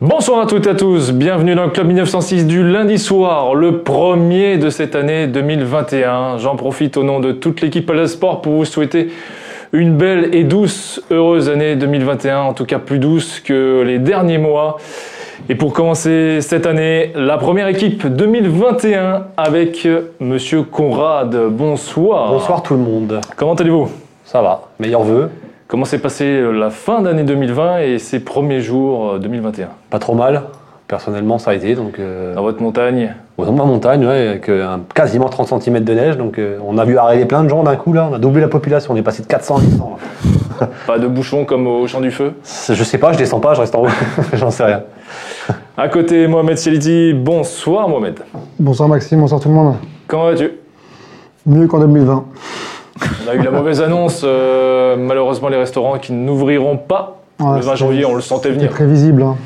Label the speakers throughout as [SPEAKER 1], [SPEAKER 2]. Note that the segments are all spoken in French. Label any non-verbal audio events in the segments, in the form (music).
[SPEAKER 1] Bonsoir à toutes et à tous, bienvenue dans le Club 1906 du lundi soir, le premier de cette année 2021. J'en profite au nom de toute l'équipe à la sport pour vous souhaiter une belle et douce, heureuse année 2021, en tout cas plus douce que les derniers mois. Et pour commencer cette année, la première équipe 2021 avec euh, Monsieur Conrad. Bonsoir.
[SPEAKER 2] Bonsoir tout le monde.
[SPEAKER 1] Comment allez-vous
[SPEAKER 2] Ça va, meilleur vœu.
[SPEAKER 1] Comment s'est passée euh, la fin d'année 2020 et ses premiers jours euh, 2021
[SPEAKER 2] Pas trop mal. Personnellement, ça a été. Donc, euh,
[SPEAKER 1] Dans votre montagne
[SPEAKER 2] dans ma montagne, ouais, avec euh, un- quasiment 30 cm de neige. Donc, euh, on a vu arriver plein de gens d'un coup là. On a doublé la population. On est passé de 400 à 800. là.
[SPEAKER 1] Pas de bouchons comme au Champ du Feu
[SPEAKER 2] C'est- Je sais pas, je descends pas, je reste en haut. (laughs) J'en sais rien.
[SPEAKER 1] À côté, Mohamed Sieliti. Bonsoir, Mohamed.
[SPEAKER 3] Bonsoir Maxime, bonsoir tout le monde.
[SPEAKER 1] Comment vas-tu
[SPEAKER 3] Mieux qu'en 2020.
[SPEAKER 1] On a eu la mauvaise annonce. euh, malheureusement, les restaurants qui n'ouvriront pas
[SPEAKER 3] Ouais,
[SPEAKER 1] le 20
[SPEAKER 3] c'était-
[SPEAKER 1] janvier, on le sentait
[SPEAKER 3] C'était
[SPEAKER 1] venir.
[SPEAKER 3] prévisible. hein.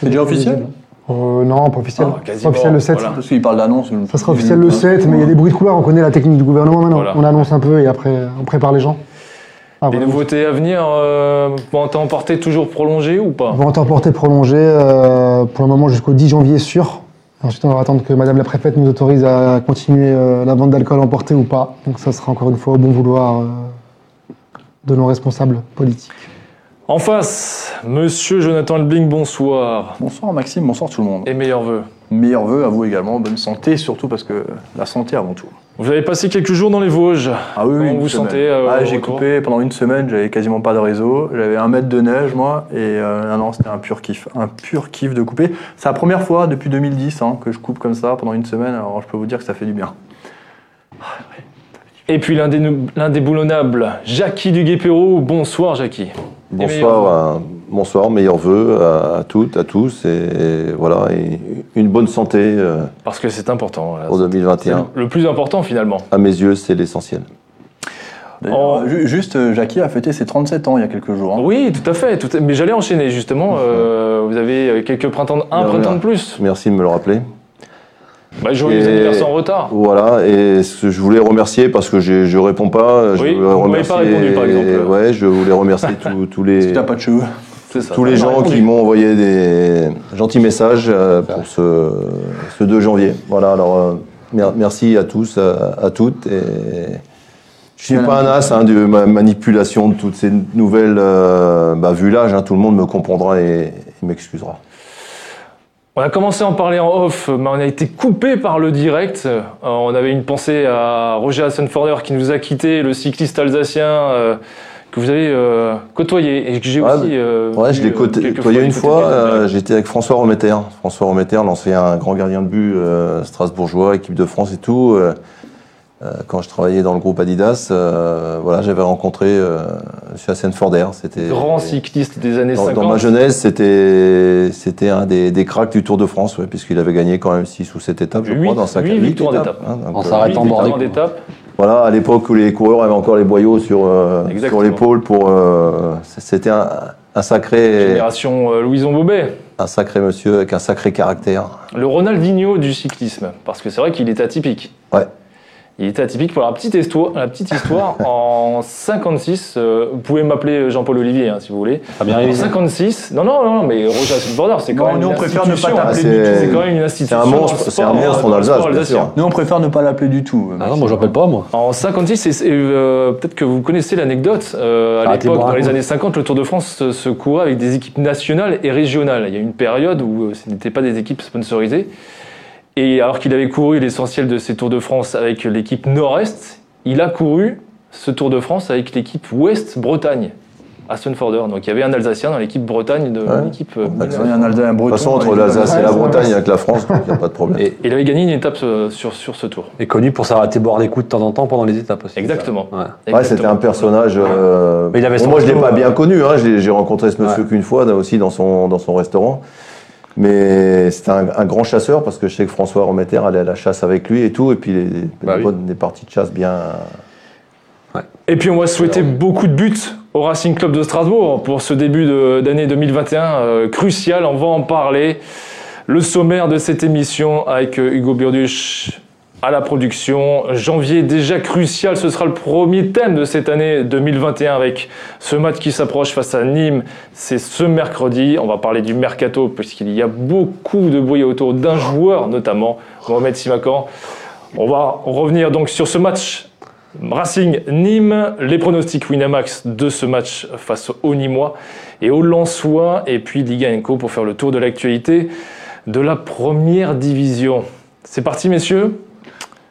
[SPEAKER 4] C'est déjà officiel
[SPEAKER 3] Euh, non, pas officiel.
[SPEAKER 1] Ah, quasiment,
[SPEAKER 3] officiel le 7.
[SPEAKER 1] voilà.
[SPEAKER 4] Parce qu'il parle d'annonce.
[SPEAKER 3] Ça sera officiel le 7, mais il y a des bruits de couloir, on connaît la technique du gouvernement maintenant.
[SPEAKER 1] hein. Voilà.
[SPEAKER 3] On annonce un peu et après on prépare les gens. Ah,
[SPEAKER 1] Les
[SPEAKER 3] voilà.
[SPEAKER 1] nouveautés à venir, euh, vont emporter toujours prolongées ou pas
[SPEAKER 3] Vente en portée prolongée, euh, pour le moment jusqu'au 10 janvier sûr. Ensuite, on va attendre que Madame la préfète nous autorise à continuer euh, la vente d'alcool emporté ou pas. Donc ça sera encore une fois au bon vouloir euh, de nos responsables politiques.
[SPEAKER 1] En face, Monsieur Jonathan Elbling, bonsoir.
[SPEAKER 4] Bonsoir Maxime, bonsoir tout le monde.
[SPEAKER 1] Et meilleurs vœux.
[SPEAKER 4] Et meilleurs vœux à vous également, bonne santé, surtout parce que la santé avant tout.
[SPEAKER 1] Vous avez passé quelques jours dans les Vosges.
[SPEAKER 4] Ah oui, oui,
[SPEAKER 1] Comment
[SPEAKER 4] une
[SPEAKER 1] vous
[SPEAKER 4] semaine.
[SPEAKER 1] sentez, euh,
[SPEAKER 4] Ah,
[SPEAKER 1] au
[SPEAKER 4] J'ai
[SPEAKER 1] retour
[SPEAKER 4] coupé pendant une semaine, j'avais quasiment pas de réseau, j'avais un mètre de neige moi, et euh, non, non, c'était un pur kiff, un pur kiff de couper. C'est la première fois depuis 2010 hein, que je coupe comme ça pendant une semaine, alors je peux vous dire que ça fait du bien.
[SPEAKER 1] Et puis l'indé- l'indéboulonnable, Jackie Duguay-Perrault. Bonsoir, Jackie. meilleurs
[SPEAKER 5] Bonsoir, à- bonsoir, meilleurs vœux à, à toutes, à tous, et, voilà, et une bonne santé euh,
[SPEAKER 1] Parce que c'est important. voilà.
[SPEAKER 5] pour
[SPEAKER 1] Ah,
[SPEAKER 5] hein.
[SPEAKER 1] C'est
[SPEAKER 5] 2021.
[SPEAKER 1] le plus important, finalement.
[SPEAKER 5] À mes yeux, c'est l'essentiel.
[SPEAKER 4] D'ailleurs,
[SPEAKER 1] Oh.
[SPEAKER 4] ju- Juste, euh, Jackie a fêté ses 37 ans il y a quelques jours. hein.
[SPEAKER 1] Oui, tout à fait. tout à- Mais j'allais enchaîner justement. euh, vous avez quelques printemps, de- un
[SPEAKER 5] Mhm. Bien,
[SPEAKER 1] printemps
[SPEAKER 5] bien.
[SPEAKER 1] de plus.
[SPEAKER 5] Merci de me le rappeler.
[SPEAKER 1] Bah, joyeux
[SPEAKER 5] Et-
[SPEAKER 1] anniversaire en retard.
[SPEAKER 5] Voilà, et ce- je voulais remercier parce que j'ai- je réponds pas. Je
[SPEAKER 1] Oui,
[SPEAKER 5] voulais
[SPEAKER 1] vous m'avez pas répondu, par exemple.
[SPEAKER 5] Ouais, je voulais remercier tous-
[SPEAKER 1] (laughs)
[SPEAKER 5] tous
[SPEAKER 4] Parce que
[SPEAKER 5] les
[SPEAKER 4] t'as pas de cheveux.
[SPEAKER 1] C'est ça, Ah,
[SPEAKER 5] tous
[SPEAKER 1] t'as
[SPEAKER 5] les
[SPEAKER 1] pas
[SPEAKER 5] gens
[SPEAKER 1] répondu.
[SPEAKER 5] qui m'ont envoyé des gentils messages euh, pour ce, ce 2 janvier. Voilà, alors euh, mer- merci à tous, euh, à, à toutes. Et je ne suis pas un as hein, de ma manipulation de toutes ces nouvelles. euh, bah, vu l'âge, hein, tout le monde me comprendra et, et m'excusera.
[SPEAKER 1] On a commencé à en parler en off, mais on a été coupé par le direct. Euh, on avait une pensée à Roger Hassenforder qui nous a quitté, le cycliste alsacien euh, que vous avez euh, côtoyé et que j'ai
[SPEAKER 5] Ouais,
[SPEAKER 1] aussi. euh,
[SPEAKER 5] Ouais, je
[SPEAKER 1] vu,
[SPEAKER 5] l'ai
[SPEAKER 1] euh,
[SPEAKER 5] côté-
[SPEAKER 1] quelques
[SPEAKER 5] côtoyé
[SPEAKER 1] fois
[SPEAKER 5] une
[SPEAKER 1] du côté
[SPEAKER 5] fois.
[SPEAKER 1] de Gaillac.
[SPEAKER 5] euh, J'étais avec François Remeter. François Remeter, l'ancien grand gardien de but euh, strasbourgeois, équipe de France et tout. euh, euh, quand je travaillais dans le groupe Adidas, euh, voilà, j'avais rencontré euh, Monsieur Hassan Forder. C'était
[SPEAKER 1] Grand cycliste des années
[SPEAKER 5] Dans,
[SPEAKER 1] 50.
[SPEAKER 5] dans ma jeunesse, c'était c'était un des, des cracks du Tour de France, ouais, puisqu'il avait gagné quand même 6 ou 7 étapes, je
[SPEAKER 1] Huit-
[SPEAKER 5] crois, dans sa
[SPEAKER 1] huit
[SPEAKER 5] carrière.
[SPEAKER 1] victoires d'étape.
[SPEAKER 5] hein, donc,
[SPEAKER 2] En
[SPEAKER 5] euh,
[SPEAKER 1] Oui,
[SPEAKER 2] s'arrêtant. en
[SPEAKER 1] victoire
[SPEAKER 2] bordée, quoi.
[SPEAKER 1] d'étape.
[SPEAKER 5] Voilà, à l'époque où les coureurs avaient encore les boyaux sur euh,
[SPEAKER 1] Exactement.
[SPEAKER 5] sur l'épaule pour euh, c'était un, un sacré
[SPEAKER 1] Génération euh, Louison Bobet.
[SPEAKER 5] un sacré monsieur avec un sacré caractère.
[SPEAKER 1] Le Ronaldinho du cyclisme, parce que c'est vrai qu'il est atypique.
[SPEAKER 5] Ouais.
[SPEAKER 1] Il était atypique pour la petite histoire. La petite
[SPEAKER 5] (laughs)
[SPEAKER 1] histoire en 56, euh, vous pouvez m'appeler Jean-Paul Olivier hein, si vous voulez.
[SPEAKER 2] Ça bien
[SPEAKER 1] En 56, non non non, non, mais Roger Hasselborder, c'est quand
[SPEAKER 4] Non,
[SPEAKER 1] même
[SPEAKER 4] nous,
[SPEAKER 1] une
[SPEAKER 4] on préfère ne pas
[SPEAKER 1] institution. hein.
[SPEAKER 4] t'appeler
[SPEAKER 5] Ah, du c'est- tout.
[SPEAKER 1] C'est quand même une institution.
[SPEAKER 5] un
[SPEAKER 1] dans le
[SPEAKER 5] monstre- c'est un
[SPEAKER 1] sport,
[SPEAKER 5] monstre en
[SPEAKER 1] dans le sport
[SPEAKER 5] Alsace, bien
[SPEAKER 1] alsacien.
[SPEAKER 5] sûr.
[SPEAKER 4] Nous, on préfère ne pas l'appeler du tout.
[SPEAKER 2] Ah non, moi je l'appelle pas moi.
[SPEAKER 1] En 56, c'est- c'est, euh, peut-être que vous connaissez l'anecdote. euh, à
[SPEAKER 2] Arrêtez de
[SPEAKER 1] l'époque,
[SPEAKER 2] me
[SPEAKER 1] dans les
[SPEAKER 2] raconter.
[SPEAKER 1] années 50, le Tour de France se, se courait avec des équipes nationales et régionales. Il y a eu une période où euh, ce n'étaient pas des équipes sponsorisées. Et alors qu'il avait couru l'essentiel de ses Tours de France avec l'équipe Nord-Est, il a couru ce Tour de France avec l'équipe Ouest-Bretagne. Astonforder. Donc il y avait un Alsacien dans l'équipe Bretagne de
[SPEAKER 5] Ouais.
[SPEAKER 1] l'équipe. euh,
[SPEAKER 4] Bah, Il y a un Alsace, un
[SPEAKER 5] De
[SPEAKER 4] Breton.
[SPEAKER 5] toute façon, entre
[SPEAKER 4] un-
[SPEAKER 5] l'Alsace et la
[SPEAKER 3] Ouais,
[SPEAKER 5] Bretagne, avec la France, il n'y a pas de problème.
[SPEAKER 2] Et,
[SPEAKER 1] Il avait gagné une étape euh, sur, sur ce tour.
[SPEAKER 2] et connu pour s'arrêter boire des coups de temps en temps pendant les étapes aussi.
[SPEAKER 1] Exactement.
[SPEAKER 2] Ouais.
[SPEAKER 5] Ouais, c'était un personnage. euh,
[SPEAKER 2] Mais il avait
[SPEAKER 5] bon,
[SPEAKER 2] son
[SPEAKER 5] moi, je l'ai
[SPEAKER 2] resto,
[SPEAKER 5] pas
[SPEAKER 2] ouais.
[SPEAKER 5] bien connu. Hein, je l'ai- j'ai rencontré ce monsieur
[SPEAKER 2] Ouais.
[SPEAKER 5] qu'une fois, là, aussi dans son dans son restaurant. Mais c'était un, un grand chasseur parce que je sais que François Remeter allait à la chasse avec lui et tout, et puis les, des-
[SPEAKER 2] Bah
[SPEAKER 5] des
[SPEAKER 2] oui.
[SPEAKER 5] bonnes- des parties de chasse bien.
[SPEAKER 1] Et puis on va souhaiter beaucoup de buts au Racing Club de Strasbourg pour ce début de- d'année 2021 euh, crucial. On va en parler. Le sommaire de cette émission avec euh, Hugo Burduch, à la production. Janvier déjà crucial, ce sera le premier thème de cette année 2021 avec ce match qui s'approche face à Nîmes. C'est ce mercredi. On va parler du mercato puisqu'il y a beaucoup de bruit autour d'un joueur notamment, Mohamed Simakan. On va revenir donc sur ce match Racing Nîmes, les pronostics Winamax de ce match face au Nîmois et au Lensois, et puis Liga Enco pour faire le tour de l'actualité de la première division. C'est parti, messieurs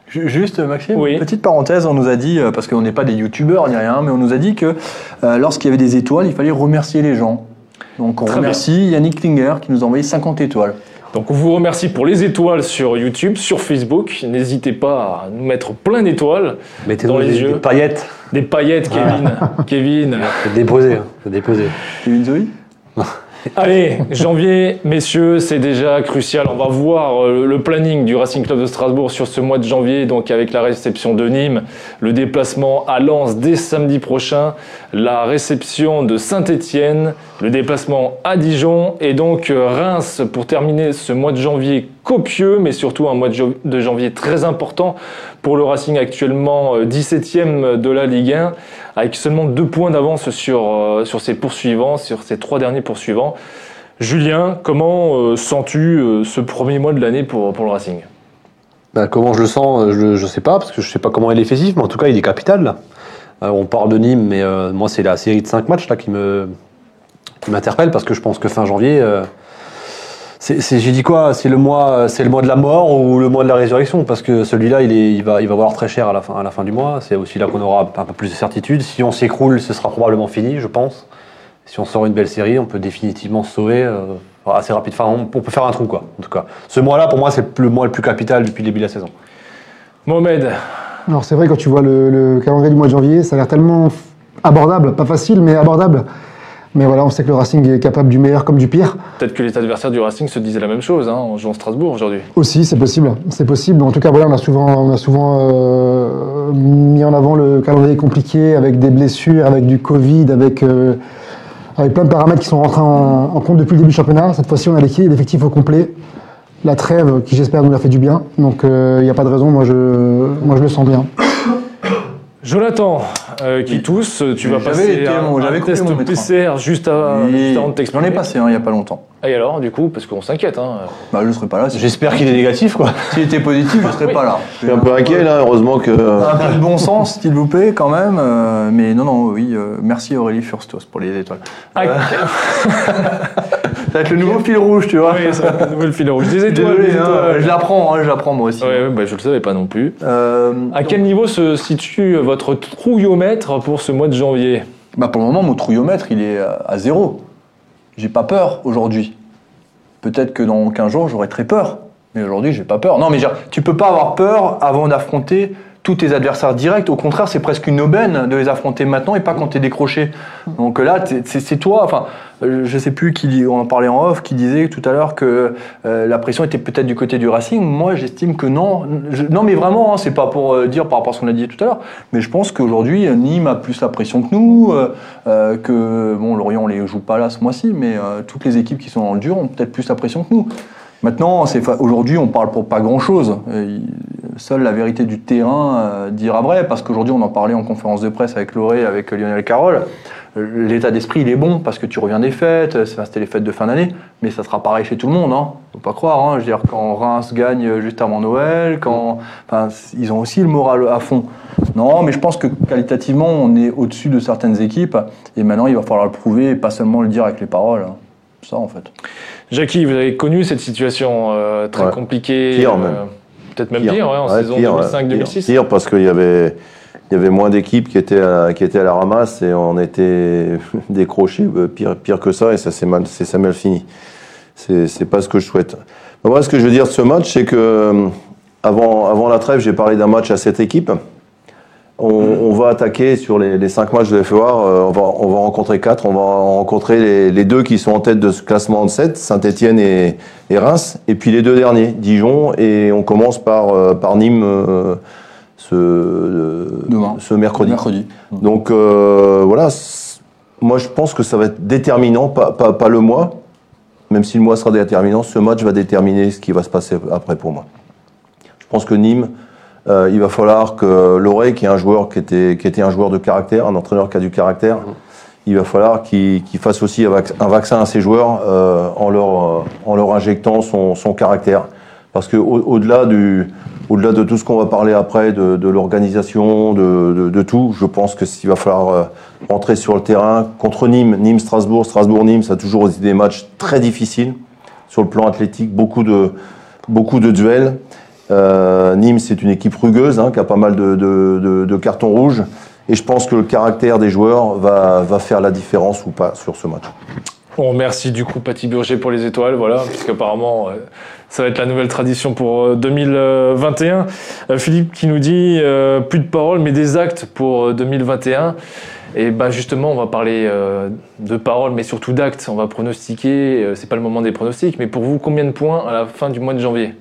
[SPEAKER 4] Ju- Juste, Maxime,
[SPEAKER 1] Oui.
[SPEAKER 4] petite parenthèse, on nous a dit, euh, parce qu'on n'est pas des youtubeurs ni rien, mais on nous a dit que euh, lorsqu'il y avait des étoiles, il fallait remercier les gens. Donc on
[SPEAKER 1] Très
[SPEAKER 4] remercie Yannick Klinger qui nous a envoyé 50 étoiles.
[SPEAKER 1] Donc on vous remercie pour les étoiles sur YouTube, sur Facebook. N'hésitez pas à nous mettre plein d'étoiles,
[SPEAKER 2] Mettez
[SPEAKER 1] Dans les yeux.
[SPEAKER 2] des paillettes.
[SPEAKER 1] des paillettes, Kevin. Kevin.
[SPEAKER 2] C'est déposé. hein. C'est déposé.
[SPEAKER 4] Kevin Zoé
[SPEAKER 1] Allez, janvier, messieurs, c'est déjà crucial. On va voir euh, le planning du Racing Club de Strasbourg sur ce mois de janvier, donc avec la réception de Nîmes, le déplacement à Lens dès samedi prochain, la réception de Saint-Étienne, le déplacement à Dijon et donc euh, Reims pour terminer ce mois de janvier copieux, mais surtout un mois de jo- de janvier très important pour le Racing actuellement euh, 17e de la Ligue 1 avec seulement deux points d'avance sur, euh, sur ses poursuivants, sur ses trois derniers poursuivants. Julien, comment euh, sens-tu euh, ce premier mois de l'année pour, pour le Racing
[SPEAKER 2] Bah, comment je le sens, euh, je, je sais pas, parce que je sais pas comment est l'effectif, mais en tout cas, il est capital. Là. Euh, on parle de Nîmes, mais euh, moi, c'est la série de 5 matchs là, qui me qui m'interpelle, parce que je pense que fin janvier, euh, c'est- c'est- j'ai dit quoi C'est le mois, euh, c'est le mois de la mort ou le mois de la résurrection, parce que celui-là, il, est- il va, il va valoir très cher à la fin, à la fin du mois. C'est aussi là qu'on aura un peu plus de certitude. Si on s'écroule, ce sera probablement fini, je pense. Si on sort une belle série, on peut définitivement se sauver euh, assez rapide. Enfin, on, on peut faire un trou, quoi. En tout cas, ce mois-là, pour moi, c'est le plus- le mois le plus capital depuis le début de la saison.
[SPEAKER 1] Mohamed,
[SPEAKER 3] Alors c'est vrai quand tu vois le, le calendrier du mois de janvier, ça a l'air tellement f- abordable, pas facile mais abordable. Mais voilà, on sait que le Racing est capable du meilleur comme du pire.
[SPEAKER 1] peut-être que les adversaires du Racing se disaient la même chose hein, en jouant Strasbourg aujourd'hui.
[SPEAKER 3] Aussi, c'est possible, c'est possible. En tout cas, voilà, on a souvent, on a souvent euh, mis en avant le calendrier compliqué avec des blessures, avec du Covid, avec euh, avec plein de paramètres qui sont rentrés en, en compte depuis le début du championnat. Cette fois-ci, on a l'équipe, l'effectif au complet. La trêve, qui j'espère nous a fait du bien. Donc, euh, il n'y a pas de raison. Moi, je, moi, je le sens bien.
[SPEAKER 1] Jonathan, euh, qui tousse, tu
[SPEAKER 4] Mais
[SPEAKER 1] vas
[SPEAKER 4] j'avais
[SPEAKER 1] passer
[SPEAKER 4] été,
[SPEAKER 1] un,
[SPEAKER 4] mon-
[SPEAKER 1] un
[SPEAKER 4] j'avais coupé
[SPEAKER 1] test
[SPEAKER 4] mon métro.
[SPEAKER 1] PCR juste, à, juste
[SPEAKER 4] Et
[SPEAKER 1] avant de
[SPEAKER 4] J'en
[SPEAKER 1] t'exprimer.
[SPEAKER 4] ai passé un il n'y a pas longtemps.
[SPEAKER 1] Et alors, du coup, parce qu'on s'inquiète. Hein.
[SPEAKER 4] Bah, je ne serais pas là. Si
[SPEAKER 2] J'espère qu'il est négatif, quoi.
[SPEAKER 4] s'il était positif, je ne serais pas là. Euh,
[SPEAKER 5] Je suis un peu inquiet là, heureusement que. euh,
[SPEAKER 4] Un peu de bon sens, s'il vous plaît, quand même. euh, mais non, non, oui. euh, merci Aurélie Furstos pour les étoiles.
[SPEAKER 1] Ah, (laughs)
[SPEAKER 4] Ça va être le nouveau fil rouge, tu vois.
[SPEAKER 1] oui, c'est (laughs) un nouvel fil rouge. Des étoiles,
[SPEAKER 4] Désolé,
[SPEAKER 1] des
[SPEAKER 4] hein,
[SPEAKER 1] étoiles.
[SPEAKER 4] je l'apprends, hein, je l'apprends moi aussi.
[SPEAKER 1] Ouais, ouais, bah, je le savais pas non plus.
[SPEAKER 4] Euh,
[SPEAKER 1] À quel niveau se situe votre trouillomètre pour ce mois de janvier
[SPEAKER 4] Bah pour le moment, mon trouillomètre, il est euh, à zéro. J'ai pas peur aujourd'hui. Peut-être que dans 15 jours, j'aurai très peur. Mais aujourd'hui, j'ai pas peur. Non, mais je veux dire, tu peux pas avoir peur avant d'affronter tous tes adversaires directs. Au contraire, c'est presque une aubaine de les affronter maintenant et pas quand t'es décroché. Donc euh, là, t'es- c'est c'est toi. Enfin, euh, je sais plus qui dit- on en parlait en off, qui disait tout à l'heure que euh, la pression était peut-être du côté du Racing. Moi, j'estime que non. Je- non, mais vraiment, hein, c'est pas pour euh, dire par rapport à ce qu'on a dit tout à l'heure. Mais je pense qu'aujourd'hui, euh, Nîmes a plus la pression que nous. euh, euh, que bon, Lorient, on les joue pas là ce mois-ci, mais euh, toutes les équipes qui sont dans le dur ont peut-être plus la pression que nous. Maintenant, c'est fa- aujourd'hui, on parle pour pas grand-chose. Euh, il- Seule la vérité du terrain euh, dira vrai, parce qu'aujourd'hui, on en parlait en conférence de presse avec Loré, avec Lionel Carole. Euh, L'état d'esprit, il est bon, parce que tu reviens des fêtes, euh, c'est- enfin, c'était les fêtes de fin d'année, mais ça sera pareil chez tout le monde, hein. Faut pas croire, hein. Je veux dire, quand Reims gagne euh, juste avant Noël, quand. Enfin, c- ils ont aussi le moral à fond. Non, mais je pense que qualitativement, on est au-dessus de certaines équipes, et maintenant, il va falloir le prouver, et pas seulement le dire avec les paroles. hein. Ça, en fait.
[SPEAKER 1] Jackie, vous avez connu cette situation euh, très
[SPEAKER 5] Ouais.
[SPEAKER 1] compliquée. euh,
[SPEAKER 5] Pire, même.
[SPEAKER 1] Peut-être même pire, ouais, en
[SPEAKER 5] Ouais,
[SPEAKER 1] saison
[SPEAKER 5] pire, ouais,
[SPEAKER 1] 2005-2006.
[SPEAKER 5] Pire, pire parce qu'il y avait, il y avait moins d'équipes qui, étaient à- qui étaient à la ramasse et on était (laughs) décrochés euh, pire, pire que ça et ça s'est mal, c'est- ça mal fini. C'est c'est pas ce que je souhaite. Mais Moi, ce que je veux dire de ce match, c'est que euh, avant, avant la trêve, j'ai parlé d'un match à cette équipe. On, on va attaquer sur les, les cinq matchs de FEOR, euh, on, va, on va rencontrer quatre, on va rencontrer les, les deux qui sont en tête de ce classement de 7, Saint-Etienne et, et Reims, et puis les deux derniers, Dijon, et on commence par, euh, par Nîmes euh, ce, euh,
[SPEAKER 4] Demain.
[SPEAKER 5] ce mercredi. Donc euh, voilà, c- moi je pense que ça va être déterminant, pas, pas, pas le mois, même si le mois sera déterminant, ce match va déterminer ce qui va se passer après pour moi. Je pense que Nîmes Euh, il va falloir que Loré, qui est un joueur qui était, qui était un joueur de caractère, un entraîneur qui a du caractère, il va falloir qu'il qu'il fasse aussi un vac- un vaccin à ses joueurs euh, en, leur, euh, en leur injectant son, son caractère. Parce que au- au-delà du au-delà de tout ce qu'on va parler après, de, de l'organisation, de, de- de tout, je pense que s'il va falloir euh, rentrer sur le terrain contre Nîmes, Nîmes Strasbourg, Strasbourg Nîmes, ça a toujours été des matchs très difficiles sur le plan athlétique, beaucoup de beaucoup de duels. Euh, Nîmes, c'est une équipe rugueuse hein, qui a pas mal de, de- de- de cartons rouges. Et je pense que le caractère des joueurs va, va faire la différence ou pas sur ce match.
[SPEAKER 1] On remercie du coup Patty Burger pour les étoiles, voilà, parce qu'apparemment euh, ça va être la nouvelle tradition pour euh, 2021. Euh, Philippe qui nous dit euh, plus de paroles mais des actes pour euh, 2021. Et ben justement, on va parler euh, de paroles mais surtout d'actes. On va pronostiquer, euh, c'est pas le moment des pronostics, mais pour vous, combien de points à la fin du mois de janvier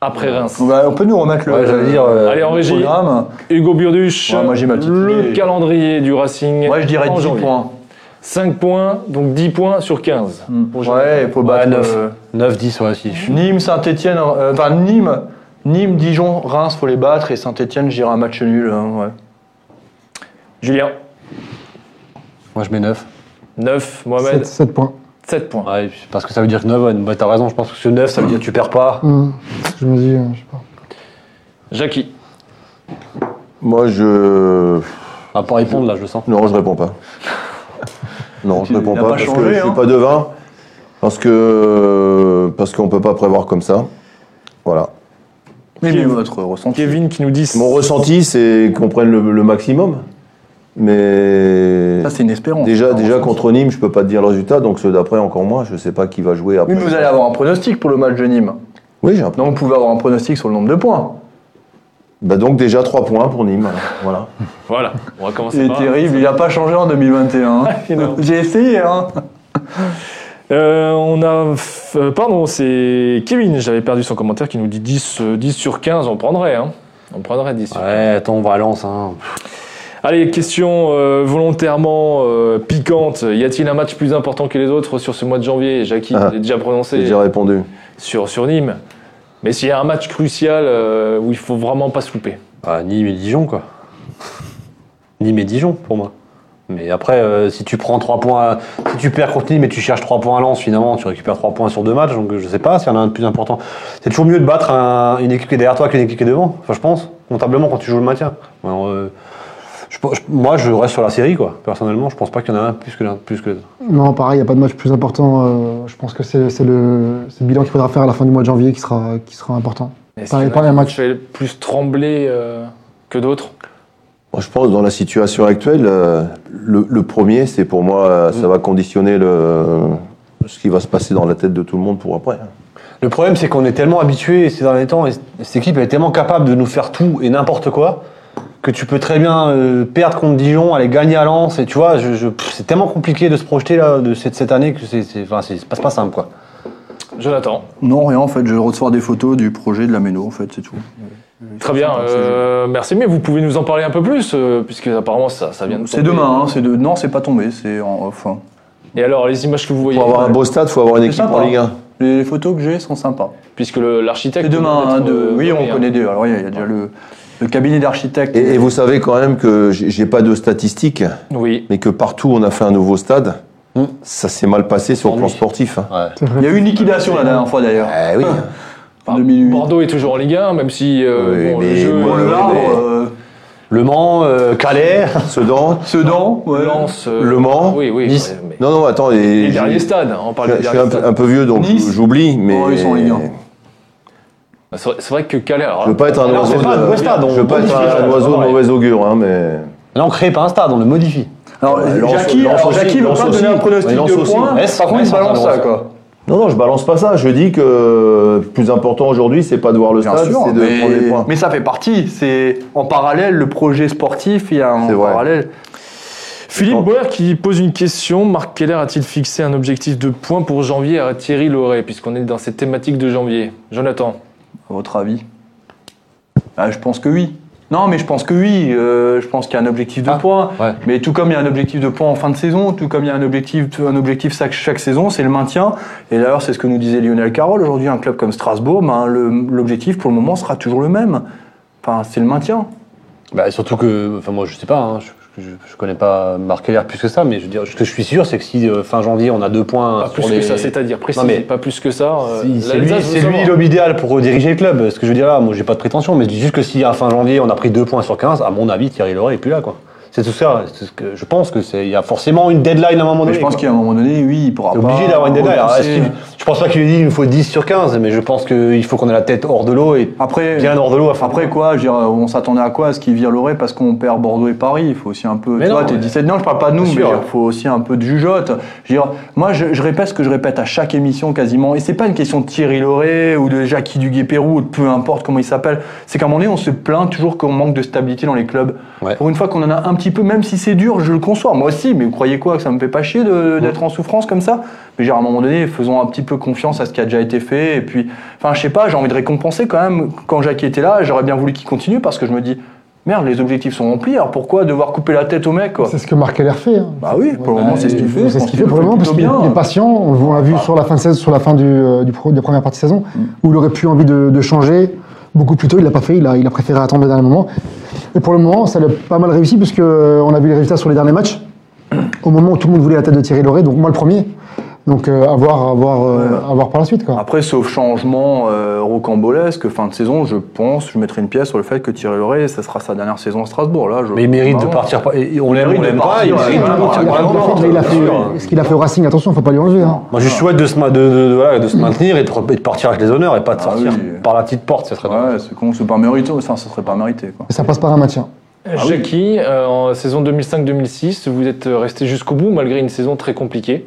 [SPEAKER 1] Après Reims.
[SPEAKER 4] Bah, on peut nous remettre le,
[SPEAKER 2] Ouais, j'allais dire, euh,
[SPEAKER 1] Allez, en
[SPEAKER 4] le
[SPEAKER 1] régie.
[SPEAKER 4] programme.
[SPEAKER 1] Hugo Burduche,
[SPEAKER 4] Ouais, moi, j'ai ma petite
[SPEAKER 1] le
[SPEAKER 4] idée.
[SPEAKER 1] calendrier du Racing.
[SPEAKER 4] Moi, je dirais
[SPEAKER 1] en
[SPEAKER 4] 10
[SPEAKER 1] janvier.
[SPEAKER 4] points.
[SPEAKER 1] 5 points, donc 10 points sur 15.
[SPEAKER 4] Mm. Ouais, il faut battre
[SPEAKER 2] neuf.
[SPEAKER 4] euh,
[SPEAKER 2] 9, 10, ouais, si.
[SPEAKER 4] Nîmes, Saint-Etienne, euh, enfin Nîmes, Nîmes, Dijon, Reims, faut les battre et Saint-Etienne, j'irai un match nul. hein, ouais.
[SPEAKER 1] Julien,
[SPEAKER 2] Moi, je mets 9.
[SPEAKER 1] 9. Mohamed,
[SPEAKER 3] 7, 7 points.
[SPEAKER 1] 7 points.
[SPEAKER 2] Ouais, et puis, parce que ça veut dire que 9, ouais, bah, t'as raison, je pense que ce 9, ça veut dire que tu perds pas.
[SPEAKER 3] Hum, c'est ce que je me dis, euh, je sais pas.
[SPEAKER 1] Jackie,
[SPEAKER 5] Moi, je.
[SPEAKER 2] À pas répondre, là, je sens.
[SPEAKER 5] Non, je réponds pas. Non, je
[SPEAKER 4] Il
[SPEAKER 5] réponds
[SPEAKER 4] n'a
[SPEAKER 5] pas,
[SPEAKER 4] pas
[SPEAKER 5] parce
[SPEAKER 4] changé,
[SPEAKER 5] que je
[SPEAKER 4] hein.
[SPEAKER 5] suis pas devin. Parce que parce qu'on peut pas prévoir comme ça. Voilà.
[SPEAKER 4] Mais,
[SPEAKER 1] Kevin.
[SPEAKER 4] votre ressenti.
[SPEAKER 1] Kevin qui nous dit
[SPEAKER 5] Mon ressenti, c'est qu'on prenne le, le maximum, mais
[SPEAKER 4] Ça, c'est une espérance.
[SPEAKER 5] déjà
[SPEAKER 4] Un
[SPEAKER 5] déjà
[SPEAKER 4] ressenti.
[SPEAKER 5] contre Nîmes, je peux pas te dire le résultat, donc ceux d'après encore moins. Je sais pas qui va jouer après.
[SPEAKER 4] Oui, mais vous allez avoir un pronostic pour le match de Nîmes.
[SPEAKER 5] Oui, j'ai un-
[SPEAKER 4] Donc, vous pouvez avoir un pronostic sur le nombre de points.
[SPEAKER 5] Bah donc déjà 3 points pour Nîmes. hein. Voilà.
[SPEAKER 1] Voilà, on va commencer
[SPEAKER 4] C'est
[SPEAKER 1] par.
[SPEAKER 4] terrible, il a pas changé en 2021.
[SPEAKER 1] Oh, (laughs) non.
[SPEAKER 4] hein. J'ai essayé, hein.
[SPEAKER 1] Euh, on a. f- euh, Pardon, c'est Kevin, j'avais perdu son commentaire qui nous dit 10, euh, 10 sur 15, on prendrait. hein. On prendrait 10. sur-
[SPEAKER 2] Ouais, attends, on va à Lens. Hein.
[SPEAKER 1] Allez, question euh, volontairement euh, piquante. Y a-t-il un match plus important que les autres sur ce mois de janvier Jackie,
[SPEAKER 5] Ah,
[SPEAKER 1] je l'ai déjà prononcé
[SPEAKER 5] J'ai déjà répondu.
[SPEAKER 1] sur, sur Nîmes. Mais s'il y a un match crucial euh, où il faut vraiment pas se louper.
[SPEAKER 2] Bah, Nîmes et Dijon, quoi. (laughs) Nîmes et Dijon, pour moi. Mais après, euh, si tu prends 3 points, à- si tu perds contre Nîmes et tu cherches 3 points à Lens, finalement, tu récupères 3 points sur 2 matchs, donc euh, je sais pas s'il y en a un de plus important. C'est toujours mieux de battre un- une équipe qui est derrière toi qu'une équipe qui est devant, enfin, je pense, comptablement, quand tu joues le maintien. Alors, euh, je pe- je- moi, je reste sur la série, quoi. Personnellement, je pense pas qu'il y en a un plus que l'un- plus que l'autre.
[SPEAKER 3] Non, pareil, il n'y a pas de match plus important. euh, je pense que c'est c'est le, c'est le bilan qu'il faudra faire à la fin du mois de janvier qui sera, qui sera important.
[SPEAKER 1] Est-ce qu'il
[SPEAKER 3] Pareil,
[SPEAKER 1] y en a
[SPEAKER 3] pareil, un
[SPEAKER 1] qui
[SPEAKER 3] match.
[SPEAKER 1] fait plus trembler euh, que d'autres
[SPEAKER 5] Moi, je pense dans la situation actuelle, euh, le, le premier, c'est pour moi, euh, ça va conditionner le, euh, ce qui va se passer dans la tête de tout le monde pour après.
[SPEAKER 2] Le problème, c'est qu'on est tellement habitué ces derniers temps, et c- cette équipe elle est tellement capable de nous faire tout et n'importe quoi, que tu peux très bien euh, perdre contre Dijon, aller gagner à Lens, et tu vois, je, je- pff, c'est tellement compliqué de se projeter là, de cette, cette année, que c'est, c'est, enfin, c'est, c'est pas, c'est pas simple, quoi.
[SPEAKER 1] Jonathan.
[SPEAKER 4] Non, rien, en fait, je reçois des photos du projet de la Méno, en fait, c'est tout.
[SPEAKER 1] Très bien, euh, merci. Mais vous pouvez nous en parler un peu plus, euh, puisque apparemment ça, ça vient de
[SPEAKER 4] C'est
[SPEAKER 1] tomber.
[SPEAKER 4] demain, hein, c'est de... non, c'est pas tombé, c'est en off. hein.
[SPEAKER 1] Et alors, les images que vous voyez,
[SPEAKER 5] Pour avoir un beau stade, faut avoir une
[SPEAKER 4] C'est
[SPEAKER 5] équipe
[SPEAKER 4] sympa.
[SPEAKER 5] en Ligue 1.
[SPEAKER 4] Les photos que j'ai sont sympas.
[SPEAKER 1] puisque le- l'architecte.
[SPEAKER 4] C'est demain,
[SPEAKER 1] doit
[SPEAKER 4] hein,
[SPEAKER 1] être,
[SPEAKER 4] de-
[SPEAKER 1] euh,
[SPEAKER 4] oui, on
[SPEAKER 1] nommé, hein.
[SPEAKER 4] connaît deux. Alors, il y a, il y a déjà le, le cabinet d'architectes.
[SPEAKER 5] Et, et vous savez quand même que j'ai j'ai pas de statistiques,
[SPEAKER 1] Oui.
[SPEAKER 5] mais que partout où on a fait un nouveau stade,
[SPEAKER 2] Mm.
[SPEAKER 5] ça s'est mal passé sur le plan
[SPEAKER 2] Ennui.
[SPEAKER 5] sportif. hein.
[SPEAKER 3] C'est vrai.
[SPEAKER 4] Il y a eu une liquidation la dernière fois d'ailleurs.
[SPEAKER 5] Eh (laughs) oui.
[SPEAKER 4] En 2008.
[SPEAKER 1] Bordeaux est toujours en Ligue 1, même si euh,
[SPEAKER 5] Oui,
[SPEAKER 1] bon, le
[SPEAKER 5] mais
[SPEAKER 1] jeu.
[SPEAKER 5] moi,
[SPEAKER 1] le
[SPEAKER 4] Le Havre,
[SPEAKER 5] mais-
[SPEAKER 4] euh,
[SPEAKER 2] Le Mans, euh, Calais,
[SPEAKER 5] Sedan.
[SPEAKER 4] Sedan, ouais.
[SPEAKER 1] Lens, euh,
[SPEAKER 5] Le Mans,
[SPEAKER 1] Oui, oui.
[SPEAKER 2] Nice.
[SPEAKER 1] ouais, mais-
[SPEAKER 5] Non, non, attends. Et
[SPEAKER 1] Les
[SPEAKER 5] je-
[SPEAKER 1] derniers stades, hein, on parle
[SPEAKER 5] je,
[SPEAKER 1] des
[SPEAKER 5] je suis
[SPEAKER 1] derniers
[SPEAKER 5] un peu,
[SPEAKER 1] stades.
[SPEAKER 5] un peu vieux, donc
[SPEAKER 4] Nice.
[SPEAKER 5] j'oublie, mais.
[SPEAKER 4] Oh, ils sont en Ligue 1.
[SPEAKER 1] C'est vrai- c'est vrai que Calais. alors
[SPEAKER 5] Je veux pas être un
[SPEAKER 2] Alors,
[SPEAKER 5] oiseau
[SPEAKER 2] c'est pas un beau
[SPEAKER 5] de-
[SPEAKER 2] stade, on
[SPEAKER 5] je veux pas être
[SPEAKER 2] bonifie, ça,
[SPEAKER 5] un
[SPEAKER 2] c'est
[SPEAKER 5] oiseau de
[SPEAKER 2] pas vrai.
[SPEAKER 5] mauvais augure, hein, mais.
[SPEAKER 2] là on crée pas un stade, on le modifie.
[SPEAKER 4] Alors,
[SPEAKER 5] Ouais, Lens-
[SPEAKER 4] Jackie,
[SPEAKER 5] Lens
[SPEAKER 4] alors,
[SPEAKER 5] aussi,
[SPEAKER 4] Jackie veut
[SPEAKER 5] Lens
[SPEAKER 4] pas
[SPEAKER 5] aussi.
[SPEAKER 4] donner un pronostic
[SPEAKER 5] Lens
[SPEAKER 4] de
[SPEAKER 5] aussi.
[SPEAKER 4] points.
[SPEAKER 2] Reste, par contre,
[SPEAKER 4] il
[SPEAKER 2] c'est
[SPEAKER 4] balance
[SPEAKER 2] un
[SPEAKER 4] ça,
[SPEAKER 2] droit.
[SPEAKER 4] quoi.
[SPEAKER 5] Non, non, je balance pas ça. Je dis que le plus important aujourd'hui, c'est pas de voir le
[SPEAKER 4] Bien
[SPEAKER 5] stade,
[SPEAKER 4] sûr,
[SPEAKER 5] c'est de prendre les points.
[SPEAKER 4] mais, mais ça fait partie. C'est en parallèle le projet sportif. Il y a un
[SPEAKER 5] C'est vrai.
[SPEAKER 4] parallèle.
[SPEAKER 1] Philippe Boer qui pose une question. Marc Keller a-t-il fixé un objectif de points pour janvier à Thierry Loret, puisqu'on est dans cette thématique de janvier Jonathan
[SPEAKER 4] À votre avis Ah, Je pense que oui. Non, mais je pense que oui. euh, je pense qu'il y a un objectif de
[SPEAKER 2] Ah,
[SPEAKER 4] points.
[SPEAKER 2] ouais.
[SPEAKER 4] Mais tout comme il y a un objectif de points en fin de saison, tout comme il y a un objectif, un objectif chaque, chaque saison, c'est le maintien. Et d'ailleurs, c'est ce que nous disait Lionel Carroll. Aujourd'hui, un club comme Strasbourg, ben, le- l'objectif pour le moment sera toujours le même. Enfin, c'est le maintien.
[SPEAKER 2] Bah, surtout que, enfin moi je sais pas, hein, je, je, je connais pas Marc Keller plus que ça, mais je veux dire, ce que je suis sûr, c'est que si euh, fin janvier on a deux points
[SPEAKER 1] Pas
[SPEAKER 2] Ah, sur
[SPEAKER 1] plus
[SPEAKER 2] les-
[SPEAKER 1] que ça, c'est-à-dire précis,
[SPEAKER 2] mais-
[SPEAKER 1] pas plus que ça. euh,
[SPEAKER 2] Si- c'est lui,
[SPEAKER 1] l'Alsace veut
[SPEAKER 2] c'est lui
[SPEAKER 1] savoir.
[SPEAKER 2] l'homme idéal pour rediriger le club. Ce que je veux dire là, moi j'ai pas de prétention, mais je dis juste que si à fin janvier on a pris deux points sur 15, à mon avis Thierry Loret est plus là quoi. C'est tout ça. C'est ce que je pense que c'est, il y a forcément une deadline à un moment
[SPEAKER 4] Mais
[SPEAKER 2] donné.
[SPEAKER 4] je pense
[SPEAKER 2] quoi.
[SPEAKER 4] qu'à un moment donné, oui, il pourra
[SPEAKER 2] T'es
[SPEAKER 4] pas
[SPEAKER 2] obligé d'avoir une hein, deadline. Alors,
[SPEAKER 4] repousser.
[SPEAKER 2] est-ce qu'il- je pense pas qu'il ait dit il nous faut 10 sur 15, mais je pense qu'il faut qu'on ait la tête hors de l'eau et
[SPEAKER 4] Après,
[SPEAKER 2] bien hors de l'eau à fin
[SPEAKER 4] Après quoi, je veux dire, on s'attendait à quoi À ce qu'ils virent l'Oré parce qu'on perd Bordeaux et Paris Il faut aussi un peu.
[SPEAKER 2] Mais
[SPEAKER 4] tu
[SPEAKER 2] non,
[SPEAKER 4] vois, t'es
[SPEAKER 2] mais-
[SPEAKER 4] 17 Non, je parle pas de nous, mais
[SPEAKER 2] Bien
[SPEAKER 4] je veux
[SPEAKER 2] sûr.
[SPEAKER 4] dire, faut aussi un peu de jugeote. Je veux dire, moi, je, je répète ce que je répète à chaque émission quasiment. Et c'est pas une question de Thierry Loré ou de Jackie Duguay-Pérou ou de peu importe comment il s'appelle. C'est qu'à un moment donné, on se plaint toujours qu'on manque de stabilité dans les clubs.
[SPEAKER 2] Ouais.
[SPEAKER 4] Pour une fois qu'on en a un petit peu, même si c'est dur, je le conçois. Moi aussi, mais vous croyez quoi Que ça me fait pas chier de- d'être
[SPEAKER 2] Mmh.
[SPEAKER 4] en souffrance comme ça mais genre, à un moment donné, faisons un petit peu confiance à ce qui a déjà été fait. Et puis, enfin, je sais pas, j'ai envie de récompenser quand même. Quand Jackie était là, j'aurais bien voulu qu'il continue parce que je me dis, merde, les objectifs sont remplis, alors pourquoi devoir couper la tête au mec, quoi
[SPEAKER 3] C'est ce que Marc Keller fait. hein.
[SPEAKER 4] Bah oui, pour le moment, c'est ce qu'il fait.
[SPEAKER 3] C'est
[SPEAKER 4] Je pense
[SPEAKER 3] ce qu'il
[SPEAKER 4] qu'il
[SPEAKER 3] fait
[SPEAKER 4] le
[SPEAKER 3] pour le moment, parce
[SPEAKER 4] plutôt Ah.
[SPEAKER 3] qu'il est patient. On le- on l'a vu sur la fin de saison, sur la fin du, euh, du pro- de la première partie de saison, où il aurait pu envie de, de changer beaucoup plus tôt. Il l'a pas fait. Il a, il a préféré attendre le dernier moment. Et pour le moment, ça l'a pas mal réussi, puisque euh, on a vu les résultats sur les derniers matchs. Au moment où tout le monde voulait la tête de Thierry Loret, donc moi le premier. Donc euh, à voir, à voir, euh,
[SPEAKER 4] Ouais.
[SPEAKER 3] à voir par la suite. Quoi.
[SPEAKER 4] Après, sauf changement euh, rocambolesque, fin de saison, je pense, je mettrai une pièce sur le fait que Thierry Loret, ça sera sa dernière saison à Strasbourg. Là, je...
[SPEAKER 2] Mais il mérite de
[SPEAKER 4] Vraiment.
[SPEAKER 2] partir. pas- et- et On l'aime,
[SPEAKER 4] mérite
[SPEAKER 2] on
[SPEAKER 4] de
[SPEAKER 2] l'aime pas.
[SPEAKER 4] partir,
[SPEAKER 2] Il
[SPEAKER 4] ouais,
[SPEAKER 2] mérite de
[SPEAKER 4] vraiment,
[SPEAKER 2] partir.
[SPEAKER 3] Il a- il a
[SPEAKER 2] Vraiment,
[SPEAKER 3] fait- il a fait- Ce qu'il a fait au Racing, attention, faut pas lui enlever. hein.
[SPEAKER 2] Moi, je suis souhaite de se, ma- de, de- de- voilà, de
[SPEAKER 3] Mm.
[SPEAKER 2] se maintenir et de, re- et de partir avec les honneurs et pas de
[SPEAKER 4] Ah
[SPEAKER 2] sortir
[SPEAKER 4] oui.
[SPEAKER 2] par la petite porte. Ça serait dommage.
[SPEAKER 4] Ouais, c'est con, c'est pas mérité, ça, ça serait pas mérité. Quoi.
[SPEAKER 3] Et ça passe par un maintien.
[SPEAKER 2] Ah
[SPEAKER 1] Jackie, euh, en saison 2005-2006, vous êtes resté jusqu'au bout malgré une saison très compliquée.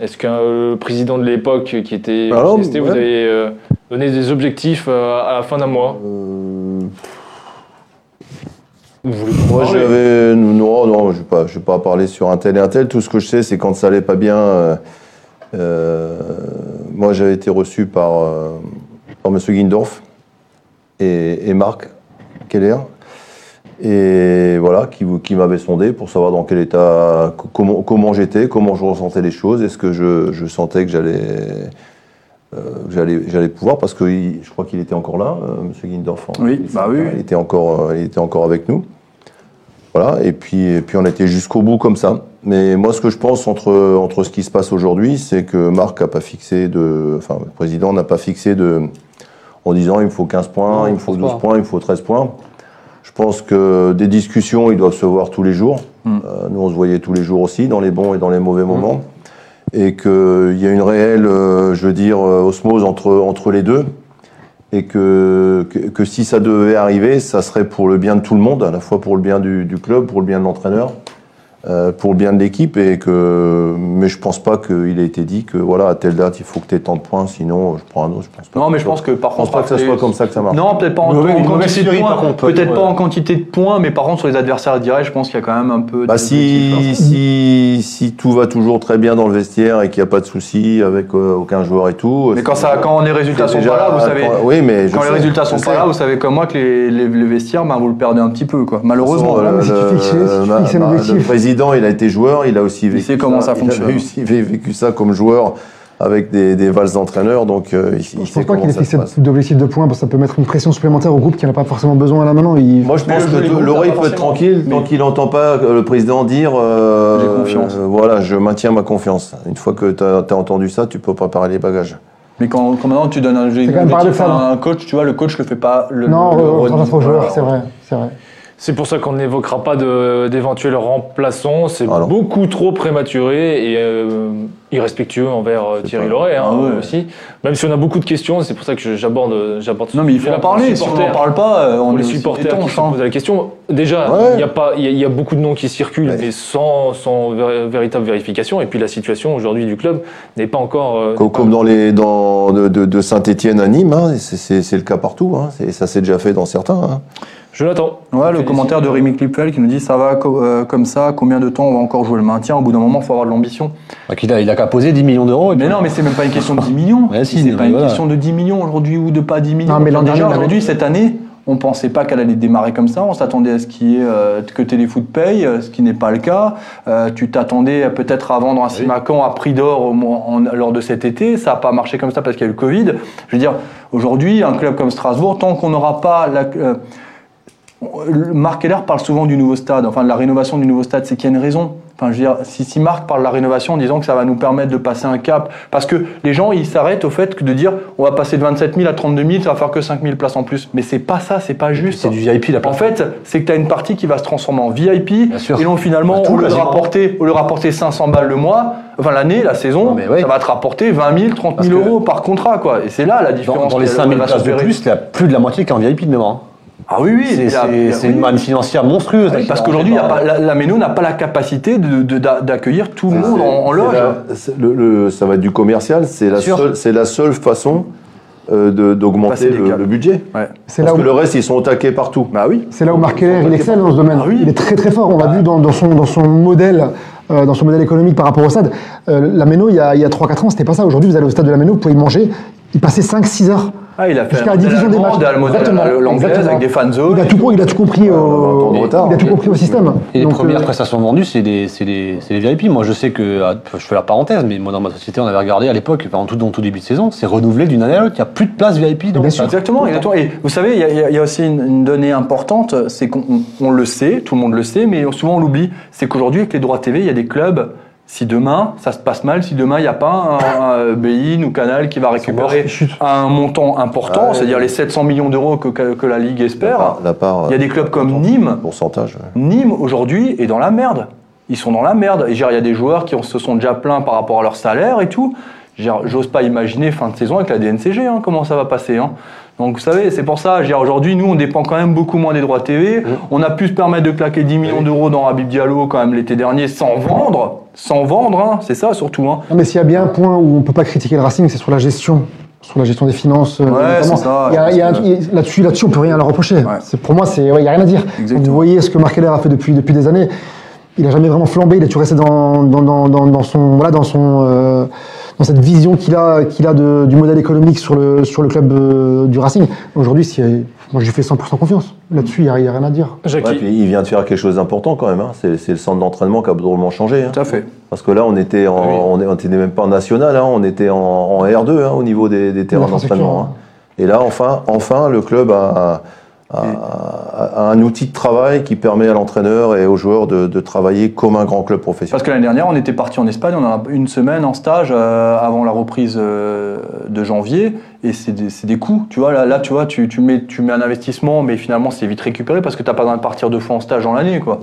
[SPEAKER 1] Est-ce qu'un euh, président de l'époque qui était
[SPEAKER 2] Ah,
[SPEAKER 5] Bah non,
[SPEAKER 1] resté, vous
[SPEAKER 5] ouais.
[SPEAKER 1] avez euh, donné des objectifs euh, à la fin d'un mois
[SPEAKER 5] Euh,
[SPEAKER 1] Vous voulez pas
[SPEAKER 5] Moi,
[SPEAKER 1] parler
[SPEAKER 5] j'avais. Non, non, je ne vais, pas- je vais pas parler sur un tel et un tel. Tout ce que je sais, c'est quand ça allait pas bien. euh, euh, moi, j'avais été reçu par, euh, par M. Guindorf et, et Marc Keller. Et voilà, qui, vous- qui m'avait sondé pour savoir dans quel état, co- comment, comment j'étais, comment je ressentais les choses, est-ce que je, je sentais que j'allais, euh, que j'allais, j'allais pouvoir, parce que il- je crois qu'il était encore là, euh, Monsieur Guindorf. en
[SPEAKER 4] Oui, bah oui.
[SPEAKER 5] Il était encore, euh, il était encore avec nous. Voilà, et puis, et puis on était jusqu'au bout comme ça. Mais moi, ce que je pense entre, entre ce qui se passe aujourd'hui, c'est que Marc a pas fixé de. Enfin, le président n'a pas fixé de. En disant, il me faut 15 points,
[SPEAKER 2] Non,
[SPEAKER 5] il me
[SPEAKER 2] je
[SPEAKER 5] faut
[SPEAKER 2] pense
[SPEAKER 5] 12
[SPEAKER 2] pas.
[SPEAKER 5] points, il me faut 13 points. Je pense que des discussions, ils doivent se voir tous les jours.
[SPEAKER 4] Mm.
[SPEAKER 5] Euh, nous, on se voyait tous les jours aussi, dans les bons et dans les mauvais moments. Et qu'il y a une réelle, euh, je veux dire, euh, osmose entre, entre les deux. Et que, que, que si ça devait arriver, ça serait pour le bien de tout le monde, à la fois pour le bien du, du club, pour le bien de l'entraîneur, euh, pour le bien de l'équipe. Et que, mais je pense pas qu'il ait été dit que voilà, à telle date, il faut que tu aies tant de points, sinon euh, je prends un autre. Je pense pas
[SPEAKER 4] Non,
[SPEAKER 5] que
[SPEAKER 4] mais
[SPEAKER 5] ce
[SPEAKER 4] je pense que par
[SPEAKER 5] je pense
[SPEAKER 4] contre,
[SPEAKER 5] pas que ça soit comme ça que ça marche.
[SPEAKER 4] Non, peut-être pas en,
[SPEAKER 2] Une
[SPEAKER 4] en
[SPEAKER 2] mauvaise- une mauvaise
[SPEAKER 4] quantité de
[SPEAKER 2] série,
[SPEAKER 4] points.
[SPEAKER 2] par contre,
[SPEAKER 4] Peut-être
[SPEAKER 2] ouais.
[SPEAKER 4] pas en quantité de points, mais par contre sur les adversaires directs, je pense qu'il y a quand même un peu.
[SPEAKER 5] Bah
[SPEAKER 4] de-
[SPEAKER 5] si,
[SPEAKER 4] de-
[SPEAKER 5] si, si tout va toujours très bien dans le vestiaire et qu'il n'y a pas de soucis avec euh, aucun joueur et tout.
[SPEAKER 4] Mais quand
[SPEAKER 5] c'est-
[SPEAKER 4] ça, quand les résultats
[SPEAKER 5] c'est
[SPEAKER 4] sont
[SPEAKER 5] déjà-
[SPEAKER 4] pas là, vous savez.
[SPEAKER 5] quand- oui, mais je
[SPEAKER 4] Quand les
[SPEAKER 5] sais,
[SPEAKER 4] résultats
[SPEAKER 5] je
[SPEAKER 4] sont pas
[SPEAKER 5] sais.
[SPEAKER 4] là, vous savez comme moi que les, les, les vestiaires, bah, vous le perdez un petit peu, quoi. Malheureusement.
[SPEAKER 5] De toute façon,
[SPEAKER 3] Ah, mais si tu fixes- si tu
[SPEAKER 5] ma-
[SPEAKER 3] fixes un
[SPEAKER 5] ma-
[SPEAKER 3] objectif.
[SPEAKER 5] le président, il a été joueur, il a aussi vécu
[SPEAKER 4] sait comment ça fonctionne.
[SPEAKER 5] Il a aussi vé- vécu ça comme joueur avec des, des valses d'entraîneurs, donc euh, il, il
[SPEAKER 3] Je
[SPEAKER 5] sait
[SPEAKER 3] pense pas
[SPEAKER 5] comment
[SPEAKER 3] qu'il ait
[SPEAKER 5] ça se
[SPEAKER 3] fixé
[SPEAKER 5] passe.
[SPEAKER 3] d'objectif de points, parce que ça peut mettre une pression supplémentaire au groupe qui n'a pas forcément besoin là maintenant. Il-
[SPEAKER 5] Moi, je
[SPEAKER 4] Mais
[SPEAKER 5] pense
[SPEAKER 4] le
[SPEAKER 5] que
[SPEAKER 4] jeu, les
[SPEAKER 5] le-
[SPEAKER 4] groupes,
[SPEAKER 5] l'oreille
[SPEAKER 4] pas
[SPEAKER 5] peut être
[SPEAKER 4] forcément.
[SPEAKER 5] tranquille tant
[SPEAKER 4] Mais-
[SPEAKER 5] qu'il n'entend pas euh, le président dire euh,
[SPEAKER 4] J'ai confiance.
[SPEAKER 5] euh, voilà, je maintiens ma confiance. Une fois que tu as, entendu ça, tu peux préparer les bagages.
[SPEAKER 4] Mais quand, quand maintenant tu donnes un
[SPEAKER 3] quand même
[SPEAKER 4] objectif
[SPEAKER 3] paradoxal,
[SPEAKER 4] à
[SPEAKER 3] hein.
[SPEAKER 4] un coach, tu vois, le coach le fait pas. Le,
[SPEAKER 3] non,
[SPEAKER 4] le- le
[SPEAKER 3] on
[SPEAKER 4] redit.
[SPEAKER 3] va trop joueur,
[SPEAKER 4] Voilà.
[SPEAKER 3] c'est vrai, c'est vrai.
[SPEAKER 1] C'est pour ça qu'on n'évoquera pas de- d'éventuels remplaçants. C'est
[SPEAKER 5] Ah non.
[SPEAKER 1] beaucoup trop prématuré et euh, irrespectueux envers euh,
[SPEAKER 5] C'est
[SPEAKER 1] Thierry
[SPEAKER 5] pas-
[SPEAKER 1] Loret hein,
[SPEAKER 4] Ah ouais.
[SPEAKER 1] aussi. Même si on a beaucoup de questions, c'est pour ça que je- j'aborde euh, j'aborde. ce
[SPEAKER 4] Non, mais il faut
[SPEAKER 1] sujet-là
[SPEAKER 4] en
[SPEAKER 1] pour les
[SPEAKER 4] parler. Si on
[SPEAKER 1] supporters.
[SPEAKER 4] en parle pas, euh, on
[SPEAKER 1] Pour
[SPEAKER 4] est
[SPEAKER 1] les
[SPEAKER 4] aussi
[SPEAKER 1] supporters qui
[SPEAKER 4] étanche,
[SPEAKER 1] se
[SPEAKER 4] hein.
[SPEAKER 1] posent la question, déjà,
[SPEAKER 5] Ouais.
[SPEAKER 1] il y a pas- il y, a- il y a beaucoup de noms qui circulent,
[SPEAKER 5] Ouais.
[SPEAKER 1] mais sans, sans vé- véritable vérification. Et puis la situation aujourd'hui du club n'est pas encore. euh,
[SPEAKER 5] Comme,
[SPEAKER 1] n'est pas-
[SPEAKER 5] comme dans les, dans, de, de- de Saint-Étienne à Nîmes, hein, c'est- c'est c'est le cas partout. Hein, C'est- ça s'est déjà fait dans certains. hein.
[SPEAKER 1] Jonathan.
[SPEAKER 4] Ouais, le
[SPEAKER 1] Félicite.
[SPEAKER 4] commentaire de Rémi Klipfel qui nous dit ça va co- euh, comme ça, combien de temps on va encore jouer le maintien Au bout d'un moment, faut avoir de l'ambition.
[SPEAKER 2] Bah, qu'il a- il a qu'à poser 10 millions d'euros. et
[SPEAKER 4] Mais
[SPEAKER 2] puis-
[SPEAKER 4] non, mais c'est même pas une question de 10 millions.
[SPEAKER 2] Ouais, si,
[SPEAKER 4] c'est
[SPEAKER 2] mais
[SPEAKER 4] pas une
[SPEAKER 2] voilà.
[SPEAKER 4] question de 10 millions aujourd'hui ou de pas 10 millions.
[SPEAKER 3] Non, mais l'an
[SPEAKER 4] déjà
[SPEAKER 3] dernier, on avait
[SPEAKER 4] aujourd'hui,
[SPEAKER 3] dit-
[SPEAKER 4] cette année, On pensait pas qu'elle allait démarrer comme ça. On s'attendait à ce qui est euh, que Téléfoot paye, euh, ce qui n'est pas le cas. Euh, tu t'attendais peut-être à vendre un Simacan à prix d'or au moins en- lors de cet été. Ça n'a pas marché comme ça parce qu'il y a eu le Covid. Je veux dire, aujourd'hui, un club comme Strasbourg, tant qu'on n'aura pas la, euh, le- Marc Keller parle souvent du nouveau stade, enfin de la rénovation du nouveau stade, c'est qu'il y a une raison. Enfin, je veux dire, si, si Marc parle de la rénovation en disant que ça va nous permettre de passer un cap, parce que les gens, ils s'arrêtent au fait que de dire on va passer de 27 000 à 32 000, ça va faire que 5 000 places en plus. Mais c'est pas ça, c'est pas juste.
[SPEAKER 2] C'est du VIP la
[SPEAKER 4] En
[SPEAKER 2] plateforme.
[SPEAKER 4] fait, c'est que tu as une partie qui va se transformer en VIP.
[SPEAKER 2] Bien sûr.
[SPEAKER 4] Et donc finalement,
[SPEAKER 2] Bah, tout,
[SPEAKER 4] au lieu, de
[SPEAKER 2] quasiment.
[SPEAKER 4] rapporter, au lieu de rapporter 500 balles le mois, enfin l'année, la saison,
[SPEAKER 2] Non, mais oui.
[SPEAKER 4] ça va te rapporter 20 000, 30
[SPEAKER 2] Parce
[SPEAKER 4] 000
[SPEAKER 2] que-
[SPEAKER 4] euros par contrat. quoi. Et c'est là la différence.
[SPEAKER 2] Dans, dans les
[SPEAKER 4] qu'elle
[SPEAKER 2] 5000
[SPEAKER 4] va
[SPEAKER 2] places de
[SPEAKER 4] s'opérer.
[SPEAKER 2] plus, il y a plus de la moitié qui est en VIP de mémoire.
[SPEAKER 4] Ah oui, oui.
[SPEAKER 2] C'est
[SPEAKER 4] il y a- il y
[SPEAKER 2] c'est-
[SPEAKER 4] a-
[SPEAKER 2] c'est
[SPEAKER 4] oui.
[SPEAKER 2] une manne financière monstrueuse. là, qui
[SPEAKER 4] Parce
[SPEAKER 2] est
[SPEAKER 4] qu'aujourd'hui, il y a
[SPEAKER 2] dans-
[SPEAKER 4] pas- la, la Méno n'a pas la capacité de- de- d'a- d'accueillir tout le monde en, en
[SPEAKER 5] C'est
[SPEAKER 4] loge.
[SPEAKER 5] la- c'est le- le- ça va être du commercial, c'est la,
[SPEAKER 2] Sûr.
[SPEAKER 5] seule- c'est la seule façon euh, de- d'augmenter
[SPEAKER 4] Passer des
[SPEAKER 5] le,
[SPEAKER 4] caps.
[SPEAKER 5] le budget.
[SPEAKER 3] C'est là
[SPEAKER 5] Parce
[SPEAKER 3] où,
[SPEAKER 5] que le reste, ils sont attaqués partout.
[SPEAKER 4] Bah oui.
[SPEAKER 3] c'est là où Marc Keller, il excelle dans ce domaine.
[SPEAKER 4] Ah oui.
[SPEAKER 3] Il est très très fort. On l'a vu dans, dans son, dans, son modèle, euh, dans son modèle économique par rapport au stade. Euh, la Méno, il y a, il y a 3-4 ans, c'était pas ça. Aujourd'hui, vous allez au stade de la Méno, vous pouvez y manger. Il passait 5-6 heures.
[SPEAKER 4] Ah, il a fait
[SPEAKER 3] Jusqu'à
[SPEAKER 4] un
[SPEAKER 3] la diffusion des matchs.
[SPEAKER 4] modèle allemande,
[SPEAKER 3] Exactement,
[SPEAKER 4] l'anglaise
[SPEAKER 3] exactement.
[SPEAKER 4] avec des fan zones.
[SPEAKER 3] Il a tout, il a tout compris, au,
[SPEAKER 5] en retard.
[SPEAKER 3] il a tout compris au système.
[SPEAKER 2] Et les
[SPEAKER 3] Donc,
[SPEAKER 2] premières
[SPEAKER 3] euh,
[SPEAKER 2] prestations vendues, c'est les, c'est les, c'est les VIP. Moi, je sais que, ah, je fais la parenthèse, mais moi, dans ma société, on avait regardé à l'époque, en tout, dans tout début de saison, c'est renouvelé d'une année à l'autre. Il n'y a plus de place VIP dans
[SPEAKER 3] Bien
[SPEAKER 2] le
[SPEAKER 3] sûr.
[SPEAKER 2] stade.
[SPEAKER 4] Exactement, exactement. Et vous savez, il y a- il y, a- il y a aussi une, une donnée importante, c'est qu'on on- on le sait, tout le monde le sait, mais souvent on l'oublie. C'est qu'aujourd'hui, avec les droits TV, il y a des clubs. Si demain ça se passe mal, si demain il n'y a pas un, un BIN ou Canal qui va récupérer un montant important,
[SPEAKER 5] Ouais.
[SPEAKER 4] c'est-à-dire les 700 millions d'euros que, que- que la Ligue
[SPEAKER 5] La
[SPEAKER 4] espère,
[SPEAKER 5] part- la part, euh,
[SPEAKER 4] il y a des clubs comme Nîmes
[SPEAKER 5] Pourcentage. ouais.
[SPEAKER 4] Nîmes aujourd'hui est dans la merde. Ils sont dans la merde. Et je veux dire, il y a des joueurs qui ont- se sont déjà plaints par rapport à leur salaire et tout. Je veux dire, J'ose pas imaginer fin de saison avec la DNCG, hein, comment ça va passer. hein. Donc vous savez, c'est pour ça, je veux dire, aujourd'hui, nous, on dépend quand même beaucoup moins des droits TV. On a pu se permettre de claquer 10 millions d'euros dans Habib Diallo quand même l'été dernier sans vendre. Sans vendre, hein, c'est ça surtout. hein.
[SPEAKER 3] Non, mais s'il y a bien un point où on ne peut pas critiquer le Racing, c'est sur la gestion. Sur la gestion des finances. euh,
[SPEAKER 4] Ouais,
[SPEAKER 3] notamment.
[SPEAKER 4] c'est ça,
[SPEAKER 3] Il y a- il y a-
[SPEAKER 4] parce que-
[SPEAKER 3] il- Là-dessus, là-dessus, on peut rien leur reprocher. C'est- Pour moi, c'est- ouais, il n'y a rien à dire.
[SPEAKER 4] Exactement.
[SPEAKER 3] Vous voyez ce que Marc Heller a fait depuis, depuis des années. Il n'a jamais vraiment flambé. Il est toujours resté dans, dans, dans, dans, dans son, voilà, dans, son, euh, dans cette vision qu'il a, qu'il a de- du modèle économique sur le, sur le club euh, du Racing. Aujourd'hui, si- moi, je lui fais 100% confiance. Là-dessus, il n'y a, il y a rien à dire.
[SPEAKER 5] Ouais,
[SPEAKER 1] Jackie.
[SPEAKER 5] puis il vient de faire quelque chose d'important quand même. hein. C'est c'est le centre d'entraînement qui a drôlement changé. hein.
[SPEAKER 4] Tout à fait.
[SPEAKER 5] Parce que là, on était, en, on est- on était même pas en national, hein, on était en, en R2 hein, au niveau des, des terrains
[SPEAKER 3] l'infrastructure,
[SPEAKER 5] d'entraînement. hein. Et là, enfin, enfin, le club a, a- a- a un outil de travail qui permet à l'entraîneur et aux joueurs de, de travailler comme un grand club professionnel.
[SPEAKER 4] Parce que l'année dernière, on était parti en Espagne, on a une semaine en stage euh, avant la reprise euh, de janvier, et c'est des, c'est des coûts. Tu vois, là, là tu vois, tu, tu mets, tu mets un investissement, mais finalement, c'est vite récupéré parce que t'as pas besoin de partir deux fois en stage en l'année, quoi.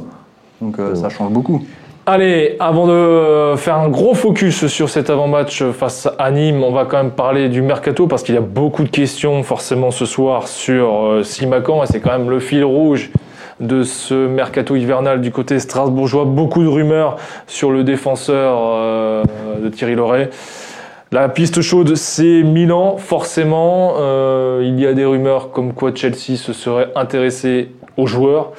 [SPEAKER 4] Donc euh, ça change beaucoup.
[SPEAKER 1] Allez, avant de faire un gros focus sur cet avant-match face à Nîmes, on va quand même parler du mercato parce qu'il y a beaucoup de questions forcément ce soir sur euh, Simacan et c'est quand même le fil rouge de ce mercato hivernal du côté strasbourgeois. Beaucoup de rumeurs sur le défenseur euh, de Thierry Loret. La piste chaude, c'est Milan, forcément. Euh, il y a des rumeurs comme quoi Chelsea se serait intéressé aux joueurs.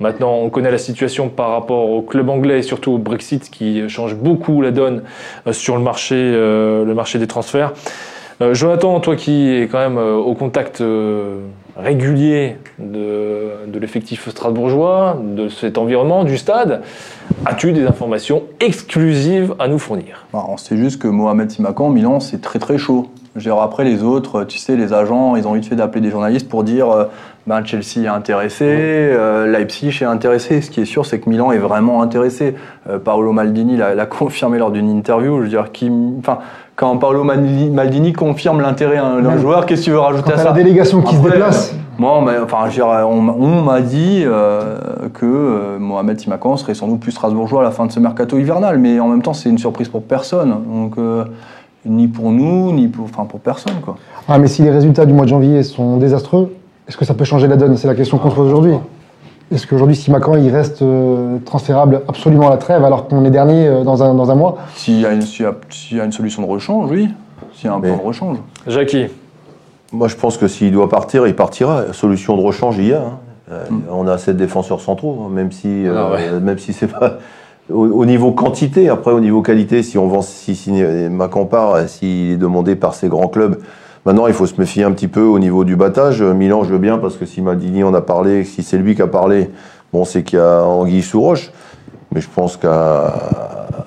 [SPEAKER 1] Maintenant, on connaît la situation par rapport au club anglais et surtout au Brexit qui change beaucoup la donne euh, sur le marché, euh, le marché des transferts. Euh, Jonathan, toi qui es quand même euh, au contact euh, régulier de, de l'effectif strasbourgeois, de cet environnement, du stade, as-tu des informations exclusives à nous fournir
[SPEAKER 4] Bah, on sait juste que Mohamed Simakan, Milan, c'est très très chaud. Je veux dire, après les autres, tu sais, les agents, ils ont vite fait d'appeler des journalistes pour dire euh, ben, Chelsea est intéressé, euh, Leipzig est intéressé. Ce qui est sûr, c'est que Milan est vraiment intéressé. Euh, Paolo Maldini l'a (laughs) l'a confirmé lors d'une interview. Je veux dire, qui, enfin, quand Paolo Maldini, Maldini confirme l'intérêt d'un d'un
[SPEAKER 3] Ouais.
[SPEAKER 4] joueur, qu'est-ce que tu veux
[SPEAKER 3] Quand
[SPEAKER 4] rajouter à
[SPEAKER 3] t'as
[SPEAKER 4] ça
[SPEAKER 3] la délégation qui se
[SPEAKER 4] Après,
[SPEAKER 3] déplace,
[SPEAKER 4] moi, on m'a- enfin, je veux dire, on, m'a- on m'a dit euh, que euh, Mohamed Simakan serait sans doute plus strasbourgeois à la fin de ce mercato hivernal, mais en même temps, c'est une surprise pour personne. Donc, euh, ni pour nous, ni pour, enfin, pour personne. Quoi.
[SPEAKER 3] Ah, mais si les résultats du mois de janvier sont désastreux, est-ce que ça peut changer la donne C'est la question qu'on se pose aujourd'hui. Est-ce qu'aujourd'hui, si Macan il reste euh, transférable absolument à la trêve alors qu'on est dernier euh, dans un, dans un mois
[SPEAKER 4] S'il y, a une- s'il y a- s'il y a une solution de rechange, oui. S'il y a un
[SPEAKER 5] Mais-
[SPEAKER 4] plan de rechange.
[SPEAKER 1] Jackie,
[SPEAKER 5] Moi, je pense que s'il doit partir, il partira. Solution de rechange, il y a. hein. Euh, On a sept défenseurs centraux, hein, même si, euh,
[SPEAKER 2] Ah
[SPEAKER 5] même si c'est pas. (laughs) Au, au niveau quantité, après, au niveau qualité, si on vend, si, si Macan part, euh, s'il est demandé par ces grands clubs, Maintenant, il faut se méfier un petit peu au niveau du battage. Euh, Milan, je veux bien, parce que si Maldini en a parlé, si c'est lui qui a parlé, bon, c'est qu'il y a Anguille sous roche. Mais je pense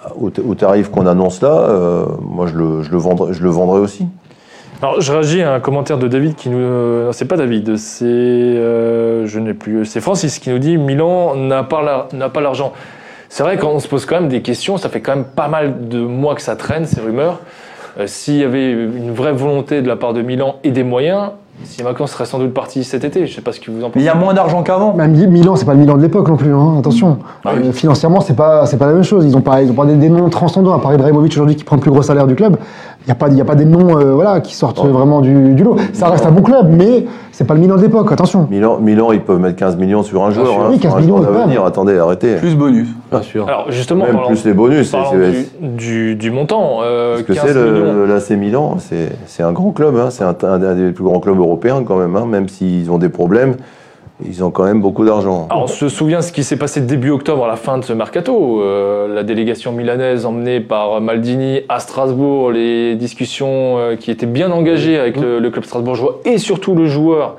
[SPEAKER 5] qu'au au tarif qu'on annonce là, euh, moi, je le, je le vendrai, je le vendrai aussi.
[SPEAKER 1] Alors, je réagis à un commentaire de David qui nous. euh, c'est pas David, c'est. euh, je n'ai plus. C'est Francis qui nous dit Milan n'a pas la- n'a pas l'argent. C'est vrai qu'on se pose quand même des questions. Ça fait quand même pas mal de mois que ça traîne, ces rumeurs. Euh, S'il y avait une vraie volonté de la part de Milan et des moyens, Simakan serait sans doute parti cet été. Je sais pas ce que vous en
[SPEAKER 4] Mais
[SPEAKER 1] pensez.
[SPEAKER 4] il y a moins d'argent qu'avant.
[SPEAKER 3] Même Mi- Milan, c'est pas le Milan de l'époque non plus, hein, attention.
[SPEAKER 4] Ah oui.
[SPEAKER 3] Euh, financièrement, c'est pas, c'est pas la même chose. Ils ont pas, ils ont pas des, des noms transcendants, à part Ibrahimovic aujourd'hui qui prend le plus gros salaire du club. Il n'y a, pas- y a pas des noms euh, voilà, qui sortent
[SPEAKER 5] Non.
[SPEAKER 3] vraiment du, du lot. Ça reste un bon club, mais c'est pas le Milan de l'époque, attention.
[SPEAKER 5] Milan, Milan, ils peuvent mettre 15 millions sur un joueur.
[SPEAKER 1] sûr.
[SPEAKER 5] hein,
[SPEAKER 3] Oui,
[SPEAKER 5] sur
[SPEAKER 3] 15
[SPEAKER 5] un joueur
[SPEAKER 3] millions, ils
[SPEAKER 5] d'avenir. Attendez, arrêtez.
[SPEAKER 4] Plus bonus.
[SPEAKER 2] Bien sûr.
[SPEAKER 1] Alors, justement,
[SPEAKER 5] Même
[SPEAKER 1] parlant,
[SPEAKER 5] plus les bonus. c'est-
[SPEAKER 1] parlant
[SPEAKER 5] c'est-
[SPEAKER 1] du, du- du montant, euh,
[SPEAKER 5] Parce que
[SPEAKER 1] 15
[SPEAKER 5] c'est
[SPEAKER 1] millions.
[SPEAKER 5] le, l'AC Milan, c'est c'est un grand club, hein, c'est un, un des plus grands clubs européens quand même, hein, même s'ils ont des problèmes, ils ont quand même beaucoup d'argent.
[SPEAKER 1] Alors, on se souvient ce qui s'est passé début octobre à la fin de ce mercato. Euh, la délégation milanaise emmenée par Maldini à Strasbourg, les discussions euh, qui étaient bien engagées avec le, le club strasbourgeois et surtout le joueur.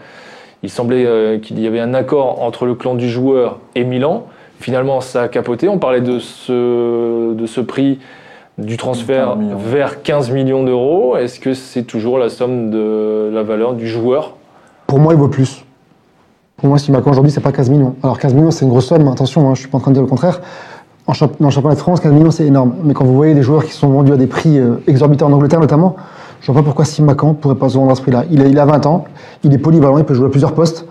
[SPEAKER 1] Il semblait euh, qu'il y avait un accord entre le clan du joueur et Milan. Finalement, ça a capoté. On parlait de ce, de ce prix du transfert
[SPEAKER 4] 15 millions.
[SPEAKER 1] vers 15 millions d'euros. Est-ce que c'est toujours la somme de la valeur du joueur
[SPEAKER 3] Pour moi, il vaut plus. Pour moi, Simakan aujourd'hui, c'est pas 15 millions. Alors 15 millions, c'est une grosse somme, attention, hein, je suis pas en train de dire le contraire. En champ- dans le championnat de France, 15 millions, c'est énorme. Mais quand vous voyez des joueurs qui sont vendus à des prix euh, exorbitants en Angleterre notamment, je vois pas pourquoi Simakan pourrait pas se vendre à ce prix-là. Il a, il a 20 ans, il est polyvalent, il peut jouer à plusieurs postes.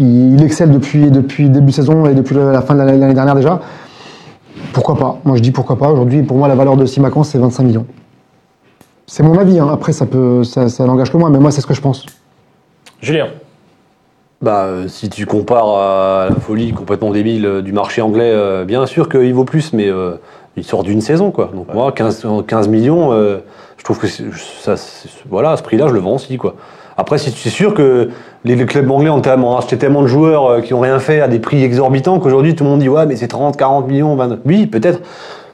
[SPEAKER 3] Il, il excelle depuis, depuis le début de saison et depuis la, la fin de l'année l'année dernière déjà. Pourquoi pas Moi, je dis pourquoi pas. Aujourd'hui, pour moi, la valeur de Simakan, c'est 25 millions. C'est mon avis, hein. après, ça, peut, ça, ça n'engage que moi, mais moi, c'est ce que je pense.
[SPEAKER 1] Julien
[SPEAKER 2] Bah, euh, si tu compares à la folie complètement débile euh, du marché anglais, euh, bien sûr qu'il vaut plus, mais euh, il sort d'une saison, quoi. Donc moi, 15, en 15 millions, euh, je trouve que c'est- ça, c'est- voilà, à ce prix-là, je le vends aussi, quoi. Après, si c'est sûr que les, les clubs anglais ont tellement, acheté tellement de joueurs euh, qui ont rien fait à des prix exorbitants qu'aujourd'hui, tout le monde dit, ouais, mais c'est 30, 40 millions, 20... Oui, peut-être.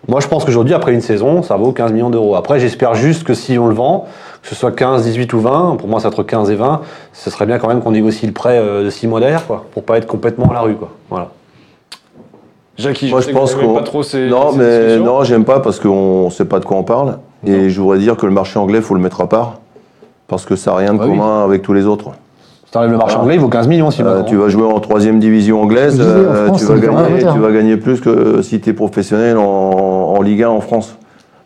[SPEAKER 2] Moi, je pense qu'aujourd'hui, après une saison, ça vaut 15 millions d'euros. Après, j'espère juste que si on le vend, que ce soit 15, 18 ou 20, pour moi, c'est entre 15 et 20, ce serait bien quand même qu'on négocie le prêt euh, de 6 mois derrière, quoi, pour pas être complètement à la rue, quoi. Voilà.
[SPEAKER 1] Jackie, je,
[SPEAKER 5] Moi,
[SPEAKER 1] sais
[SPEAKER 5] je
[SPEAKER 1] que vous
[SPEAKER 5] pense
[SPEAKER 1] n'aimez
[SPEAKER 5] qu'on-
[SPEAKER 1] pas trop ces,
[SPEAKER 5] Non,
[SPEAKER 1] ces
[SPEAKER 5] mais
[SPEAKER 1] discussions.
[SPEAKER 5] non, j'aime pas parce qu'on sait pas de quoi on parle, et je voudrais dire que le marché anglais, faut le mettre à part, parce que ça n'a rien de
[SPEAKER 2] Ah oui.
[SPEAKER 5] commun avec tous les autres.
[SPEAKER 2] Si t'enlèves le marché
[SPEAKER 5] Ah.
[SPEAKER 2] anglais, il vaut 15 millions, hein. si
[SPEAKER 5] Euh, tu vas jouer en troisième division anglaise,
[SPEAKER 3] Je disais, en
[SPEAKER 5] euh,
[SPEAKER 3] France,
[SPEAKER 5] tu,
[SPEAKER 3] c'est
[SPEAKER 5] vas
[SPEAKER 3] différent
[SPEAKER 5] gagner,
[SPEAKER 3] d'Angleterre.
[SPEAKER 5] tu vas gagner plus que euh, si tu es professionnel en, en Ligue 1 en France.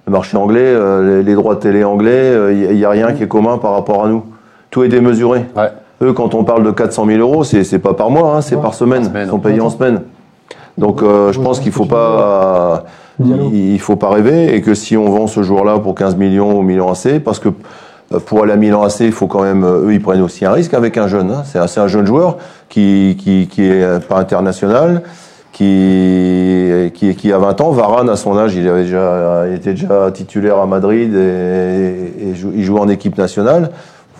[SPEAKER 5] Le marché anglais, euh, les, les droits de télé anglais, il y n'y a rien qui est commun par rapport à nous. Tout est démesuré.
[SPEAKER 2] Ouais.
[SPEAKER 5] Eux, quand on parle de 400 000 euros, c'est c'est pas par mois, hein, c'est
[SPEAKER 3] Ouais.
[SPEAKER 5] par semaine.
[SPEAKER 2] Par semaine.
[SPEAKER 5] Ils sont payés en semaine. Donc euh, je
[SPEAKER 3] Ouais,
[SPEAKER 5] pense
[SPEAKER 3] c'est
[SPEAKER 5] qu'il
[SPEAKER 3] ce
[SPEAKER 5] faut
[SPEAKER 3] que
[SPEAKER 5] pas...
[SPEAKER 3] Diallo.
[SPEAKER 5] Il il faut pas rêver et que si on vend ce joueur-là pour 15 millions au Milan AC, parce que euh, pour aller à Milan AC, il faut quand même, euh, eux, ils prennent aussi un risque avec un jeune. hein. C'est un, c'est un jeune joueur qui qui, qui est euh, pas international, qui, qui qui a 20 ans. Varane à son âge, il avait déjà, il était déjà titulaire à Madrid et, et jou- il joue en équipe nationale.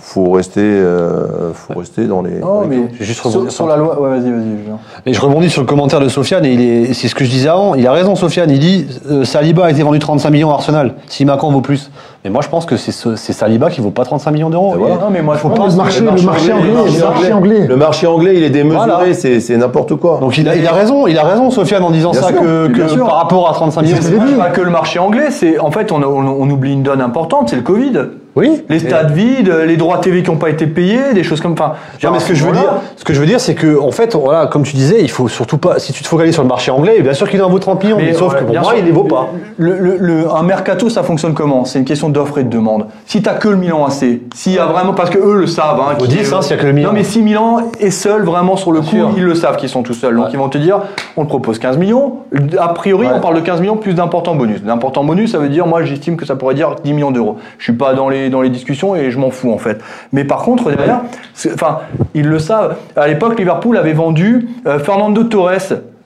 [SPEAKER 5] Faut rester, euh, faut rester dans les.
[SPEAKER 4] Non,
[SPEAKER 5] dans les-
[SPEAKER 4] mais
[SPEAKER 2] Je vais juste
[SPEAKER 4] sur,
[SPEAKER 2] rebondir
[SPEAKER 4] sur
[SPEAKER 2] sur-
[SPEAKER 4] la loi. Ouais, vas-y, vas-y. Julien.
[SPEAKER 2] Mais je rebondis sur le commentaire de Sofiane, et il est, c'est ce que je disais avant, il a raison Sofiane, il dit euh, Saliba a été vendu 35 millions à Arsenal, si Macan vaut plus. Mais moi je pense que c'est, ce- c'est Saliba qui vaut pas 35 millions d'euros.
[SPEAKER 5] Et voilà.
[SPEAKER 4] Non, mais moi, je
[SPEAKER 3] Ouais,
[SPEAKER 4] pense
[SPEAKER 3] mais
[SPEAKER 4] que
[SPEAKER 3] le marché, le marché anglais,
[SPEAKER 4] le marché
[SPEAKER 3] le marché anglais.
[SPEAKER 5] Le marché anglais, il est démesuré,
[SPEAKER 2] Voilà.
[SPEAKER 5] c'est c'est n'importe quoi.
[SPEAKER 2] Donc il a, il a raison, il a raison Sofiane en disant
[SPEAKER 5] Bien
[SPEAKER 2] ça
[SPEAKER 5] sûr,
[SPEAKER 2] que,
[SPEAKER 5] bien
[SPEAKER 2] que
[SPEAKER 5] sûr.
[SPEAKER 2] par rapport à 35 millions.
[SPEAKER 3] c'est
[SPEAKER 2] c'est-
[SPEAKER 3] vrai.
[SPEAKER 4] C'est pas que le marché anglais, c'est en fait on, a- on- on oublie une donne importante, c'est le Covid.
[SPEAKER 2] (laughs) Oui.
[SPEAKER 4] Les stades vides, les droits TV qui n'ont pas été payés, des choses comme. Enfin,
[SPEAKER 2] Non, mais ce que je veux
[SPEAKER 4] voilà.
[SPEAKER 2] dire, ce que je veux dire, c'est que en fait, voilà, comme tu disais, il faut surtout pas. Si tu te focalises sur le marché anglais, bien sûr qu'il en vaut 30 millions, mais,
[SPEAKER 4] Mais
[SPEAKER 2] sauf
[SPEAKER 4] ouais,
[SPEAKER 2] que pour
[SPEAKER 4] bien
[SPEAKER 2] moi,
[SPEAKER 4] sûr,
[SPEAKER 2] il les vaut pas.
[SPEAKER 4] Le, le- le- un mercato, ça fonctionne comment C'est une question d'offre et de demande. Si t'as que le Milan AC, s'il y a vraiment, parce que eux le savent. Hein,
[SPEAKER 2] Vous
[SPEAKER 4] qui-
[SPEAKER 2] dites ça, s'il y a que le Milan.
[SPEAKER 4] Non, mais si Milan est seul vraiment sur le coup,
[SPEAKER 2] sûr.
[SPEAKER 4] ils le savent qu'ils sont tout seuls. Donc
[SPEAKER 2] Ouais.
[SPEAKER 4] ils vont te dire, on te propose 15 millions. A priori,
[SPEAKER 2] Ouais.
[SPEAKER 4] on parle de 15 millions plus d'importants bonus. D'importants bonus, ça veut dire, moi, j'estime que ça pourrait dire 10 millions d'euros. Je suis pas dans les dans les discussions et je m'en fous en fait. Mais par contre, derrière, c'est- enfin, ils le savent. À l'époque, Liverpool avait vendu euh, Fernando Torres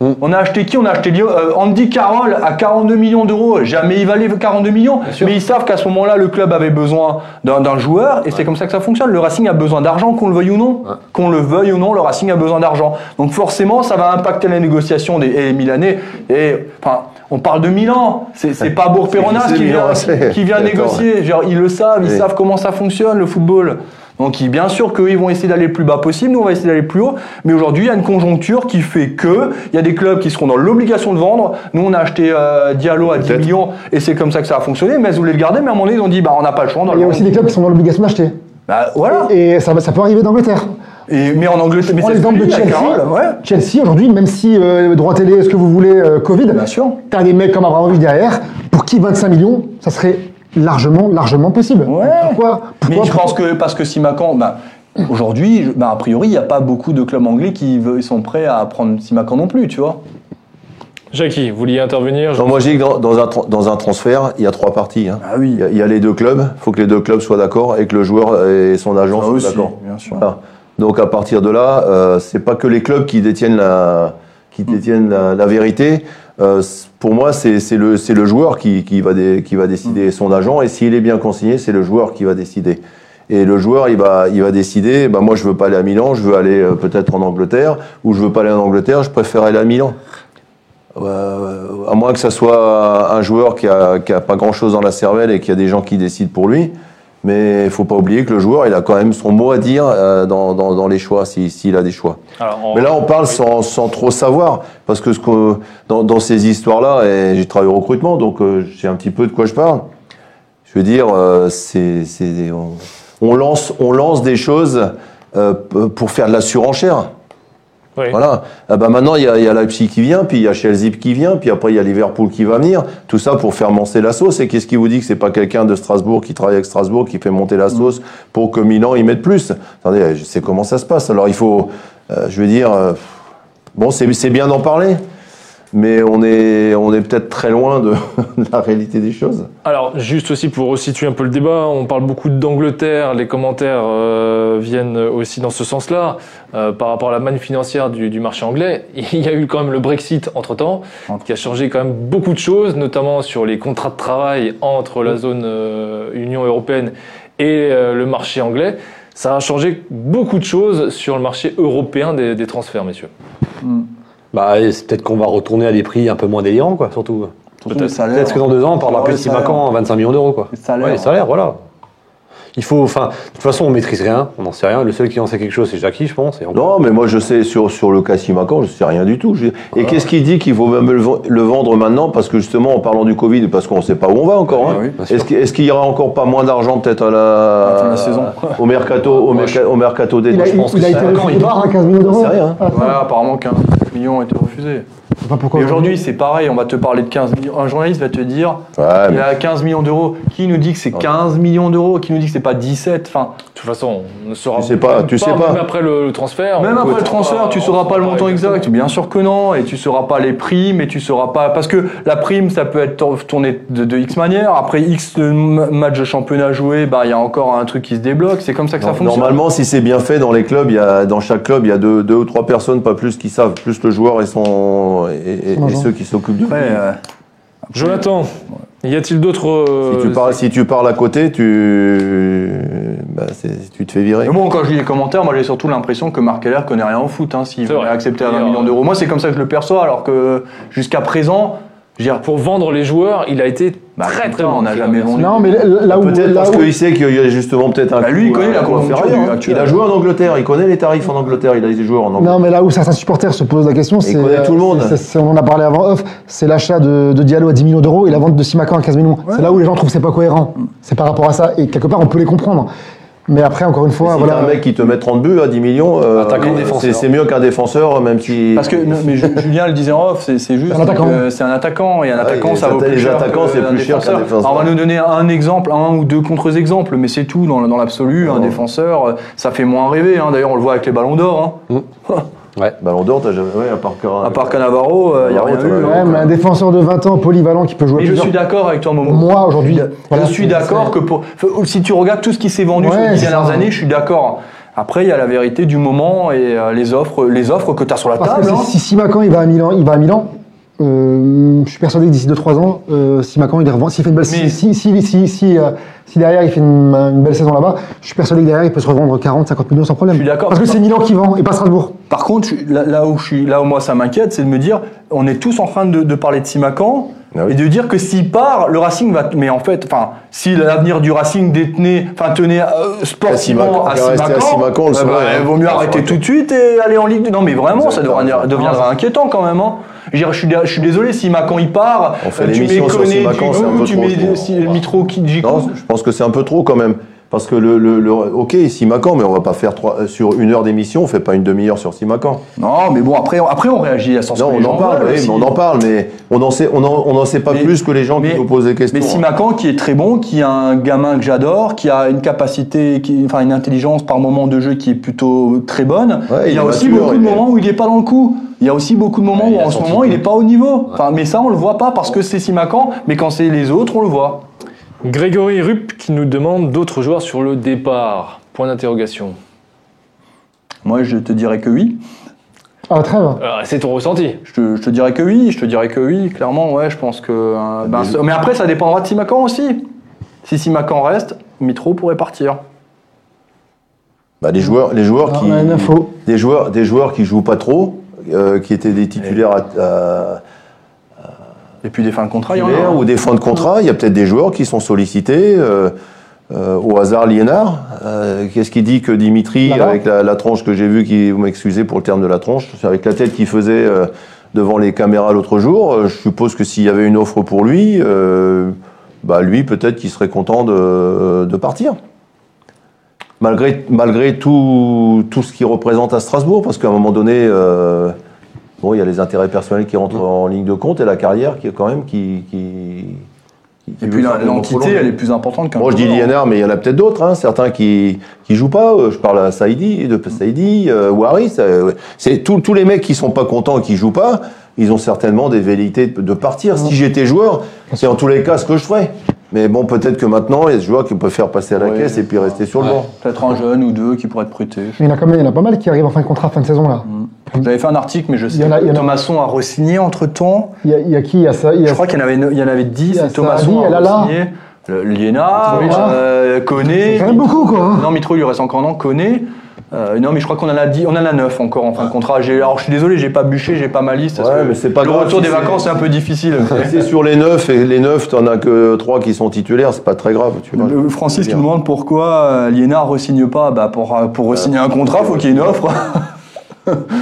[SPEAKER 2] Mm.
[SPEAKER 4] On a acheté qui On a acheté Lio- euh, Andy Carroll à 42 millions d'euros. Jamais il valait 42 millions. Mais ils savent qu'à ce moment-là, le club avait besoin d'un d'un joueur et c'est comme ça que ça fonctionne. Le Racing a besoin d'argent, qu'on le veuille ou non. Qu'on le veuille ou non, le Racing a besoin d'argent. Donc forcément, ça va impacter la négociation des et les Milanais. Et enfin, on parle de Milan. C'est
[SPEAKER 5] (laughs)
[SPEAKER 4] c'est pas Bourg-Péronas
[SPEAKER 5] C'est
[SPEAKER 4] qui vient,
[SPEAKER 5] Milan, c'est-
[SPEAKER 4] qui vient
[SPEAKER 5] Attends.
[SPEAKER 4] négocier. Genre, ils le savent, ils
[SPEAKER 5] Oui.
[SPEAKER 4] savent comment ça fonctionne le football. Donc ils- bien sûr qu'eux, ils vont essayer d'aller le plus bas possible, nous on va essayer d'aller le plus haut, mais aujourd'hui il y a une conjoncture qui fait que il y a des clubs qui seront dans l'obligation de vendre, nous on a acheté euh, Diallo à 10
[SPEAKER 5] Peut-être.
[SPEAKER 4] millions et c'est comme ça que ça a fonctionné, mais elles voulaient le garder, mais à un moment donné ils ont dit bah on n'a pas le choix, on doit
[SPEAKER 3] Il y
[SPEAKER 4] le
[SPEAKER 3] a
[SPEAKER 4] vendre.
[SPEAKER 3] aussi des clubs qui sont dans l'obligation d'acheter.
[SPEAKER 4] Bah, voilà.
[SPEAKER 3] Et ça, va- ça peut arriver d'Angleterre.
[SPEAKER 4] Et, mais en Angleterre, mais
[SPEAKER 3] Prends
[SPEAKER 4] c'est ce que
[SPEAKER 3] l'exemple
[SPEAKER 4] je
[SPEAKER 3] de
[SPEAKER 4] dis, la
[SPEAKER 3] Chelsea.
[SPEAKER 4] Carole, ouais.
[SPEAKER 3] Chelsea, aujourd'hui, même si euh, droit télé, ce que vous voulez, euh, Covid,
[SPEAKER 4] Bien sûr.
[SPEAKER 3] t'as des mecs comme Abramovich derrière, pour qui 25 millions, ça serait largement, largement possible.
[SPEAKER 4] Ouais.
[SPEAKER 3] Pourquoi,
[SPEAKER 4] Mais
[SPEAKER 3] pourquoi
[SPEAKER 4] je pense que parce que Simacan, bah, aujourd'hui, je- bah, a priori, il n'y a pas beaucoup de clubs anglais qui ve- sont prêts à prendre Simacan non plus, tu vois.
[SPEAKER 1] Jackie, vous vouliez intervenir je-
[SPEAKER 5] Non, moi, je dis que dans, dans un, tra- dans un transfert, il y a trois parties. hein.
[SPEAKER 4] Ah oui,
[SPEAKER 5] Il y a- il y, a les deux clubs. Il faut que les deux clubs soient d'accord et que le joueur et son agent soient d'accord.
[SPEAKER 4] Ah, bien sûr.
[SPEAKER 5] Voilà. Donc à partir de là, euh, c'est pas que les clubs qui détiennent la, qui détiennent la, la vérité. Euh, c- pour moi, c'est c'est le, c'est le joueur qui, qui, va dé- qui va décider son agent. Et s'il est bien consigné, c'est le joueur qui va décider. Et le joueur, il va, il va décider. Bah moi, je veux pas aller à Milan. Je veux aller euh, peut-être en Angleterre, ou je veux pas aller en Angleterre. Je préfère aller à Milan. Euh, à moins que ça soit un joueur qui a, qui a pas grand-chose dans la cervelle et qu'il y a des gens qui décident pour lui. Mais il faut pas oublier que le joueur, il a quand même son mot à dire euh, dans, dans, dans les choix, si- s'il a des choix.
[SPEAKER 1] Alors, en-
[SPEAKER 5] Mais là, on parle sans, sans trop savoir, parce que, ce que dans, dans ces histoires-là, et j'ai travaillé au recrutement, donc euh, je sais un petit peu de quoi je parle. Je veux dire, euh, c'est, c'est des- on, on lance, on lance des choses euh, p- pour faire de la surenchère.
[SPEAKER 1] oui.
[SPEAKER 5] Voilà. Ah bah maintenant, il y a, il y a Leipzig qui vient, puis il y a Chelsea qui vient, puis après, il y a Liverpool qui va venir. Tout ça pour faire monter la sauce. Et qu'est-ce qui vous dit que c'est pas quelqu'un de Strasbourg qui travaille avec Strasbourg qui fait monter
[SPEAKER 1] Mm.
[SPEAKER 5] la sauce pour que Milan y mette plus Attendez, je sais comment ça se passe. Alors, il faut, euh, je veux dire, euh, bon, c'est c'est bien d'en parler, mais on est, on est peut-être très loin de, (laughs) de la réalité des choses.
[SPEAKER 1] Alors, juste aussi pour resituer un peu le débat, on parle beaucoup d'Angleterre, les commentaires euh, viennent aussi dans ce sens-là, euh, par rapport à la manne financière du, du marché anglais. (laughs) Il y a eu quand même le Brexit entre-temps, qui a changé quand même beaucoup de choses, notamment sur les contrats de travail entre
[SPEAKER 5] Mm.
[SPEAKER 1] la zone euh, Union européenne et euh, le marché anglais. Ça a changé beaucoup de choses sur le marché européen des, des transferts, messieurs.
[SPEAKER 2] Bah, et c'est peut-être qu'on va retourner à des prix un peu moins délirants, quoi, surtout.
[SPEAKER 4] Surtout les salaires.
[SPEAKER 2] Peut-être que dans deux ans, on parlera
[SPEAKER 4] Ouais,
[SPEAKER 2] plus de
[SPEAKER 4] les salaires.
[SPEAKER 2] Simacan à 25 millions d'euros, quoi.
[SPEAKER 4] Les salaires.
[SPEAKER 2] Ouais, les salaires, voilà. Il faut, enfin, de toute façon, on maîtrise rien, on n'en sait rien. Le seul qui en sait quelque chose, c'est Jackie, je pense. Et encore-
[SPEAKER 5] Non, mais moi je sais sur, sur le cas Simacan, je sais rien du tout. Je- Et
[SPEAKER 4] Ah.
[SPEAKER 5] qu'est-ce qui dit qu'il faut même le, ven- le vendre maintenant Parce que justement, en parlant du Covid, parce qu'on ne sait pas où on va encore.
[SPEAKER 4] Ouais,
[SPEAKER 5] hein.
[SPEAKER 4] oui, bien
[SPEAKER 5] Est-ce qu'il est-ce qu'il y aura encore pas moins d'argent peut-être à la,
[SPEAKER 4] À la fin de la saison.
[SPEAKER 5] au mercato, au, merca- au mercato d'été
[SPEAKER 3] il a,
[SPEAKER 5] je
[SPEAKER 3] il,
[SPEAKER 5] pense que
[SPEAKER 3] il a
[SPEAKER 5] c'est-
[SPEAKER 3] été
[SPEAKER 2] encore,
[SPEAKER 3] refusé
[SPEAKER 2] il
[SPEAKER 3] par un 15 millions d'euros.
[SPEAKER 5] C'est rien, hein.
[SPEAKER 3] à la fin.
[SPEAKER 4] Voilà, apparemment 15 millions ont été refusés.
[SPEAKER 3] Je sais pas pourquoi.
[SPEAKER 4] Et aujourd'hui, c'est pareil, on va te parler de 15 millions. Un journaliste va te dire il
[SPEAKER 5] Ouais,
[SPEAKER 4] y
[SPEAKER 5] Ah, mais-
[SPEAKER 4] a 15 millions d'euros. Qui nous dit que c'est 15 millions d'euros Qui nous dit que c'est pas 17 enfin,
[SPEAKER 1] De toute façon, on ne saura
[SPEAKER 5] Tu sais pas, tu sais pas.
[SPEAKER 1] Même après le, le transfert.
[SPEAKER 4] Même
[SPEAKER 1] on
[SPEAKER 4] après
[SPEAKER 1] peut-
[SPEAKER 4] le transfert, tu
[SPEAKER 1] Ah, on
[SPEAKER 4] sauras pas le montant
[SPEAKER 1] exactement.
[SPEAKER 4] exact. Bien sûr que non. Et tu sauras pas les primes et tu sauras pas. Parce que la prime, ça peut être tour- tourné de, de X manière. Après X de m- match de championnat joué, bah, il y a encore un truc qui se débloque. C'est comme ça que ça
[SPEAKER 5] Non,
[SPEAKER 4] fonctionne.
[SPEAKER 5] Normalement, si c'est bien fait dans les clubs, il y a, dans chaque club, il y a deux, deux ou trois personnes, pas plus, qui savent, plus le joueur et, son, et, et-
[SPEAKER 3] Son
[SPEAKER 5] et
[SPEAKER 3] agent.
[SPEAKER 5] ceux qui s'occupent du
[SPEAKER 4] Après, euh,
[SPEAKER 1] Jonathan, y a-t-il d'autres.
[SPEAKER 5] Si
[SPEAKER 1] euh,
[SPEAKER 5] tu, parles, si tu parles à côté, tu, bah, c'est- tu te fais virer.
[SPEAKER 4] Mais moi, quand je lis les commentaires, moi j'ai surtout l'impression que Marc Heller connaît rien au foot, hein, s'il
[SPEAKER 1] C'est
[SPEAKER 4] voulait
[SPEAKER 1] vrai.
[SPEAKER 4] accepter à
[SPEAKER 1] Et
[SPEAKER 4] 20
[SPEAKER 1] alors-
[SPEAKER 4] millions d'euros. Moi, c'est comme ça que je le perçois, alors que jusqu'à présent, je veux dire,
[SPEAKER 1] Pour vendre les joueurs, il a été
[SPEAKER 4] Bah,
[SPEAKER 1] très très
[SPEAKER 4] putain,
[SPEAKER 1] bon.
[SPEAKER 4] on n'a jamais vendu.
[SPEAKER 3] Non, mais là- là où.
[SPEAKER 5] Peut-être
[SPEAKER 3] là
[SPEAKER 5] parce
[SPEAKER 3] où-
[SPEAKER 5] qu'il sait qu'il y a justement peut-être un. euh,
[SPEAKER 4] Bah, lui, il connaît la
[SPEAKER 5] cour
[SPEAKER 4] conjoncture du- actuelle.
[SPEAKER 5] hein. Il a joué en Angleterre, il connaît les tarifs en Angleterre, il a des joueurs en Angleterre.
[SPEAKER 3] Non, mais là où certains supporters se posent la question, c'est. euh,
[SPEAKER 5] connaît tout le monde.
[SPEAKER 3] c'est- c'est- on en a parlé avant off, c'est l'achat de, de Diallo à 10 millions d'euros et la vente de Simacan à 15 millions. C'est là où les gens trouvent que c'est pas cohérent. C'est par rapport à ça. Et quelque part, on peut les comprendre. Mais après, encore une fois,
[SPEAKER 5] Si
[SPEAKER 3] voilà.
[SPEAKER 5] t'as un mec qui te met 30 buts à 10 millions, euh,
[SPEAKER 2] Attaquant,
[SPEAKER 5] c'est-
[SPEAKER 2] défenseur.
[SPEAKER 5] c'est mieux qu'un défenseur, même si.
[SPEAKER 4] parce que non, mais
[SPEAKER 5] (laughs)
[SPEAKER 4] Ju- Julien le disait en off, c'est c'est juste
[SPEAKER 3] Un attaquant.
[SPEAKER 4] que c'est un attaquant et un attaquant
[SPEAKER 5] et
[SPEAKER 4] ça
[SPEAKER 5] les
[SPEAKER 4] vaut plus
[SPEAKER 5] atta-
[SPEAKER 4] cher.
[SPEAKER 5] les attaquants,
[SPEAKER 4] que
[SPEAKER 5] c'est
[SPEAKER 4] un
[SPEAKER 5] plus cher qu'un défenseur.
[SPEAKER 4] Alors, on va nous donner un exemple, un ou deux contre-exemples, mais c'est tout dans, dans l'absolu. Un
[SPEAKER 5] Non.
[SPEAKER 4] défenseur, euh, ça fait moins rêver. hein. D'ailleurs, on le voit avec les Ballons d'Or. hein.
[SPEAKER 5] Ballon d'Or, t'as jamais. Ouais, à part Cara-
[SPEAKER 4] À part Canavaro, il n'y a
[SPEAKER 5] Navarro,
[SPEAKER 4] rien
[SPEAKER 5] t'en as
[SPEAKER 4] eu.
[SPEAKER 5] eu.
[SPEAKER 3] Ouais,
[SPEAKER 4] hein.
[SPEAKER 3] mais un défenseur de 20 ans polyvalent qui peut jouer
[SPEAKER 4] Mais je
[SPEAKER 3] plusieurs-
[SPEAKER 4] suis d'accord avec toi, Momo.
[SPEAKER 3] Moi, aujourd'hui,
[SPEAKER 4] Je
[SPEAKER 3] voilà,
[SPEAKER 4] suis
[SPEAKER 3] c'est-
[SPEAKER 4] d'accord
[SPEAKER 3] c'est-
[SPEAKER 4] que pour. faut- Si tu regardes tout ce qui s'est vendu
[SPEAKER 3] Ouais,
[SPEAKER 4] ces dix
[SPEAKER 3] c'est
[SPEAKER 4] dernières
[SPEAKER 3] ça.
[SPEAKER 4] années, je suis d'accord. Après, il y a la vérité du moment et euh, les offres, les offres que tu as sur la
[SPEAKER 3] Parce
[SPEAKER 4] table.
[SPEAKER 3] que
[SPEAKER 4] hein.
[SPEAKER 3] si, si Macan il va à Milan, il va à Milan. euh, je suis persuadé que d'ici 2-3 ans, euh, si Macan il est revend- s'il fait une belle,
[SPEAKER 4] Mais-
[SPEAKER 3] si, si, si, si, si, euh, si derrière il fait une, une belle saison là-bas, je suis persuadé que derrière il peut se revendre 40-50 millions sans problème.
[SPEAKER 4] Je suis d'accord.
[SPEAKER 3] Parce que c'est Milan qui vend et pas Strasbourg.
[SPEAKER 4] Par contre, je- là, là où je suis, là où moi ça m'inquiète, c'est de me dire, on est tous en train de, de parler de Simacan
[SPEAKER 5] Ah oui.
[SPEAKER 4] et de dire que s'il part, le Racing va. Mais en fait, enfin, si l'avenir du Racing détenait, enfin tenait euh, sportivement
[SPEAKER 5] À Simacan,
[SPEAKER 4] à
[SPEAKER 5] il va rester à Simacan, on
[SPEAKER 4] Simacan,
[SPEAKER 5] le
[SPEAKER 4] eh
[SPEAKER 5] saurait,
[SPEAKER 4] ben,
[SPEAKER 5] hein.
[SPEAKER 4] il vaut mieux
[SPEAKER 5] On le
[SPEAKER 4] arrêter
[SPEAKER 5] saurait.
[SPEAKER 4] tout de suite et aller en Ligue. deux. Non, mais vraiment, ça
[SPEAKER 5] Exactement.
[SPEAKER 4] deviendra, deviendra inquiétant quand même. hein. Je veux dire, je suis, dé- je suis désolé, si Macan il part,
[SPEAKER 5] On fait
[SPEAKER 4] euh, tu mets
[SPEAKER 5] l'émission sur
[SPEAKER 4] Koné,
[SPEAKER 5] Simacan, c'est un
[SPEAKER 4] Djikou,
[SPEAKER 5] peu
[SPEAKER 4] tu
[SPEAKER 5] trop,
[SPEAKER 4] mets
[SPEAKER 5] je pense.
[SPEAKER 4] si- Mitro, Kidjikou.
[SPEAKER 5] Non, je pense que c'est un peu trop quand même. Parce que le, le, le- ok, Simacan, mais on va pas faire trois, euh, sur une heure d'émission, on fait pas une demi-heure sur Simacan.
[SPEAKER 4] Non, mais bon, après, après on réagit à ce que
[SPEAKER 5] Non,
[SPEAKER 4] les
[SPEAKER 5] on en
[SPEAKER 4] gens
[SPEAKER 5] parle,
[SPEAKER 4] veulent
[SPEAKER 5] oui,
[SPEAKER 4] aussi.
[SPEAKER 5] mais on en parle, mais on en sait, on en, on en sait pas
[SPEAKER 4] Mais-
[SPEAKER 5] plus que les gens
[SPEAKER 4] mais-
[SPEAKER 5] qui nous posent des questions. hein.
[SPEAKER 4] Mais Simacan, qui est très bon, qui a un gamin que j'adore, qui a une capacité, qui, enfin une intelligence par moment de jeu qui est plutôt très bonne.
[SPEAKER 5] Ouais,
[SPEAKER 4] il y
[SPEAKER 5] il
[SPEAKER 4] a
[SPEAKER 5] est
[SPEAKER 4] aussi
[SPEAKER 5] mature,
[SPEAKER 4] beaucoup de
[SPEAKER 5] il est-
[SPEAKER 4] moments où il n'est pas dans le coup. Il y a aussi beaucoup de moments
[SPEAKER 5] Ouais, il
[SPEAKER 4] où
[SPEAKER 5] a
[SPEAKER 4] en ce
[SPEAKER 5] sorti
[SPEAKER 4] moment il
[SPEAKER 5] tout.
[SPEAKER 4] n'est pas au niveau. Enfin, mais ça on le voit pas parce que c'est Simacan, mais quand c'est les autres on le voit.
[SPEAKER 1] Grégory Rupp qui nous demande d'autres joueurs sur le départ. Point d'interrogation.
[SPEAKER 4] Moi je te dirais que oui.
[SPEAKER 3] Ah, trêve.
[SPEAKER 1] Alors, Euh, C'est ton ressenti.
[SPEAKER 4] Je te, je te dirais que oui. Je te dirais que oui. Clairement, ouais, je pense que.
[SPEAKER 5] Ah,
[SPEAKER 4] euh, ben, ça- mais après ça dépendra de Simacan aussi. Si Simacan reste, Mitro pourrait partir.
[SPEAKER 5] Bah, les joueurs, les joueurs
[SPEAKER 3] Alors,
[SPEAKER 5] qui,
[SPEAKER 3] on a Ah, une info.
[SPEAKER 5] des joueurs, des joueurs qui jouent pas trop, euh, qui étaient des titulaires à- à-
[SPEAKER 4] Et puis des fins de contrat, il y en a. hein.
[SPEAKER 5] titulaires ou des fins de contrat. Il y a peut-être des joueurs qui sont sollicités. euh, euh, au hasard, Liénard. Euh, Qu'est-ce qui dit que Dimitri,
[SPEAKER 3] Là-bas.
[SPEAKER 5] avec la, la tronche que j'ai vue, qui vous m'excusez pour le terme de la tronche, c'est avec la tête qu'il faisait euh, devant les caméras l'autre jour, euh, je suppose que s'il y avait une offre pour lui, euh, bah lui peut-être qu'il serait content de, de partir. Malgré, malgré tout, tout ce qu'il représente à Strasbourg, parce qu'à un moment donné, euh, bon, il y a les intérêts personnels qui rentrent en ligne de compte et la carrière qui est quand même qui. qui- qui-
[SPEAKER 4] Et
[SPEAKER 5] qui veut
[SPEAKER 4] puis la-
[SPEAKER 5] certainement
[SPEAKER 4] l'entité,
[SPEAKER 5] prolonger.
[SPEAKER 4] elle est plus importante qu'un hein.
[SPEAKER 5] Moi, je dis
[SPEAKER 4] joueur.
[SPEAKER 5] Lienard, mais il y en a peut-être d'autres, hein, certains qui qui jouent pas. euh, Je parle à Saïdi, de Saïdi, euh, Waris. euh, ouais. c'est tous tous les mecs qui sont pas contents, et qui jouent pas. Ils ont certainement des velléités de de partir. Si j'étais joueur, c'est en tous les cas ce que je ferais. Mais bon, peut-être que maintenant, il y a des joueurs qui peuvent faire passer à la
[SPEAKER 4] Ouais.
[SPEAKER 5] caisse et puis rester sur le
[SPEAKER 2] Ouais.
[SPEAKER 5] banc.
[SPEAKER 4] Peut-être un jeune ou deux qui pourraient être prêtés.
[SPEAKER 3] Mais il y en a quand même, il y en a pas mal qui arrivent en fin de contrat, fin de saison là.
[SPEAKER 4] Mm. J'avais fait un article, mais je sais
[SPEAKER 3] Il y en a- il y
[SPEAKER 4] que
[SPEAKER 3] en a-
[SPEAKER 4] Thomasson a re-signé entre temps.
[SPEAKER 3] Il y a, il y a qui Il y a ça. Il y a
[SPEAKER 4] Je crois qu'il y en avait, il y en avait
[SPEAKER 3] Il y
[SPEAKER 4] 10.
[SPEAKER 3] a
[SPEAKER 4] et Thomasson
[SPEAKER 3] Sarri,
[SPEAKER 4] a
[SPEAKER 3] Lala.
[SPEAKER 4] re-signé. Le- Liénard,
[SPEAKER 3] Mitrovic. Ah.
[SPEAKER 4] euh, Koné.
[SPEAKER 3] C'est quand même beaucoup, quoi, hein.
[SPEAKER 4] Non, Mitro, il lui reste encore un an. Koné. Euh, non, mais je crois qu'on en a dit, on en a 9 encore en fin
[SPEAKER 3] Ah.
[SPEAKER 4] de contrat. J'ai- Alors, je suis désolé, j'ai pas bûché, j'ai pas ma liste. parce
[SPEAKER 5] Ouais,
[SPEAKER 4] que
[SPEAKER 5] mais c'est pas
[SPEAKER 4] le
[SPEAKER 5] grave,
[SPEAKER 4] retour
[SPEAKER 5] si
[SPEAKER 4] des
[SPEAKER 5] c'est-
[SPEAKER 4] vacances, c'est un
[SPEAKER 3] (laughs)
[SPEAKER 4] peu difficile.
[SPEAKER 5] C'est sur les neuf et les neuf, t'en as que trois qui sont titulaires. C'est pas très grave, tu vois.
[SPEAKER 4] Le- Francis qui nous demande pourquoi euh, Liénard re-signe pas. Bah, pour, euh, pour re-signer un contrat, faut qu'il y ait une offre.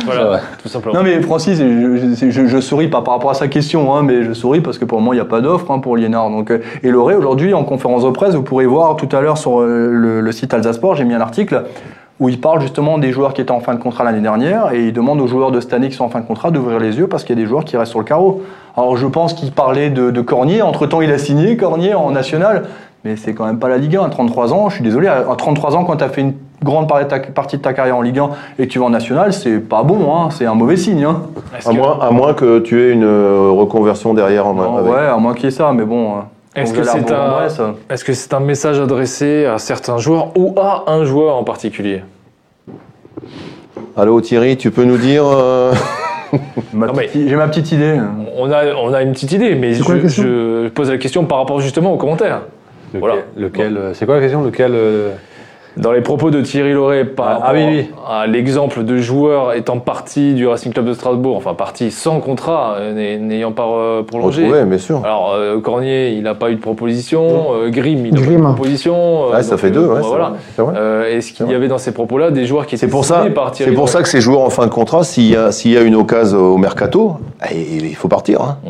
[SPEAKER 1] Voilà, tout simplement.
[SPEAKER 4] Non mais Francis, je, je- je- je souris pas par rapport à sa question, hein, mais je souris parce que pour moi il n'y a pas d'offre hein, pour Liénard. Donc, euh, et Loré aujourd'hui en conférence de presse, vous pourrez voir tout à l'heure sur euh, le, le site Alsace Sport, j'ai mis un article où il parle justement des joueurs qui étaient en fin de contrat l'année dernière et il demande aux joueurs de cette année qui sont en fin de contrat d'ouvrir les yeux parce qu'il y a des joueurs qui restent sur le carreau. Alors je pense qu'il parlait de, de Cornier, entre-temps il a signé Cornier en national, mais c'est quand même pas la Ligue 1 à 33 ans, je suis désolé, à à 33 ans quand tu as fait une grande partie de ta- partie de ta carrière en Ligue 1 et que tu vas en national, c'est pas bon, hein, c'est un mauvais signe. hein.
[SPEAKER 1] Est-ce
[SPEAKER 5] À
[SPEAKER 1] que-
[SPEAKER 5] moins, à moins que tu aies une euh, reconversion derrière. En,
[SPEAKER 4] Non,
[SPEAKER 5] avec-
[SPEAKER 4] ouais, à moins qu'il y ait ça, mais bon. euh,
[SPEAKER 1] Est-ce
[SPEAKER 4] donc
[SPEAKER 1] que
[SPEAKER 4] vous allez
[SPEAKER 1] c'est
[SPEAKER 4] à
[SPEAKER 1] un-
[SPEAKER 4] Bourg-en-Bresse, euh.
[SPEAKER 1] Est-ce que c'est un message adressé à certains joueurs ou à un joueur en particulier
[SPEAKER 5] Allô Thierry, tu peux nous dire
[SPEAKER 1] (laughs)
[SPEAKER 5] euh,
[SPEAKER 4] Ma
[SPEAKER 1] Non, mais-
[SPEAKER 4] petite- J'ai ma petite idée.
[SPEAKER 1] on a, on a une petite idée, mais
[SPEAKER 3] C'est quoi la
[SPEAKER 1] je,
[SPEAKER 3] question
[SPEAKER 1] je pose la question par rapport justement aux commentaires.
[SPEAKER 2] Lequel,
[SPEAKER 1] Voilà.
[SPEAKER 2] lequel, euh, c'est quoi la question Lequel euh,
[SPEAKER 1] Dans les propos de Thierry Loret par
[SPEAKER 2] Ah,
[SPEAKER 1] rapport
[SPEAKER 2] ah oui, oui.
[SPEAKER 1] à l'exemple de joueurs étant partis du Racing Club de Strasbourg, enfin partis sans contrat, euh, n'ay- n'ayant pas euh, prolongé.
[SPEAKER 5] retrouver, bien sûr.
[SPEAKER 1] Alors euh, Cornier, il n'a pas eu de proposition, euh, Grimm, il n'a pas eu de
[SPEAKER 3] Grimm.
[SPEAKER 1] proposition. euh,
[SPEAKER 5] Ah, ça
[SPEAKER 1] donc,
[SPEAKER 5] fait
[SPEAKER 1] euh,
[SPEAKER 5] deux,
[SPEAKER 1] bon,
[SPEAKER 5] ouais,
[SPEAKER 1] bah,
[SPEAKER 5] c'est
[SPEAKER 1] voilà.
[SPEAKER 5] vrai, c'est vrai.
[SPEAKER 1] Euh, Est-ce qu'il y avait dans ces propos-là des joueurs qui
[SPEAKER 5] C'est
[SPEAKER 1] étaient
[SPEAKER 5] pour ça,
[SPEAKER 1] signés par
[SPEAKER 5] c'est
[SPEAKER 1] Thierry
[SPEAKER 5] pour ça
[SPEAKER 1] Loret
[SPEAKER 5] que ces joueurs en fin de contrat, s'il y a, s'il y a une occasion au mercato, eh, il faut partir. hein.
[SPEAKER 1] Mm.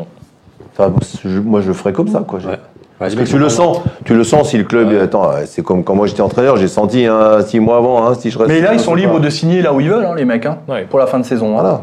[SPEAKER 5] Enfin, je- moi, je le ferais comme ça. Quoi. J'ai-
[SPEAKER 2] ouais,
[SPEAKER 5] Parce que tu le sens, tu le sens si le club. Attends, euh, c'est comme quand moi j'étais entraîneur, j'ai senti hein, six mois avant. hein, si je reste-
[SPEAKER 4] Mais là, ils sont
[SPEAKER 5] je sais
[SPEAKER 4] libres
[SPEAKER 5] pas.
[SPEAKER 4] de signer là où ils veulent, hein, les mecs, hein,
[SPEAKER 1] Ouais.
[SPEAKER 4] pour la fin de saison. hein.
[SPEAKER 5] Voilà.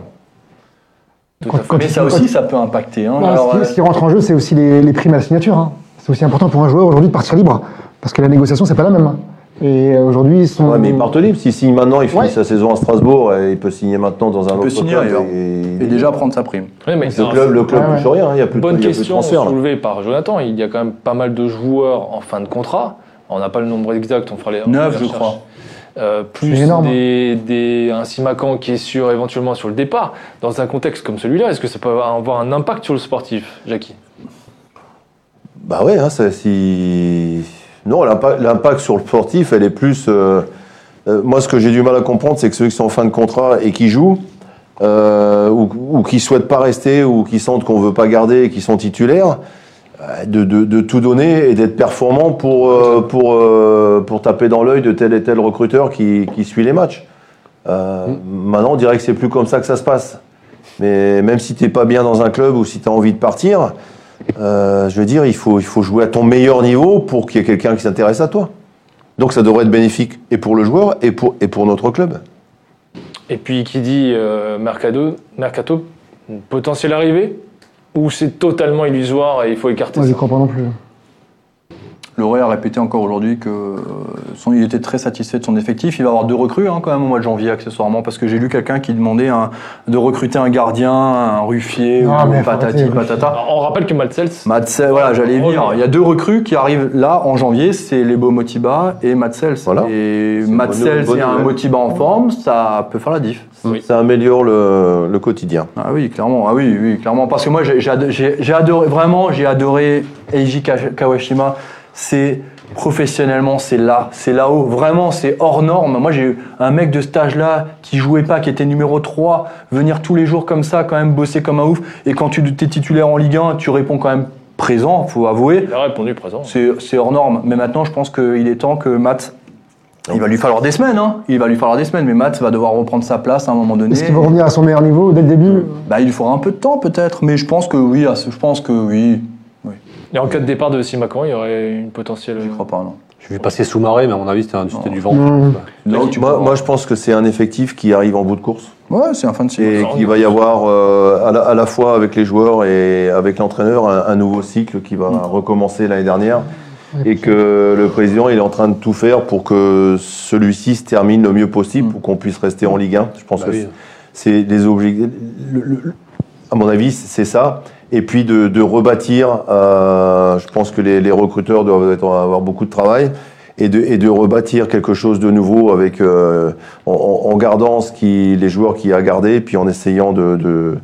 [SPEAKER 1] Tout à
[SPEAKER 3] Quand-
[SPEAKER 1] fait.
[SPEAKER 3] quand
[SPEAKER 4] Mais
[SPEAKER 3] il-
[SPEAKER 4] ça
[SPEAKER 3] quand-
[SPEAKER 4] aussi, ça peut impacter. hein.
[SPEAKER 3] Voilà,
[SPEAKER 4] Alors,
[SPEAKER 3] ce, qui,
[SPEAKER 4] euh,
[SPEAKER 3] ce qui rentre en jeu, c'est aussi les, les primes à la signature. hein. C'est aussi important pour un joueur aujourd'hui de partir libre, parce que la négociation, c'est pas la même. hein. Et euh, aujourd'hui, ils sont.
[SPEAKER 5] Ouais, mais ils partent libres. S'il signe maintenant, il finit
[SPEAKER 3] Ouais.
[SPEAKER 5] sa saison à Strasbourg, et il peut signer maintenant dans un
[SPEAKER 4] peut
[SPEAKER 5] autre
[SPEAKER 4] signer
[SPEAKER 5] club.
[SPEAKER 4] ailleurs. et déjà prendre sa prime.
[SPEAKER 1] Oui, mais
[SPEAKER 5] le
[SPEAKER 1] alors,
[SPEAKER 5] club, le club
[SPEAKER 3] Ouais, ouais.
[SPEAKER 5] touche rien. hein, Il n'y a plus de,
[SPEAKER 1] Bonne
[SPEAKER 5] il y a plus de
[SPEAKER 1] question
[SPEAKER 5] transfert. là.
[SPEAKER 1] soulevée par Jonathan. Il y a quand même pas mal de joueurs en fin de contrat. On n'a pas le nombre exact, on fera les. on
[SPEAKER 4] Neuf,
[SPEAKER 1] les
[SPEAKER 4] je
[SPEAKER 1] recherche.
[SPEAKER 4] crois.
[SPEAKER 1] euh, plus
[SPEAKER 3] C'est énorme.
[SPEAKER 1] des, des- un Simacan qui est sûr éventuellement sur le départ, dans un contexte comme celui-là, est-ce que ça peut avoir avoir un impact sur le sportif, Jackie
[SPEAKER 5] Bah ouais, hein, ça, si. Non, l'impa- l'impact sur le sportif, elle est plus. euh, euh, moi, ce que j'ai du mal à comprendre, c'est que ceux qui sont en fin de contrat et qui jouent, euh, ou, ou qui souhaitent pas rester, ou qui sentent qu'on veut pas garder et qui sont titulaires, euh, de, de- de tout donner et d'être performant pour, euh, pour, euh, pour taper dans l'œil de tel et tel recruteur qui, qui suit les matchs. Euh, Maintenant, on dirait que c'est plus comme ça que ça se passe. Mais même si t'es pas bien dans un club ou si tu as envie de partir, euh, je veux dire, il faut, il faut jouer à ton meilleur niveau pour qu'il y ait quelqu'un qui s'intéresse à toi. Donc ça devrait être bénéfique et pour le joueur et pour, et pour notre club.
[SPEAKER 1] Et puis qui dit euh, mercado, mercato, potentiel arrivé Ou c'est totalement illusoire et il faut écarter
[SPEAKER 3] Moi, j'y
[SPEAKER 1] ça
[SPEAKER 3] crois pas non plus.
[SPEAKER 4] L'Oré a répété encore aujourd'hui que euh, son, il était très satisfait de son effectif. Il va avoir deux recrues hein, quand même au mois de janvier accessoirement parce que j'ai lu quelqu'un qui demandait un- de recruter un gardien, un ruffier,
[SPEAKER 3] Non, mais
[SPEAKER 4] ou
[SPEAKER 3] faut
[SPEAKER 4] patati
[SPEAKER 3] arrêter,
[SPEAKER 4] patata.
[SPEAKER 1] Alors, on rappelle que Maltels,
[SPEAKER 4] Matsel, voilà, j'allais venir. Il y a deux recrues qui arrivent là en janvier, c'est Lebo Motiba et Matsels.
[SPEAKER 5] Voilà.
[SPEAKER 4] Et
[SPEAKER 5] une bonne-
[SPEAKER 4] Matsels
[SPEAKER 5] bonne
[SPEAKER 4] et un
[SPEAKER 5] nouvelle.
[SPEAKER 4] Motiba en forme, ça peut faire la diff.
[SPEAKER 1] Oui.
[SPEAKER 5] Ça améliore le, le quotidien.
[SPEAKER 4] Ah oui, clairement. Ah oui, oui, clairement. Parce que moi, j'ai j'ai ado- j'ai- j'ai adoré, vraiment, j'ai adoré Eiji Ka- Kawashima. C'est professionnellement, c'est là, c'est là-haut. Vraiment, c'est hors norme. Moi, j'ai eu un mec de stage là qui jouait pas, qui était numéro 3, venir tous les jours comme ça, quand même bosser comme un ouf. Et quand tu es titulaire en Ligue 1, tu réponds quand même présent, faut avouer.
[SPEAKER 1] il a répondu présent.
[SPEAKER 4] C'est c'est hors norme. Mais maintenant, je pense qu'il est temps que Matt. Il va lui falloir des semaines, hein. Il va lui falloir des semaines, mais Matt va devoir reprendre sa place à un moment donné.
[SPEAKER 3] Est-ce qu'il va revenir à son meilleur niveau dès le début
[SPEAKER 4] Bah, il faudra un peu de temps peut-être, mais je pense que oui, à ce- je pense que oui.
[SPEAKER 1] Et en cas de départ de Simacan, il y aurait une potentielle.
[SPEAKER 4] Je crois pas non.
[SPEAKER 2] J'ai vu passer sous-marée, mais à mon avis, c'était un- c'était du vent.
[SPEAKER 3] Non.
[SPEAKER 4] Là,
[SPEAKER 5] Donc,
[SPEAKER 4] tu
[SPEAKER 5] moi,
[SPEAKER 4] peux-
[SPEAKER 5] moi, je pense que c'est un effectif qui arrive en bout de course
[SPEAKER 4] Ouais, c'est un fin de cycle.
[SPEAKER 5] et
[SPEAKER 1] ça, on y
[SPEAKER 5] qu'il va y avoir euh, à, la, à la fois avec les joueurs et avec l'entraîneur un, un nouveau cycle qui va recommencer l'année dernière et que le président il est en train de tout faire pour que celui-ci se termine le mieux possible pour qu'on puisse rester en Ligue 1. Je pense
[SPEAKER 2] Bah
[SPEAKER 5] que
[SPEAKER 2] oui.
[SPEAKER 5] c'est- c'est les objectifs. À mon avis, c'est ça. Et puis de, de rebâtir. euh, je pense que les, les recruteurs doivent être- avoir beaucoup de travail. Et de, et de rebâtir quelque chose de nouveau avec euh, en, en- en gardant ce qui les joueurs qui a gardé, puis en essayant de, de-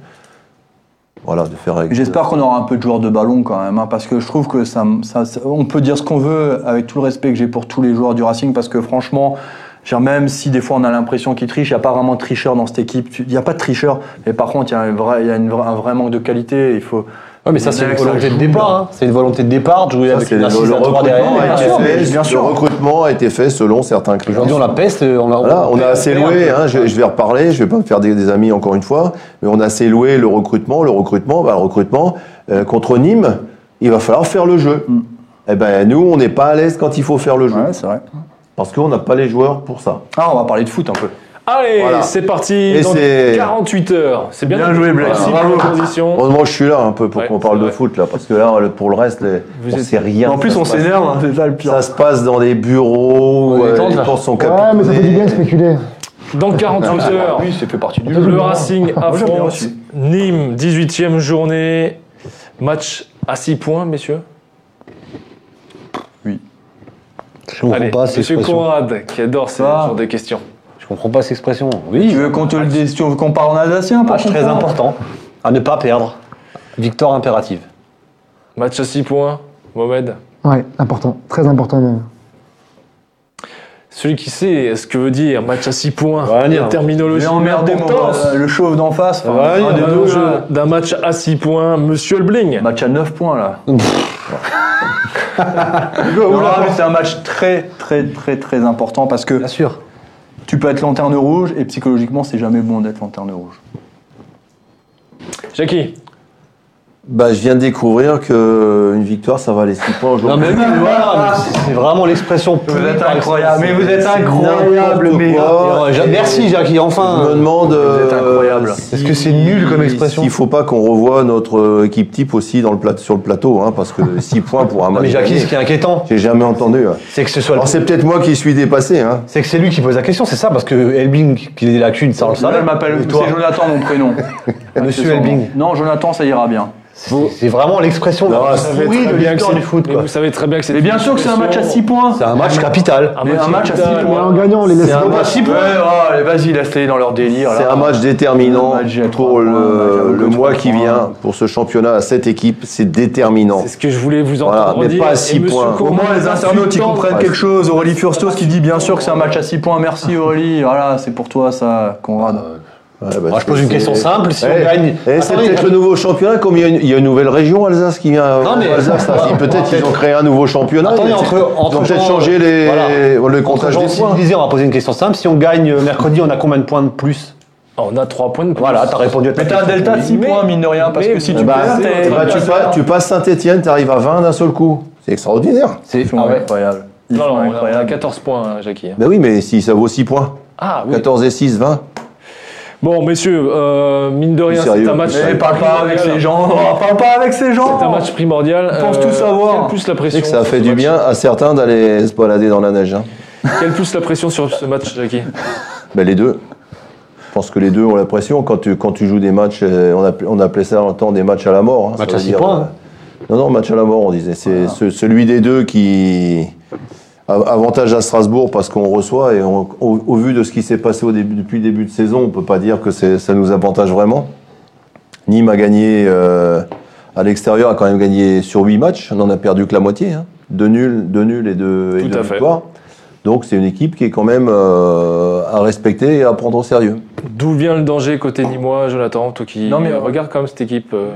[SPEAKER 5] voilà de faire. avec-
[SPEAKER 4] J'espère qu'on aura un peu de joueurs de ballon quand même, hein, parce que je trouve que ça, ça- ça- on peut dire ce qu'on veut avec tout le respect que j'ai pour tous les joueurs du Racing, parce que franchement, genre, même si des fois on a l'impression qu'ils trichent, il n'y a pas vraiment de tricheur dans cette équipe. Tu- Il n'y a pas de tricheur, mais par contre, il y a, un vrai, il y a une vraie- un vrai manque de qualité. Il faut.
[SPEAKER 2] Ouais, mais ça, c'est
[SPEAKER 4] Mais
[SPEAKER 2] une
[SPEAKER 4] ça
[SPEAKER 2] volonté de
[SPEAKER 4] joue,
[SPEAKER 2] départ.
[SPEAKER 4] là.
[SPEAKER 2] hein. C'est une volonté de départ de jouer
[SPEAKER 5] Ça,
[SPEAKER 2] avec
[SPEAKER 5] c'est
[SPEAKER 2] une
[SPEAKER 5] le,
[SPEAKER 2] assise
[SPEAKER 5] le
[SPEAKER 2] à 3
[SPEAKER 5] recrutement
[SPEAKER 2] derrière.
[SPEAKER 5] a
[SPEAKER 4] bien
[SPEAKER 5] été
[SPEAKER 4] sûr,
[SPEAKER 5] fait-
[SPEAKER 4] mais bien sûr.
[SPEAKER 5] le recrutement a été fait selon certains critères.
[SPEAKER 2] Aujourd'hui, on la peste. euh, Ah, On, la-
[SPEAKER 5] Voilà, on a
[SPEAKER 2] perd-
[SPEAKER 5] assez
[SPEAKER 2] perd un
[SPEAKER 5] loué,
[SPEAKER 2] peu.
[SPEAKER 5] hein, je, je vais reparler, je vais pas me faire des, des amis encore une fois, mais on a assez loué le recrutement, le recrutement, bah, le recrutement euh, contre Nîmes, il va falloir faire le jeu. Eh ben nous, on n'est pas à l'aise quand il faut faire le jeu,
[SPEAKER 4] Ouais, c'est vrai.
[SPEAKER 5] parce qu'on n'a pas les joueurs pour ça.
[SPEAKER 4] Ah, on va parler de foot un peu.
[SPEAKER 1] Allez,
[SPEAKER 5] Voilà.
[SPEAKER 1] c'est parti
[SPEAKER 5] Et
[SPEAKER 1] dans
[SPEAKER 5] c'est-
[SPEAKER 1] 48 heures. C'est bien,
[SPEAKER 4] Bien joué, Blaise.
[SPEAKER 1] Merci
[SPEAKER 4] Bravo. Oh.
[SPEAKER 1] pour les conditions.
[SPEAKER 5] Heureusement, je suis là un peu pour
[SPEAKER 1] Ouais,
[SPEAKER 5] qu'on parle
[SPEAKER 1] c'est
[SPEAKER 5] de
[SPEAKER 1] vrai.
[SPEAKER 5] foot là, parce que là, le- pour le reste, les-
[SPEAKER 1] Vous
[SPEAKER 5] on
[SPEAKER 1] êtes-
[SPEAKER 5] sait rien.
[SPEAKER 4] en plus,
[SPEAKER 5] Ça
[SPEAKER 4] on
[SPEAKER 5] se passe-
[SPEAKER 4] s'énerve, hein, c'est ça le pire.
[SPEAKER 5] Ça se passe dans des bureaux,
[SPEAKER 2] Ouais,
[SPEAKER 5] où, euh,
[SPEAKER 2] les gens,
[SPEAKER 5] les
[SPEAKER 2] là.
[SPEAKER 5] portes sont
[SPEAKER 3] Ouais, mais ça fait du bien de
[SPEAKER 5] capitonnées.
[SPEAKER 3] spéculer.
[SPEAKER 1] Dans 48 heures,
[SPEAKER 4] Ah, Oui, c'est fait partie du jeu.
[SPEAKER 1] le Racing
[SPEAKER 4] j'aime bien
[SPEAKER 1] affronte
[SPEAKER 4] aussi.
[SPEAKER 1] Nîmes, 18e journée. Match à 6 points, messieurs.
[SPEAKER 2] Je comprends
[SPEAKER 1] Allez,
[SPEAKER 2] pas cette
[SPEAKER 1] monsieur
[SPEAKER 2] expression.
[SPEAKER 1] Conrad, qui adore ce
[SPEAKER 4] Ah.
[SPEAKER 1] genre de questions.
[SPEAKER 2] Je comprends pas cette expression. Oui,
[SPEAKER 4] Tu veux qu'on te le dise, tu veux qu'on parle en alsacien hein pour
[SPEAKER 2] match très
[SPEAKER 4] comprendre
[SPEAKER 2] important à ne pas perdre. Victoire impérative.
[SPEAKER 1] Match à 6 points, Mohamed.
[SPEAKER 3] Ouais, important. Très important même.
[SPEAKER 1] Celui qui sait ce que veut dire match à 6 points,
[SPEAKER 2] Ouais,
[SPEAKER 1] la
[SPEAKER 2] non.
[SPEAKER 1] terminologie,
[SPEAKER 4] J'ai emmerdé mon
[SPEAKER 1] l'importance
[SPEAKER 4] euh, le chauve d'en face. enfin,
[SPEAKER 2] Ouais,
[SPEAKER 4] un
[SPEAKER 2] il
[SPEAKER 4] des
[SPEAKER 2] y en a
[SPEAKER 4] deux,
[SPEAKER 1] d'un
[SPEAKER 4] là.
[SPEAKER 1] jeu, d'un match à 6 points, monsieur le bling.
[SPEAKER 4] Match à 9 points là. (laughs) Non, mais c'est un match très très très très important parce que
[SPEAKER 2] Bien sûr.
[SPEAKER 4] tu peux être lanterne rouge et psychologiquement c'est jamais bon d'être lanterne rouge.
[SPEAKER 1] Jackie,
[SPEAKER 5] Bah, je viens de découvrir que euh, une victoire, ça va les 6 points aujourd'hui.
[SPEAKER 2] Non mais oui, mais voilà, mais c'est- c'est vraiment l'expression.
[SPEAKER 4] Vous
[SPEAKER 2] plus
[SPEAKER 4] êtes
[SPEAKER 2] par
[SPEAKER 4] incroyable, mais
[SPEAKER 2] excellence.
[SPEAKER 4] vous êtes
[SPEAKER 2] C'est
[SPEAKER 4] incroyable,
[SPEAKER 2] n'importe
[SPEAKER 4] mais-
[SPEAKER 2] quoi. Et, euh, Ja- Merci Jackie, enfin.
[SPEAKER 5] Je me demande.
[SPEAKER 4] Vous êtes incroyable.
[SPEAKER 2] euh, Est-ce que c'est nul comme expression
[SPEAKER 5] Il faut pas qu'on revoie notre euh, équipe type aussi dans le plat, sur le plateau, hein,
[SPEAKER 2] (laughs)
[SPEAKER 5] parce que 6 points pour un
[SPEAKER 2] Non
[SPEAKER 5] match.
[SPEAKER 2] mais Jackie,
[SPEAKER 5] gagné,
[SPEAKER 2] ce qui est inquiétant,
[SPEAKER 5] j'ai jamais entendu. hein.
[SPEAKER 2] c'est que ce soit le-
[SPEAKER 5] Alors c'est peut-être moi qui suis dépassé. Hein.
[SPEAKER 2] C'est que c'est lui qui pose la question, c'est ça, parce que Elbing, qu'il ait des lacunes, ça on le
[SPEAKER 4] Là,
[SPEAKER 2] savait.
[SPEAKER 4] je m'appelle
[SPEAKER 2] Ah, Et toi,
[SPEAKER 4] c'est Jonathan mon prénom.
[SPEAKER 2] (laughs) Monsieur
[SPEAKER 4] Accessoirement.
[SPEAKER 2] Elbing.
[SPEAKER 4] Non, Jonathan ça ira bien.
[SPEAKER 1] Vous-
[SPEAKER 2] C'est c'est vraiment l'expression
[SPEAKER 5] Non,
[SPEAKER 2] la
[SPEAKER 5] ça
[SPEAKER 1] savez
[SPEAKER 2] pourrie
[SPEAKER 1] très
[SPEAKER 2] de
[SPEAKER 1] bien
[SPEAKER 2] l'histoire
[SPEAKER 1] que
[SPEAKER 2] du
[SPEAKER 1] c'est-
[SPEAKER 2] foot.
[SPEAKER 1] mais
[SPEAKER 2] quoi.
[SPEAKER 1] vous savez très bien que c'est.
[SPEAKER 4] Mais bien sûr que c'est un match à 6 points.
[SPEAKER 2] C'est un match capital.
[SPEAKER 1] Ah,
[SPEAKER 4] Mais un match à six
[SPEAKER 1] capital.
[SPEAKER 3] Mais
[SPEAKER 4] points.
[SPEAKER 3] en gagnant, on les laisse
[SPEAKER 2] C'est un
[SPEAKER 3] gagner.
[SPEAKER 2] match si
[SPEAKER 4] Ouais, oh, allez, vas-y, laisse-les dans leur délire.
[SPEAKER 5] C'est
[SPEAKER 4] là.
[SPEAKER 5] un match déterminant
[SPEAKER 4] Un match à trois
[SPEAKER 5] pour
[SPEAKER 4] points, un match à
[SPEAKER 5] le, le
[SPEAKER 4] trois
[SPEAKER 5] mois qui
[SPEAKER 4] points.
[SPEAKER 5] vient, pour ce championnat à cette équipe. C'est déterminant.
[SPEAKER 1] C'est ce que je voulais vous
[SPEAKER 5] Voilà,
[SPEAKER 1] entendre
[SPEAKER 5] mais
[SPEAKER 1] dire.
[SPEAKER 5] pas à
[SPEAKER 1] Et
[SPEAKER 5] six
[SPEAKER 1] monsieur
[SPEAKER 5] points.
[SPEAKER 1] Cournon,
[SPEAKER 4] Au moins, les internautes, ils
[SPEAKER 1] insultant.
[SPEAKER 4] comprennent quelque chose. Aurélie Furstos qui dit bien sûr que c'est un match à 6 points. Merci, Aurélie. Voilà, c'est pour toi, ça,
[SPEAKER 1] Euh,
[SPEAKER 4] Conrad.
[SPEAKER 5] Ouais, bah,
[SPEAKER 2] Moi, je
[SPEAKER 5] c'est-
[SPEAKER 2] pose une
[SPEAKER 5] c'est-
[SPEAKER 2] question simple. Si
[SPEAKER 5] Eh,
[SPEAKER 2] on gagne.
[SPEAKER 5] eh, c'est
[SPEAKER 2] Attendez,
[SPEAKER 5] peut-être le nouveau championnat, comme il y a une, il y a une nouvelle région Alsace qui vient.
[SPEAKER 2] Non, mais-
[SPEAKER 5] euh, Alsace, là,
[SPEAKER 2] (laughs)
[SPEAKER 5] si peut-être ils ont créé un nouveau championnat.
[SPEAKER 2] Attendez,
[SPEAKER 5] ils-
[SPEAKER 2] entre-
[SPEAKER 5] ils
[SPEAKER 2] entre
[SPEAKER 5] ont peut-être
[SPEAKER 2] gens,
[SPEAKER 5] changé les,
[SPEAKER 2] voilà.
[SPEAKER 5] le comptage
[SPEAKER 2] Entre
[SPEAKER 5] des
[SPEAKER 2] gens
[SPEAKER 5] points.
[SPEAKER 2] civilisés, on va poser une question simple. Si on gagne euh, mercredi, on a combien de points de plus
[SPEAKER 1] On a 3 points de plus.
[SPEAKER 2] Voilà, t'as répondu à ta
[SPEAKER 4] Mais t'as un
[SPEAKER 2] question.
[SPEAKER 4] delta de 6
[SPEAKER 1] Mais-
[SPEAKER 4] points, mine de rien, parce
[SPEAKER 1] mais-
[SPEAKER 4] que si
[SPEAKER 1] Eh
[SPEAKER 4] tu
[SPEAKER 5] bah,
[SPEAKER 4] perds,
[SPEAKER 1] c'est-
[SPEAKER 4] t'es-
[SPEAKER 5] Eh
[SPEAKER 1] Eh
[SPEAKER 5] ben, tu,
[SPEAKER 1] bah,
[SPEAKER 5] passes, tu passes Saint-Etienne, tu arrives à 20 d'un seul coup. C'est extraordinaire.
[SPEAKER 2] C'est
[SPEAKER 4] Ils sont
[SPEAKER 2] ah ouais.
[SPEAKER 4] incroyables. Ils
[SPEAKER 1] Non,
[SPEAKER 4] sont
[SPEAKER 1] non, on a
[SPEAKER 4] incroyables.
[SPEAKER 1] 14 points, hein, Jackie.
[SPEAKER 5] Ben oui, mais si ça vaut 6 points.
[SPEAKER 1] Ah oui.
[SPEAKER 5] 14 et 6, 20.
[SPEAKER 1] Bon, messieurs, euh, mine de rien, c'est
[SPEAKER 5] Sérieux.
[SPEAKER 1] un match.
[SPEAKER 4] Mais parle pas avec ces gens. Oh, Parle pas avec ces gens.
[SPEAKER 1] C'est un match primordial. Euh,
[SPEAKER 4] Ils pensent tout savoir.
[SPEAKER 1] Quelle pousse la
[SPEAKER 5] Tu sais
[SPEAKER 1] pression
[SPEAKER 5] que ça
[SPEAKER 1] sur
[SPEAKER 5] fait
[SPEAKER 1] ce
[SPEAKER 5] du
[SPEAKER 1] match
[SPEAKER 5] bien à certains d'aller se balader dans la neige. hein.
[SPEAKER 1] (laughs) Quelle pousse la pression sur ce match, Jackie
[SPEAKER 5] Ben, les deux. Je pense que les deux ont la pression. Quand tu, quand tu joues des matchs, euh, on, appelait, on appelait ça en temps des matchs à la mort. hein.
[SPEAKER 2] Match
[SPEAKER 5] Ça
[SPEAKER 2] à
[SPEAKER 5] veut
[SPEAKER 2] six
[SPEAKER 5] dire,
[SPEAKER 2] points,
[SPEAKER 5] euh,
[SPEAKER 2] hein.
[SPEAKER 5] Non, non, match à la mort, on disait. C'est ce- celui des deux qui. a- Avantage à Strasbourg parce qu'on reçoit et on- au, au vu de ce qui s'est passé au début, depuis le début de saison, on peut pas dire que c'est- ça nous avantage vraiment. Nîmes a gagné euh, à l'extérieur, a quand même gagné sur 8 matchs. On en a perdu que la moitié. Hein. Deux nuls, deux nuls et deux, et
[SPEAKER 1] Tout
[SPEAKER 5] deux
[SPEAKER 1] à fait.
[SPEAKER 5] victoires. Donc c'est une équipe qui est quand même euh, à respecter et à prendre au sérieux.
[SPEAKER 1] D'où vient le danger côté Nîmois, Jonathan Toi qui
[SPEAKER 4] Non, mais-
[SPEAKER 1] regarde quand même cette équipe euh,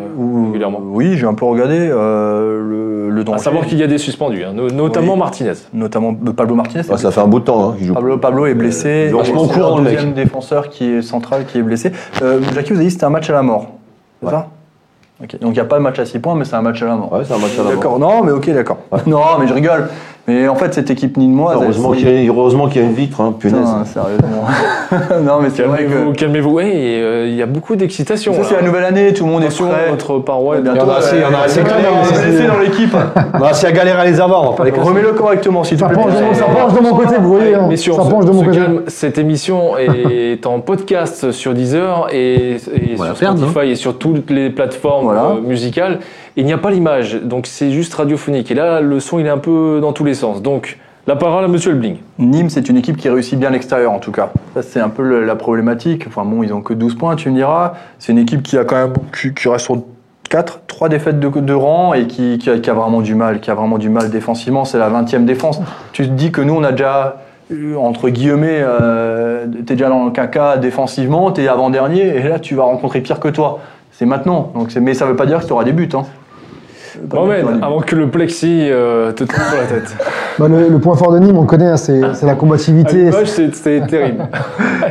[SPEAKER 1] régulièrement.
[SPEAKER 4] Oui, j'ai un peu regardé euh, le, le
[SPEAKER 1] À
[SPEAKER 4] danger.
[SPEAKER 1] savoir qu'il y a des suspendus, hein, no- notamment
[SPEAKER 4] Oui.
[SPEAKER 1] Martinez.
[SPEAKER 4] Notamment euh, Pablo Martinez.
[SPEAKER 5] Ah, ça fait un bout de temps hein, qu'ils jouent.
[SPEAKER 4] Pablo, Pablo est blessé.
[SPEAKER 5] Ils ont
[SPEAKER 4] Et
[SPEAKER 5] vachement
[SPEAKER 4] c'est
[SPEAKER 5] court,
[SPEAKER 4] leur
[SPEAKER 5] le mec.
[SPEAKER 4] deuxième défenseur qui est central qui est blessé. Euh, Jackie, vous avez dit que c'était un match à la mort. C'est ça Ok. Donc il n'y a pas de match à 6 points, mais c'est un match à la mort.
[SPEAKER 5] Ouais, c'est un match à la mort.
[SPEAKER 4] D'accord, non, mais ok, d'accord. (laughs) Non, mais je rigole. Mais en fait, cette équipe nîmoise. elle-
[SPEAKER 5] Heureusement qu'il y, a- heureusement qu'il y a une vitre, hein, punaise.
[SPEAKER 4] Ah, Putain, (laughs) sérieusement. (laughs) non, mais c'est vrai
[SPEAKER 1] Calmez-vous,
[SPEAKER 4] que.
[SPEAKER 1] calmez-vous. Ouais, et, euh, il y a beaucoup d'excitation.
[SPEAKER 4] Ça, c'est
[SPEAKER 1] là.
[SPEAKER 4] la nouvelle année, tout le monde est
[SPEAKER 1] Attention,
[SPEAKER 4] prêt.
[SPEAKER 1] notre paroi. est-
[SPEAKER 4] Bientôt,
[SPEAKER 2] Il y en a assez, il y en a
[SPEAKER 4] euh,
[SPEAKER 2] assez
[SPEAKER 4] il y en a
[SPEAKER 2] quand même,
[SPEAKER 4] un
[SPEAKER 2] c'est-
[SPEAKER 4] blessé dans l'équipe.
[SPEAKER 2] Bah, si à galère à les avoir, on va pas les classer.
[SPEAKER 4] Remets-le correctement, s'il te
[SPEAKER 3] Ça
[SPEAKER 4] plaît.
[SPEAKER 3] penche de mon- ça penche de mon côté, vous voyez. hein.
[SPEAKER 1] Messieurs, on
[SPEAKER 3] Ça
[SPEAKER 1] se-
[SPEAKER 3] penche de
[SPEAKER 1] on
[SPEAKER 3] mon
[SPEAKER 1] se
[SPEAKER 3] côté.
[SPEAKER 1] calme. Cette émission est en podcast sur Deezer et, et
[SPEAKER 2] va la
[SPEAKER 1] sur
[SPEAKER 2] perdre,
[SPEAKER 1] Spotify et sur toutes les plateformes
[SPEAKER 4] Voilà.
[SPEAKER 1] euh, musicales. Il n'y a pas l'image, donc c'est juste radiophonique. Et là, le son, il est un peu dans tous les sens. Donc, la parole à Monsieur le Bling.
[SPEAKER 4] Nîmes, c'est une équipe qui réussit bien l'extérieur en tout cas. Ça, c'est un peu le- la problématique. Enfin bon, ils ont que 12 points, tu me diras. C'est une équipe qui a quand même qui, qui reste sur 4, 3 défaites de, de rang et qui, qui a, qui a vraiment du mal, qui a vraiment du mal défensivement. C'est la 20e défense. Tu te dis que nous, on a déjà euh, entre guillemets, euh, t'es déjà dans le caca défensivement, t'es avant-dernier, et là tu vas rencontrer pire que toi. C'est maintenant, donc c'est- mais ça veut pas dire que tu auras des buts. Hein. Pas dire que t'auras des
[SPEAKER 1] Mohamed,
[SPEAKER 4] buts.
[SPEAKER 1] avant que le plexi euh, te tombe sur la tête.
[SPEAKER 3] Bah, le, le point fort de Nîmes, on connaît, hein, c'est c'est la
[SPEAKER 1] À
[SPEAKER 3] combativité.
[SPEAKER 1] l'image, c'est c'est terrible.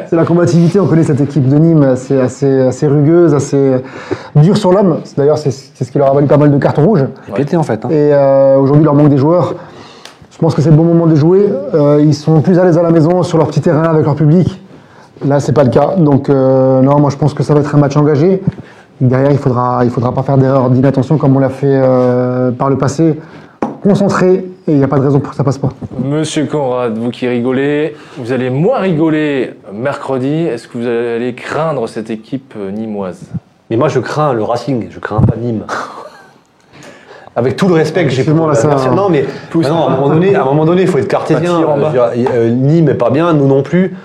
[SPEAKER 3] C'est la combativité, on connaît cette équipe de Nîmes, c'est assez, assez rugueuse, assez dure sur l'homme. C'est- D'ailleurs, c'est c'est ce qui leur a valu pas mal de cartons rouges.
[SPEAKER 2] Ils pétaient, en fait. hein.
[SPEAKER 3] Et euh, aujourd'hui, leur manque des joueurs. Je pense que c'est le bon moment de jouer. Euh, ils sont plus à l'aise à la maison, sur leur petit terrain, avec leur public. Là, c'est pas le cas. Donc, euh, non, moi, je pense que ça va être un match engagé. Derrière, il faudra, il faudra pas faire d'erreur, d'inattention comme on l'a fait euh, par le passé. Concentré, et il n'y a pas de raison pour que ça passe pas.
[SPEAKER 1] Monsieur Conrad, vous qui rigolez, vous allez moins rigoler mercredi. Est-ce que vous allez craindre cette équipe euh, nîmoise
[SPEAKER 2] Mais moi, je crains le Racing, je crains pas Nîmes. (laughs) Avec tout le respect que j'ai pour
[SPEAKER 3] Effectivement, là, ça-
[SPEAKER 2] Merci. Non, mais mais non, à, un moment donné, à un moment donné, il faut être cartésien.
[SPEAKER 4] Pas tiré en bas.
[SPEAKER 2] Je veux dire, euh, Nîmes est pas bien, nous non plus.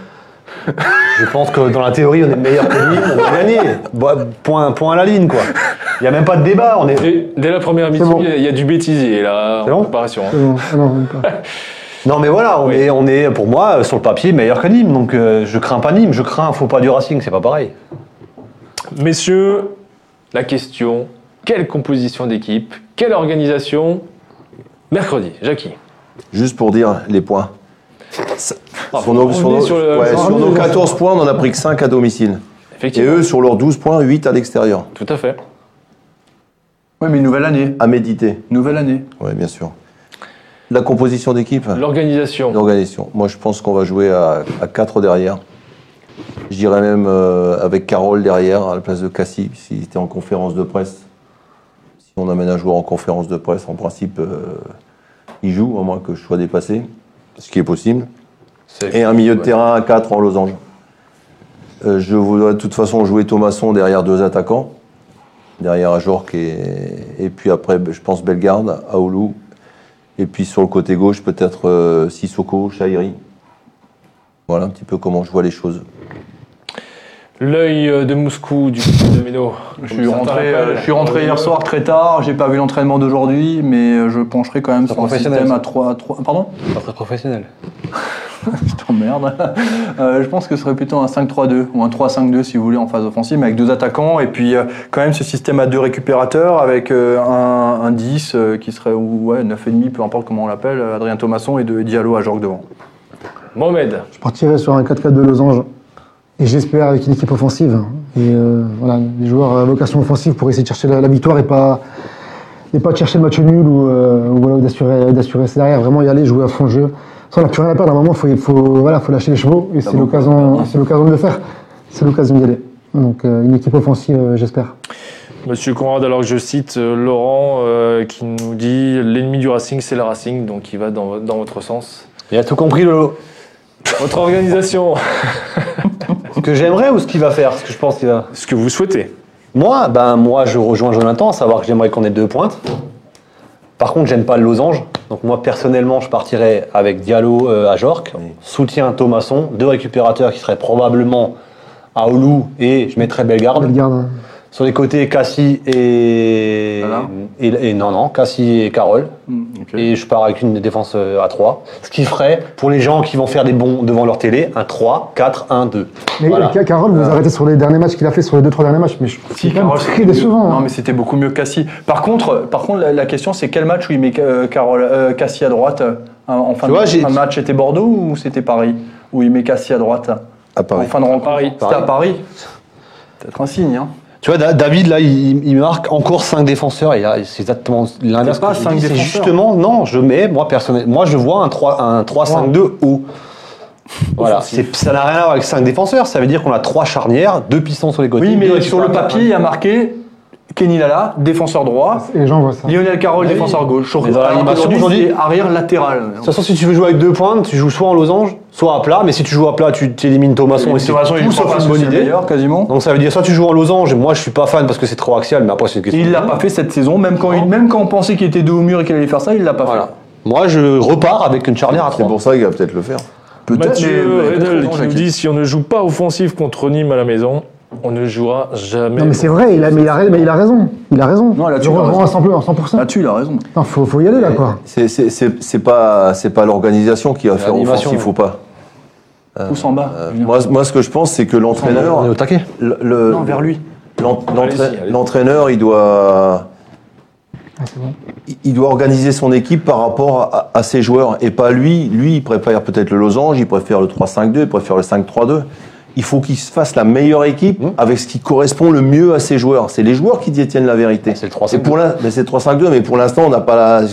[SPEAKER 2] Je pense que dans la théorie, on est meilleur que Nîmes, on va gagner. Bah, point, point à la ligne, quoi. Il n'y a même pas de débat. On est...
[SPEAKER 1] Dès, dès la première mi-temps,
[SPEAKER 3] bon.
[SPEAKER 1] il y a- il y a du bêtisier là, en
[SPEAKER 2] C'est bon
[SPEAKER 1] préparation. hein.
[SPEAKER 3] Euh, non, ah non, même pas.
[SPEAKER 2] Non, mais voilà, on,
[SPEAKER 1] Oui.
[SPEAKER 2] est, on est, pour moi, euh, sur le papier, meilleur que Nîmes. Donc, euh, je crains pas Nîmes, je crains, faut pas du Racing, c'est pas pareil.
[SPEAKER 1] Messieurs, la question quelle composition d'équipe Quelle organisation Mercredi, Jackie.
[SPEAKER 5] Juste pour dire les points. Sur
[SPEAKER 1] on
[SPEAKER 5] nos,
[SPEAKER 1] est
[SPEAKER 5] sur nos-
[SPEAKER 1] sur le-
[SPEAKER 5] ouais,
[SPEAKER 1] sur
[SPEAKER 5] sur
[SPEAKER 1] le-
[SPEAKER 5] nos 14 points, on en a pris que 5 à domicile. Et
[SPEAKER 1] Effectivement.
[SPEAKER 5] eux, sur leurs 12 points, 8 à l'extérieur.
[SPEAKER 1] Tout à fait.
[SPEAKER 4] Ouais, mais nouvelle année,
[SPEAKER 5] À méditer.
[SPEAKER 4] nouvelle année.
[SPEAKER 5] Oui, bien sûr. La composition d'équipe
[SPEAKER 1] L'organisation.
[SPEAKER 5] L'organisation. Moi, je pense qu'on va jouer à, à 4 derrière. Je dirais même euh, avec Carole derrière, à la place de Cassie, s'il était en conférence de presse. Si on amène un joueur en conférence de presse, en principe, euh, il joue, à moins que je sois dépassé, ce qui est possible. Et un milieu de terrain à 4 en losange. Euh, je voudrais de toute façon jouer Thomasson derrière deux attaquants. derrière Ajorc et, et puis après, je pense Bellegarde, Aoulou. Et puis sur le côté gauche, peut-être euh, Sissoko, Chahiri. Voilà un petit peu comment je vois les choses.
[SPEAKER 1] L'œil euh, de Moscou du côté de Mino.
[SPEAKER 4] Je suis, rentré, euh, je suis rentré hier soir très tard, j'ai pas vu l'entraînement d'aujourd'hui, mais euh, je pencherai quand même
[SPEAKER 2] C'est
[SPEAKER 4] sur un
[SPEAKER 2] professionnel,
[SPEAKER 4] système
[SPEAKER 2] ça.
[SPEAKER 4] à 3, Pardon
[SPEAKER 2] Pas très
[SPEAKER 4] (laughs)
[SPEAKER 2] professionnel.
[SPEAKER 4] Je t'emmerde. Euh, je pense que ce serait plutôt un 5-3-2 ou un 3-5-2 si vous voulez en phase offensive, mais avec deux attaquants et puis euh, quand même ce système à deux récupérateurs avec euh, un, un 10 euh, qui serait ou ouais, 9,5, peu importe comment on l'appelle, euh, Adrien Thomasson et de Diallo à Jorg devant.
[SPEAKER 1] Mohamed,
[SPEAKER 3] Je partirai sur un 4-4 de losange. Et j'espère avec une équipe offensive. Et euh, voilà, des joueurs à vocation offensive pour essayer de chercher la, la victoire et pas, et pas de chercher le match nul ou, euh, ou voilà, ou d'assurer d'assurer ses derrière. Vraiment y aller, jouer à fond le jeu. Ça, on n'a plus rien à perdre. À un moment, il faut, voilà, faut lâcher les chevaux. Et c'est
[SPEAKER 4] bon,
[SPEAKER 3] l'occasion c'est l'occasion de le faire. C'est l'occasion d'y aller. Donc euh, une équipe offensive, euh, j'espère.
[SPEAKER 1] Monsieur Conrad, alors que je cite euh, Laurent euh, qui nous dit l'ennemi du Racing, c'est le Racing, donc il va dans, vo- dans votre sens.
[SPEAKER 2] Il a tout compris, Lolo.
[SPEAKER 1] Votre organisation,
[SPEAKER 2] Ce que j'aimerais ou ce qu'il va faire Ce que je pense qu'il va.
[SPEAKER 1] ce que vous souhaitez.
[SPEAKER 2] Moi, ben moi, je rejoins Jonathan, à savoir que j'aimerais qu'on ait deux pointes. Par contre, j'aime pas le losange. Donc moi, personnellement, je partirais avec Diallo euh, à Jork, soutien Thomasson, deux récupérateurs qui seraient probablement Aoulou et je mettrais Bellegarde.
[SPEAKER 3] Bellegarde, hein.
[SPEAKER 2] Sur les côtés, Cassie et...
[SPEAKER 4] Alain.
[SPEAKER 2] et- et- non, non, Cassie et Carole. Et je pars avec une défense euh, à 3. Ce qui ferait, pour les gens qui vont faire des bons devant leur télé, un 3, 4, 1, 2.
[SPEAKER 3] Mais
[SPEAKER 2] Voilà.
[SPEAKER 3] Ca- Carole, vous vous arrêtez sur les derniers matchs qu'il a fait, sur les deux trois derniers matchs. Mais je suis quand même
[SPEAKER 4] Euh. Carole,
[SPEAKER 3] très
[SPEAKER 4] c'était mieux.
[SPEAKER 3] décevant.
[SPEAKER 4] Non,
[SPEAKER 3] hein.
[SPEAKER 4] mais c'était beaucoup mieux Cassie. Par contre, par contre la, la question c'est quel match où il met euh, Carole, euh, Cassie à droite euh, en fin
[SPEAKER 2] Tu vois,
[SPEAKER 4] de
[SPEAKER 2] j'ai-
[SPEAKER 4] un match C'était Bordeaux ou c'était Paris Où il met Cassie à droite
[SPEAKER 5] À
[SPEAKER 4] en
[SPEAKER 5] Paris.
[SPEAKER 4] fin de rencontre
[SPEAKER 1] Paris.
[SPEAKER 4] C'était à Paris Peut-être un signe, hein
[SPEAKER 2] Tu vois, Da- David, là, il, il marque encore 5 défenseurs. Et là, c'est exactement l'inverse.
[SPEAKER 4] C'est pas
[SPEAKER 2] que j'ai
[SPEAKER 4] cinq
[SPEAKER 2] dit. C'est
[SPEAKER 4] défenseurs.
[SPEAKER 2] justement, non, je mets, moi, personnellement, moi, je vois un 3, un 3 5, 2
[SPEAKER 4] (laughs)
[SPEAKER 2] haut. Voilà, c'est- ça n'a rien à voir avec 5 défenseurs. Ça veut dire qu'on a 3 charnières, 2 pistons sur les côtés.
[SPEAKER 4] Oui, mais
[SPEAKER 2] deux
[SPEAKER 4] sur le papier, il y a marqué Kenny Lala, défenseur droit.
[SPEAKER 3] Et les gens voient ça.
[SPEAKER 4] Lionel Carroll, défenseur gauche.
[SPEAKER 2] Ah Mais dans l'animation, aujourd'hui-
[SPEAKER 4] aujourd'hui, c'est arrière latéral.
[SPEAKER 2] De toute façon, si tu veux jouer avec deux pointes, tu joues soit en losange, soit à plat. Mais si tu joues à plat, tu élimines Thomasson et c'est tout sauf une bonne idée.
[SPEAKER 4] D'ailleurs, quasiment.
[SPEAKER 2] Donc ça veut dire soit tu joues en losange, et moi je suis pas fan parce que c'est trop axial, mais après c'est une question.
[SPEAKER 4] Il
[SPEAKER 2] de
[SPEAKER 4] l'a
[SPEAKER 2] goût.
[SPEAKER 4] pas fait cette saison, même quand, il- même quand on pensait qu'il était dos au mur et qu'il allait faire ça, il l'a pas
[SPEAKER 2] Voilà. Moi je repars avec une charnière à
[SPEAKER 5] C'est
[SPEAKER 2] 3.
[SPEAKER 5] pour ça qu'il va peut-être le faire.
[SPEAKER 4] fait. Peut-être,
[SPEAKER 1] Mathieu
[SPEAKER 4] mais- mais-
[SPEAKER 1] Redel
[SPEAKER 4] peut-être
[SPEAKER 1] qui
[SPEAKER 4] raison,
[SPEAKER 1] nous
[SPEAKER 4] Jackie.
[SPEAKER 1] dit si on ne joue pas offensif contre Nîmes à la maison, on ne jouera jamais.
[SPEAKER 3] Non mais c'est vrai, il a, mais, il a, mais il a raison. Il a raison.
[SPEAKER 4] Non, là, tu
[SPEAKER 3] Je
[SPEAKER 4] as
[SPEAKER 3] rejoins à
[SPEAKER 4] raison.
[SPEAKER 3] 100%. 100%.
[SPEAKER 4] Là-dessus, il a raison.
[SPEAKER 3] Putain, faut, faut y aller là quoi.
[SPEAKER 5] C'est- C'est c'est- c'est pas, c'est pas l'organisation qui va faire
[SPEAKER 2] L'animation,
[SPEAKER 5] offensif
[SPEAKER 2] ouais.
[SPEAKER 5] ou pas.
[SPEAKER 4] Pousse en bas.
[SPEAKER 5] Euh, moi, moi, ce que je pense, c'est que l'entraîneur.
[SPEAKER 2] On est au taquet.
[SPEAKER 5] le- le-
[SPEAKER 4] Non, vers lui.
[SPEAKER 5] l'en-
[SPEAKER 1] Allez-y,
[SPEAKER 5] l'entra-
[SPEAKER 1] allez-y.
[SPEAKER 5] L'entraîneur, il doit.
[SPEAKER 3] Ah, c'est bon.
[SPEAKER 5] il- Il doit organiser son équipe par rapport à, à ses joueurs et pas lui. Lui, il préfère peut-être le losange, il préfère le 3-5-2, il préfère le 5-3-2. Il faut qu'il se fasse la meilleure équipe
[SPEAKER 2] Mmh.
[SPEAKER 5] avec ce qui correspond le mieux à ses joueurs. C'est les joueurs qui détiennent la vérité.
[SPEAKER 2] Ah, C'est le 3-5-2.
[SPEAKER 5] Et pour l'in- ben, c'est le 3-5-2, mais pour l'instant, on n'a pas la-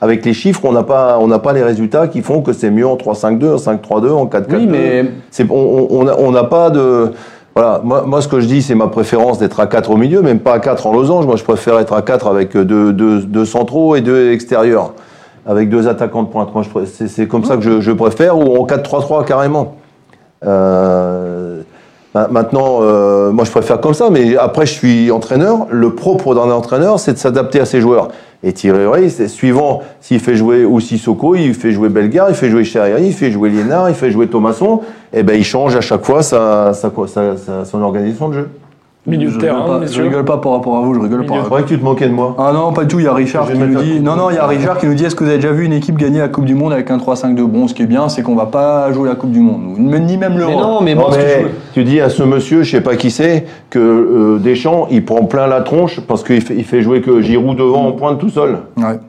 [SPEAKER 5] avec les chiffres, on n'a pas, on n'a pas les résultats qui font que c'est mieux en 3-5-2, en 5-3-2, en 4-4-2.
[SPEAKER 4] euh,
[SPEAKER 2] Oui, mais-
[SPEAKER 5] C'est- on- on on n'a on n'a pas de. Voilà, moi, moi, ce que je dis, c'est ma préférence d'être à 4 au milieu, même pas à 4 en losange. Moi, je préfère être à 4 avec deux, deux, deux centraux et deux extérieurs, avec deux attaquants de pointe. Moi, je pré- c'est c'est comme ça que je, je préfère, ou en 4-3-3 carrément. Euh, ma- maintenant, euh, moi, je préfère comme ça, mais après, je suis entraîneur. Le propre d'un entraîneur, c'est de s'adapter à ses joueurs. Et Thierry Henry, c'est suivant s'il fait jouer ou Sissoko, il fait jouer Bellegarde, il fait jouer Charrieri, il fait jouer Liénard, il fait jouer Thomasson. Et ben, il change à chaque fois sa, sa- sa- sa- son organisation de jeu.
[SPEAKER 1] Milieu de
[SPEAKER 4] Je
[SPEAKER 1] terrain,
[SPEAKER 4] rigole pas- Je
[SPEAKER 1] messieurs.
[SPEAKER 4] rigole pas par rapport à vous, je rigole
[SPEAKER 5] Je
[SPEAKER 4] par
[SPEAKER 5] croyais que tu te moquais de moi.
[SPEAKER 4] Ah non, pas du tout. Il y a Richard
[SPEAKER 5] Je
[SPEAKER 4] qui
[SPEAKER 5] vais
[SPEAKER 4] nous
[SPEAKER 5] mettre un
[SPEAKER 4] dit.
[SPEAKER 5] coup.
[SPEAKER 4] Non, non, il y a Richard qui nous dit est-ce que vous avez déjà vu une équipe gagner la Coupe du Monde avec un 3-5 de bronze Ce qui est bien, c'est qu'on va pas jouer la Coupe du Monde, nous. Mais ni même l'Euro.
[SPEAKER 2] Mais non, mais
[SPEAKER 5] Non,
[SPEAKER 2] moi ce que
[SPEAKER 5] mais
[SPEAKER 2] je veux-
[SPEAKER 5] tu dis à ce monsieur, je sais pas qui c'est, que euh, Deschamps, il prend plein la tronche parce qu'il fait, il fait jouer que Giroud devant en pointe tout seul.
[SPEAKER 4] Ouais.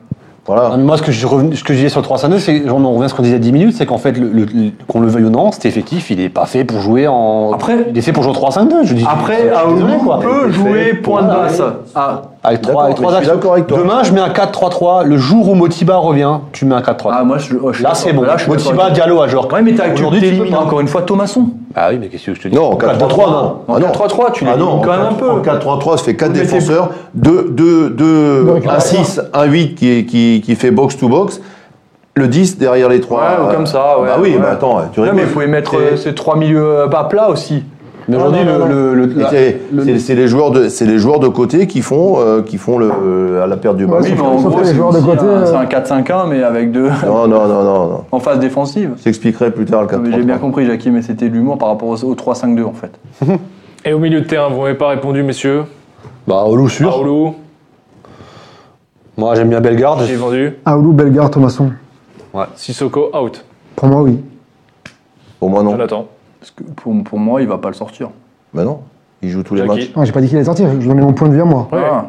[SPEAKER 5] Voilà.
[SPEAKER 2] Ah, mais Moi, ce que je, revenu- ce que je disais sur le 3 2 c'est, genre, on revient à ce qu'on disait il y a 10 minutes, c'est qu'en fait, le- le- le- qu'on le veuille ou non, cet effectif, il est pas fait pour jouer en.
[SPEAKER 4] Après-
[SPEAKER 2] il est fait pour jouer en 3-5-2. Je dis. je
[SPEAKER 4] Après,
[SPEAKER 2] suis
[SPEAKER 4] à
[SPEAKER 2] désolé,
[SPEAKER 4] on
[SPEAKER 2] quoi.
[SPEAKER 4] peut jouer point de
[SPEAKER 2] Voilà,
[SPEAKER 4] basse.
[SPEAKER 2] allez.
[SPEAKER 4] Ah,
[SPEAKER 2] Avec
[SPEAKER 5] D'accord,
[SPEAKER 2] 3, avec
[SPEAKER 5] mais je
[SPEAKER 2] trois
[SPEAKER 5] suis
[SPEAKER 2] actions.
[SPEAKER 5] d'accord avec toi.
[SPEAKER 2] Demain, je mets un 4-3-3. Le jour où Motiba revient, tu mets un 4-3-3.
[SPEAKER 4] ah, moi, je, oh, je suis
[SPEAKER 2] Là,
[SPEAKER 4] d'accord.
[SPEAKER 2] c'est bon.
[SPEAKER 4] Là, je suis
[SPEAKER 2] Motiba,
[SPEAKER 4] d'accord.
[SPEAKER 2] Diallo à Jork.
[SPEAKER 4] Ouais, mais t'as- tu
[SPEAKER 2] aujourd'hui, tu peux
[SPEAKER 4] t'élimines
[SPEAKER 2] pas.
[SPEAKER 4] encore une fois Thomasson.
[SPEAKER 2] Ah oui, mais qu'est-ce que je te dis
[SPEAKER 5] Non, en 4-3-3, non.
[SPEAKER 4] En
[SPEAKER 5] Ah non.
[SPEAKER 4] 4-3-3, tu
[SPEAKER 5] Ah
[SPEAKER 4] l'élimines
[SPEAKER 5] non,
[SPEAKER 4] quand même un peu.
[SPEAKER 5] en 4-3-3, ça fait 4
[SPEAKER 4] Vous mettez-
[SPEAKER 5] défenseurs, 2, 2, 2, un 6, un 8 qui, qui, qui fait box-to-box, le 10 derrière les 3.
[SPEAKER 4] Ouais, ou comme ça, ouais.
[SPEAKER 5] Bah oui,
[SPEAKER 4] ouais.
[SPEAKER 5] bah attends, tu
[SPEAKER 4] Non,
[SPEAKER 5] rigoles.
[SPEAKER 4] euh, mais il faut y mettre euh, ces trois milieux euh, à plat aussi. Mais
[SPEAKER 5] Ah,
[SPEAKER 4] aujourd'hui,
[SPEAKER 5] non,
[SPEAKER 4] le-
[SPEAKER 5] non,
[SPEAKER 4] le- le-
[SPEAKER 5] Et
[SPEAKER 4] la-
[SPEAKER 5] t'es-
[SPEAKER 4] le-
[SPEAKER 5] C'est c'est les joueurs de c'est les joueurs de côté qui font euh, qui font le euh, à la perte du
[SPEAKER 3] Ouais,
[SPEAKER 5] ballon.
[SPEAKER 4] Oui, mais
[SPEAKER 3] Sauf
[SPEAKER 4] en
[SPEAKER 3] que
[SPEAKER 4] gros,
[SPEAKER 3] les
[SPEAKER 4] c'est
[SPEAKER 3] joueurs de
[SPEAKER 4] aussi
[SPEAKER 3] côté,
[SPEAKER 4] un-
[SPEAKER 3] euh,
[SPEAKER 4] c'est un 4-5-1, mais avec deux (laughs)
[SPEAKER 5] Non non non non non.
[SPEAKER 4] en phase défensive.
[SPEAKER 5] Je t'expliquerai plus tard le
[SPEAKER 4] Non,
[SPEAKER 5] 4
[SPEAKER 4] mais J'ai bien compris, Jackie, mais c'était de l'humour par rapport au au 3-5-2, en fait.
[SPEAKER 1] Et au milieu de terrain, vous m'avez pas répondu, messieurs.
[SPEAKER 2] Bah, Olu sûr.
[SPEAKER 1] Paolo,
[SPEAKER 2] Moi, j'aime bien Bellegarde.
[SPEAKER 1] j'ai vendu.
[SPEAKER 3] Aoulou, Bellegarde, Thomasson.
[SPEAKER 1] Sissoko, out.
[SPEAKER 3] Pour moi, oui.
[SPEAKER 5] Pour moi non.
[SPEAKER 1] Jonathan.
[SPEAKER 4] Parce que pour, pour moi, il va pas le sortir.
[SPEAKER 5] Bah non. Ils jouent tous les
[SPEAKER 1] Jackie.
[SPEAKER 5] matchs.
[SPEAKER 3] Ah, j'ai pas dit qu'il allait sortir, je donnais mon point de vue à moi.
[SPEAKER 1] Ouais.
[SPEAKER 4] Ah.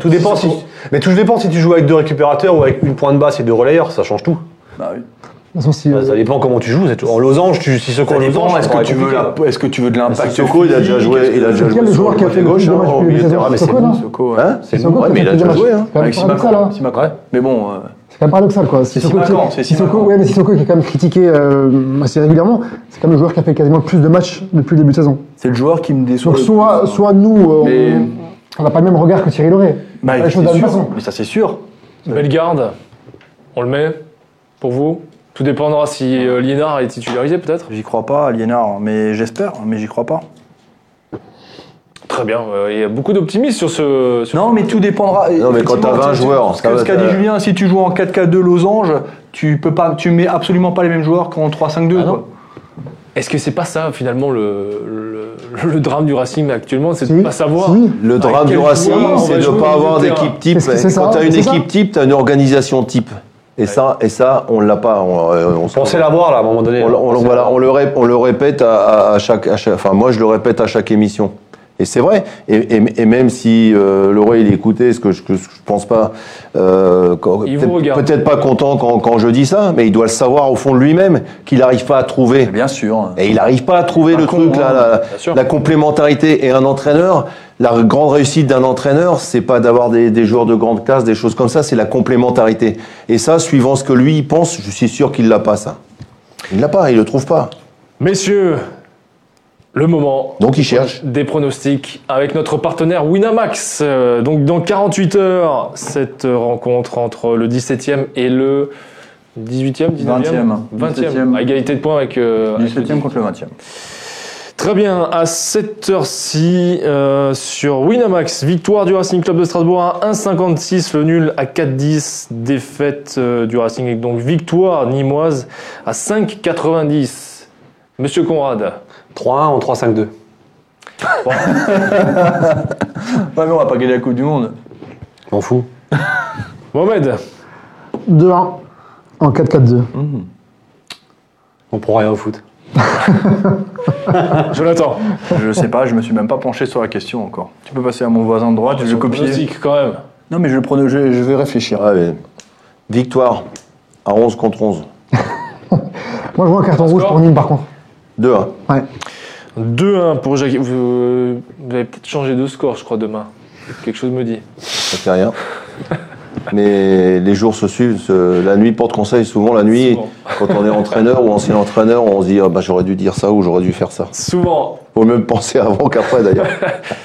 [SPEAKER 2] Tout dépend si. Mais tout dépend si tu joues avec deux récupérateurs ou avec une pointe basse et deux relayeurs, ça change tout.
[SPEAKER 4] Bah oui.
[SPEAKER 3] De toute façon, si. euh,
[SPEAKER 2] Bah, Ça dépend comment tu joues, c'est tout. En losange, tu, si ce qu'on losange,
[SPEAKER 4] Est-ce
[SPEAKER 2] ça
[SPEAKER 4] que,
[SPEAKER 2] paraît
[SPEAKER 4] tu veux
[SPEAKER 2] compliqué.
[SPEAKER 4] la- est-ce que tu veux de l'impact
[SPEAKER 5] Sissoko, il a déjà
[SPEAKER 4] physique
[SPEAKER 5] joué,
[SPEAKER 4] Est-ce
[SPEAKER 5] il a
[SPEAKER 4] que-
[SPEAKER 5] déjà
[SPEAKER 3] c'est
[SPEAKER 5] joué.
[SPEAKER 3] qui le
[SPEAKER 5] sur
[SPEAKER 3] joueur qui a
[SPEAKER 5] côté
[SPEAKER 3] fait le plus
[SPEAKER 5] gauche,
[SPEAKER 3] de
[SPEAKER 5] hein,
[SPEAKER 3] matchs
[SPEAKER 5] au
[SPEAKER 3] que les
[SPEAKER 5] milieu de
[SPEAKER 3] Azores
[SPEAKER 5] terrain, mais c'est
[SPEAKER 3] Sissoko, là
[SPEAKER 5] bon.
[SPEAKER 4] Sissoko, ouais.
[SPEAKER 5] Hein
[SPEAKER 3] C'est
[SPEAKER 5] C'est
[SPEAKER 3] Sissoko
[SPEAKER 5] bon. Ouais,
[SPEAKER 3] qui a
[SPEAKER 5] mais il
[SPEAKER 3] fait
[SPEAKER 5] a
[SPEAKER 3] le
[SPEAKER 5] déjà
[SPEAKER 3] match.
[SPEAKER 5] joué. hein.
[SPEAKER 3] C'est quand même
[SPEAKER 4] Avec
[SPEAKER 3] paradoxal,
[SPEAKER 4] Simakan,
[SPEAKER 3] hein.
[SPEAKER 4] Simakan.
[SPEAKER 5] Ouais.
[SPEAKER 4] Mais bon, euh,
[SPEAKER 3] C'est quand même paradoxal, quoi.
[SPEAKER 4] C'est
[SPEAKER 3] Sissoko,
[SPEAKER 4] Simakan,
[SPEAKER 3] qui-
[SPEAKER 4] c'est
[SPEAKER 3] Sissoko,
[SPEAKER 4] Simakan.
[SPEAKER 3] ouais, mais Sissoko qui est quand même critiqué euh, assez régulièrement, c'est quand même le joueur qui a fait quasiment le plus de matchs depuis le début de saison.
[SPEAKER 4] c'est le joueur qui me déçoit.
[SPEAKER 3] Donc
[SPEAKER 4] le
[SPEAKER 3] soit,
[SPEAKER 4] plus.
[SPEAKER 3] soit nous, euh,
[SPEAKER 4] Mais-
[SPEAKER 3] on n'a pas le même regard que Thierry Loret.
[SPEAKER 4] Bah,
[SPEAKER 3] les
[SPEAKER 4] c'est
[SPEAKER 3] choses de la même
[SPEAKER 4] sûr.
[SPEAKER 3] façon.
[SPEAKER 4] Mais ça, c'est sûr.
[SPEAKER 1] Bellegarde, on le met pour vous. Tout dépendra si euh, Liénard est titularisé peut-être.
[SPEAKER 4] J'y crois pas, Aliénard, mais j'espère, mais j'y crois pas.
[SPEAKER 1] Très bien, euh, il y a beaucoup d'optimisme sur ce... sur-
[SPEAKER 4] Non, mais tout dépendra.
[SPEAKER 5] Non, mais quand t'as 20
[SPEAKER 4] Effectivement,
[SPEAKER 5] joueurs,
[SPEAKER 4] ce
[SPEAKER 5] ça
[SPEAKER 4] que-
[SPEAKER 5] va,
[SPEAKER 4] ce qu'a
[SPEAKER 5] ça-
[SPEAKER 4] dit Julien, si tu joues en 4K2 losange, tu peux pas, tu mets absolument pas les mêmes joueurs qu'en 3-5-2.
[SPEAKER 1] Ah non.
[SPEAKER 4] quoi.
[SPEAKER 1] Est-ce que c'est pas ça finalement le, le, le drame du Racing actuellement C'est de
[SPEAKER 3] Si,
[SPEAKER 1] pas savoir.
[SPEAKER 3] si.
[SPEAKER 5] Le drame
[SPEAKER 1] Bah, quel
[SPEAKER 5] du Racing,
[SPEAKER 1] joueur on
[SPEAKER 5] c'est
[SPEAKER 1] va
[SPEAKER 5] de
[SPEAKER 1] jouer
[SPEAKER 5] ne
[SPEAKER 1] au
[SPEAKER 5] pas
[SPEAKER 1] milieu
[SPEAKER 5] avoir
[SPEAKER 1] de terrain
[SPEAKER 5] d'équipe type.
[SPEAKER 3] Parce que c'est
[SPEAKER 5] Quand
[SPEAKER 3] ça,
[SPEAKER 5] t'as une
[SPEAKER 3] c'est ça.
[SPEAKER 5] équipe type, t'as une organisation type. Et ça, et ça, on l'a pas. On, euh, on se-
[SPEAKER 2] Pensez l'avoir là à un moment donné.
[SPEAKER 5] on, le- on le- voilà, on le, rép- on le répète à, à- à chaque, à chaque- Enfin, moi, je le répète à chaque émission. Et c'est vrai. Et, et- et même si euh, Leroy, il écoutait, ce que je, que je pense pas, euh, quand-
[SPEAKER 1] Il vous
[SPEAKER 5] peut-être
[SPEAKER 1] regarde.
[SPEAKER 5] peut-être pas content quand, quand je dis ça, mais il doit le savoir au fond de lui-même qu'il n'arrive pas à trouver.
[SPEAKER 4] Mais Bien sûr.
[SPEAKER 5] Et il n'arrive pas à trouver
[SPEAKER 4] Un
[SPEAKER 5] le
[SPEAKER 4] con,
[SPEAKER 5] truc,
[SPEAKER 4] hein,
[SPEAKER 5] là, la-
[SPEAKER 1] bien
[SPEAKER 5] la,
[SPEAKER 1] sûr.
[SPEAKER 5] complémentarité et un entraîneur. La grande réussite d'un entraîneur, c'est pas d'avoir des, des joueurs de grande classe, des choses comme ça, c'est la complémentarité. Et ça, suivant ce que lui il pense, je suis sûr qu'il l'a pas, ça. Il l'a pas, il le trouve pas.
[SPEAKER 1] Messieurs, le moment
[SPEAKER 5] Donc il cherche.
[SPEAKER 1] des pronostics avec notre partenaire Winamax. Euh, donc dans 48 heures, cette rencontre entre le 17e et le 18e, 19e
[SPEAKER 4] 20e.
[SPEAKER 1] 20e, à égalité de points avec, euh, avec le
[SPEAKER 4] 17 e contre le 20 e
[SPEAKER 1] Très bien, à 7 h ci sur Winamax, victoire du Racing Club de Strasbourg à 1,56, le nul à 4,10, défaite euh, du Racing et donc victoire nimoise à 5,90. Monsieur Conrad,
[SPEAKER 2] 3-1 en 3-5-2.
[SPEAKER 4] Ouais, mais on va pas gagner la Coupe du Monde.
[SPEAKER 2] M'en fous.
[SPEAKER 1] Mohamed,
[SPEAKER 3] 2-1 en 4-4-2.
[SPEAKER 2] On prend rien au foot.
[SPEAKER 1] Jonathan,
[SPEAKER 4] Je sais pas, je me suis même pas penché sur la question encore. Tu peux passer à mon voisin de droite, je vais Ah, le copier.
[SPEAKER 1] pronostic quand même.
[SPEAKER 4] Non, mais je, le prono- je, je vais réfléchir.
[SPEAKER 5] Ah Ouais, mais- Victoire à 11 contre 11.
[SPEAKER 3] Moi, je vois un carton rouge
[SPEAKER 1] Score
[SPEAKER 3] pour Nîmes, par contre.
[SPEAKER 5] 2-1.
[SPEAKER 3] Ouais.
[SPEAKER 1] 2-1 pour Jacques. Vous, euh, vous avez peut-être changé de score, je crois, demain. Quelque chose me dit.
[SPEAKER 5] Ça
[SPEAKER 1] (laughs)
[SPEAKER 5] fait rien. Mais les jours se suivent. se- La nuit porte conseil. Souvent, la nuit,
[SPEAKER 1] Souvent.
[SPEAKER 5] quand on est entraîneur ou ancien entraîneur, on se dit Ah, bah, j'aurais dû dire ça ou j'aurais dû faire ça.
[SPEAKER 1] Souvent,
[SPEAKER 5] Faut mieux penser avant qu'après, d'ailleurs.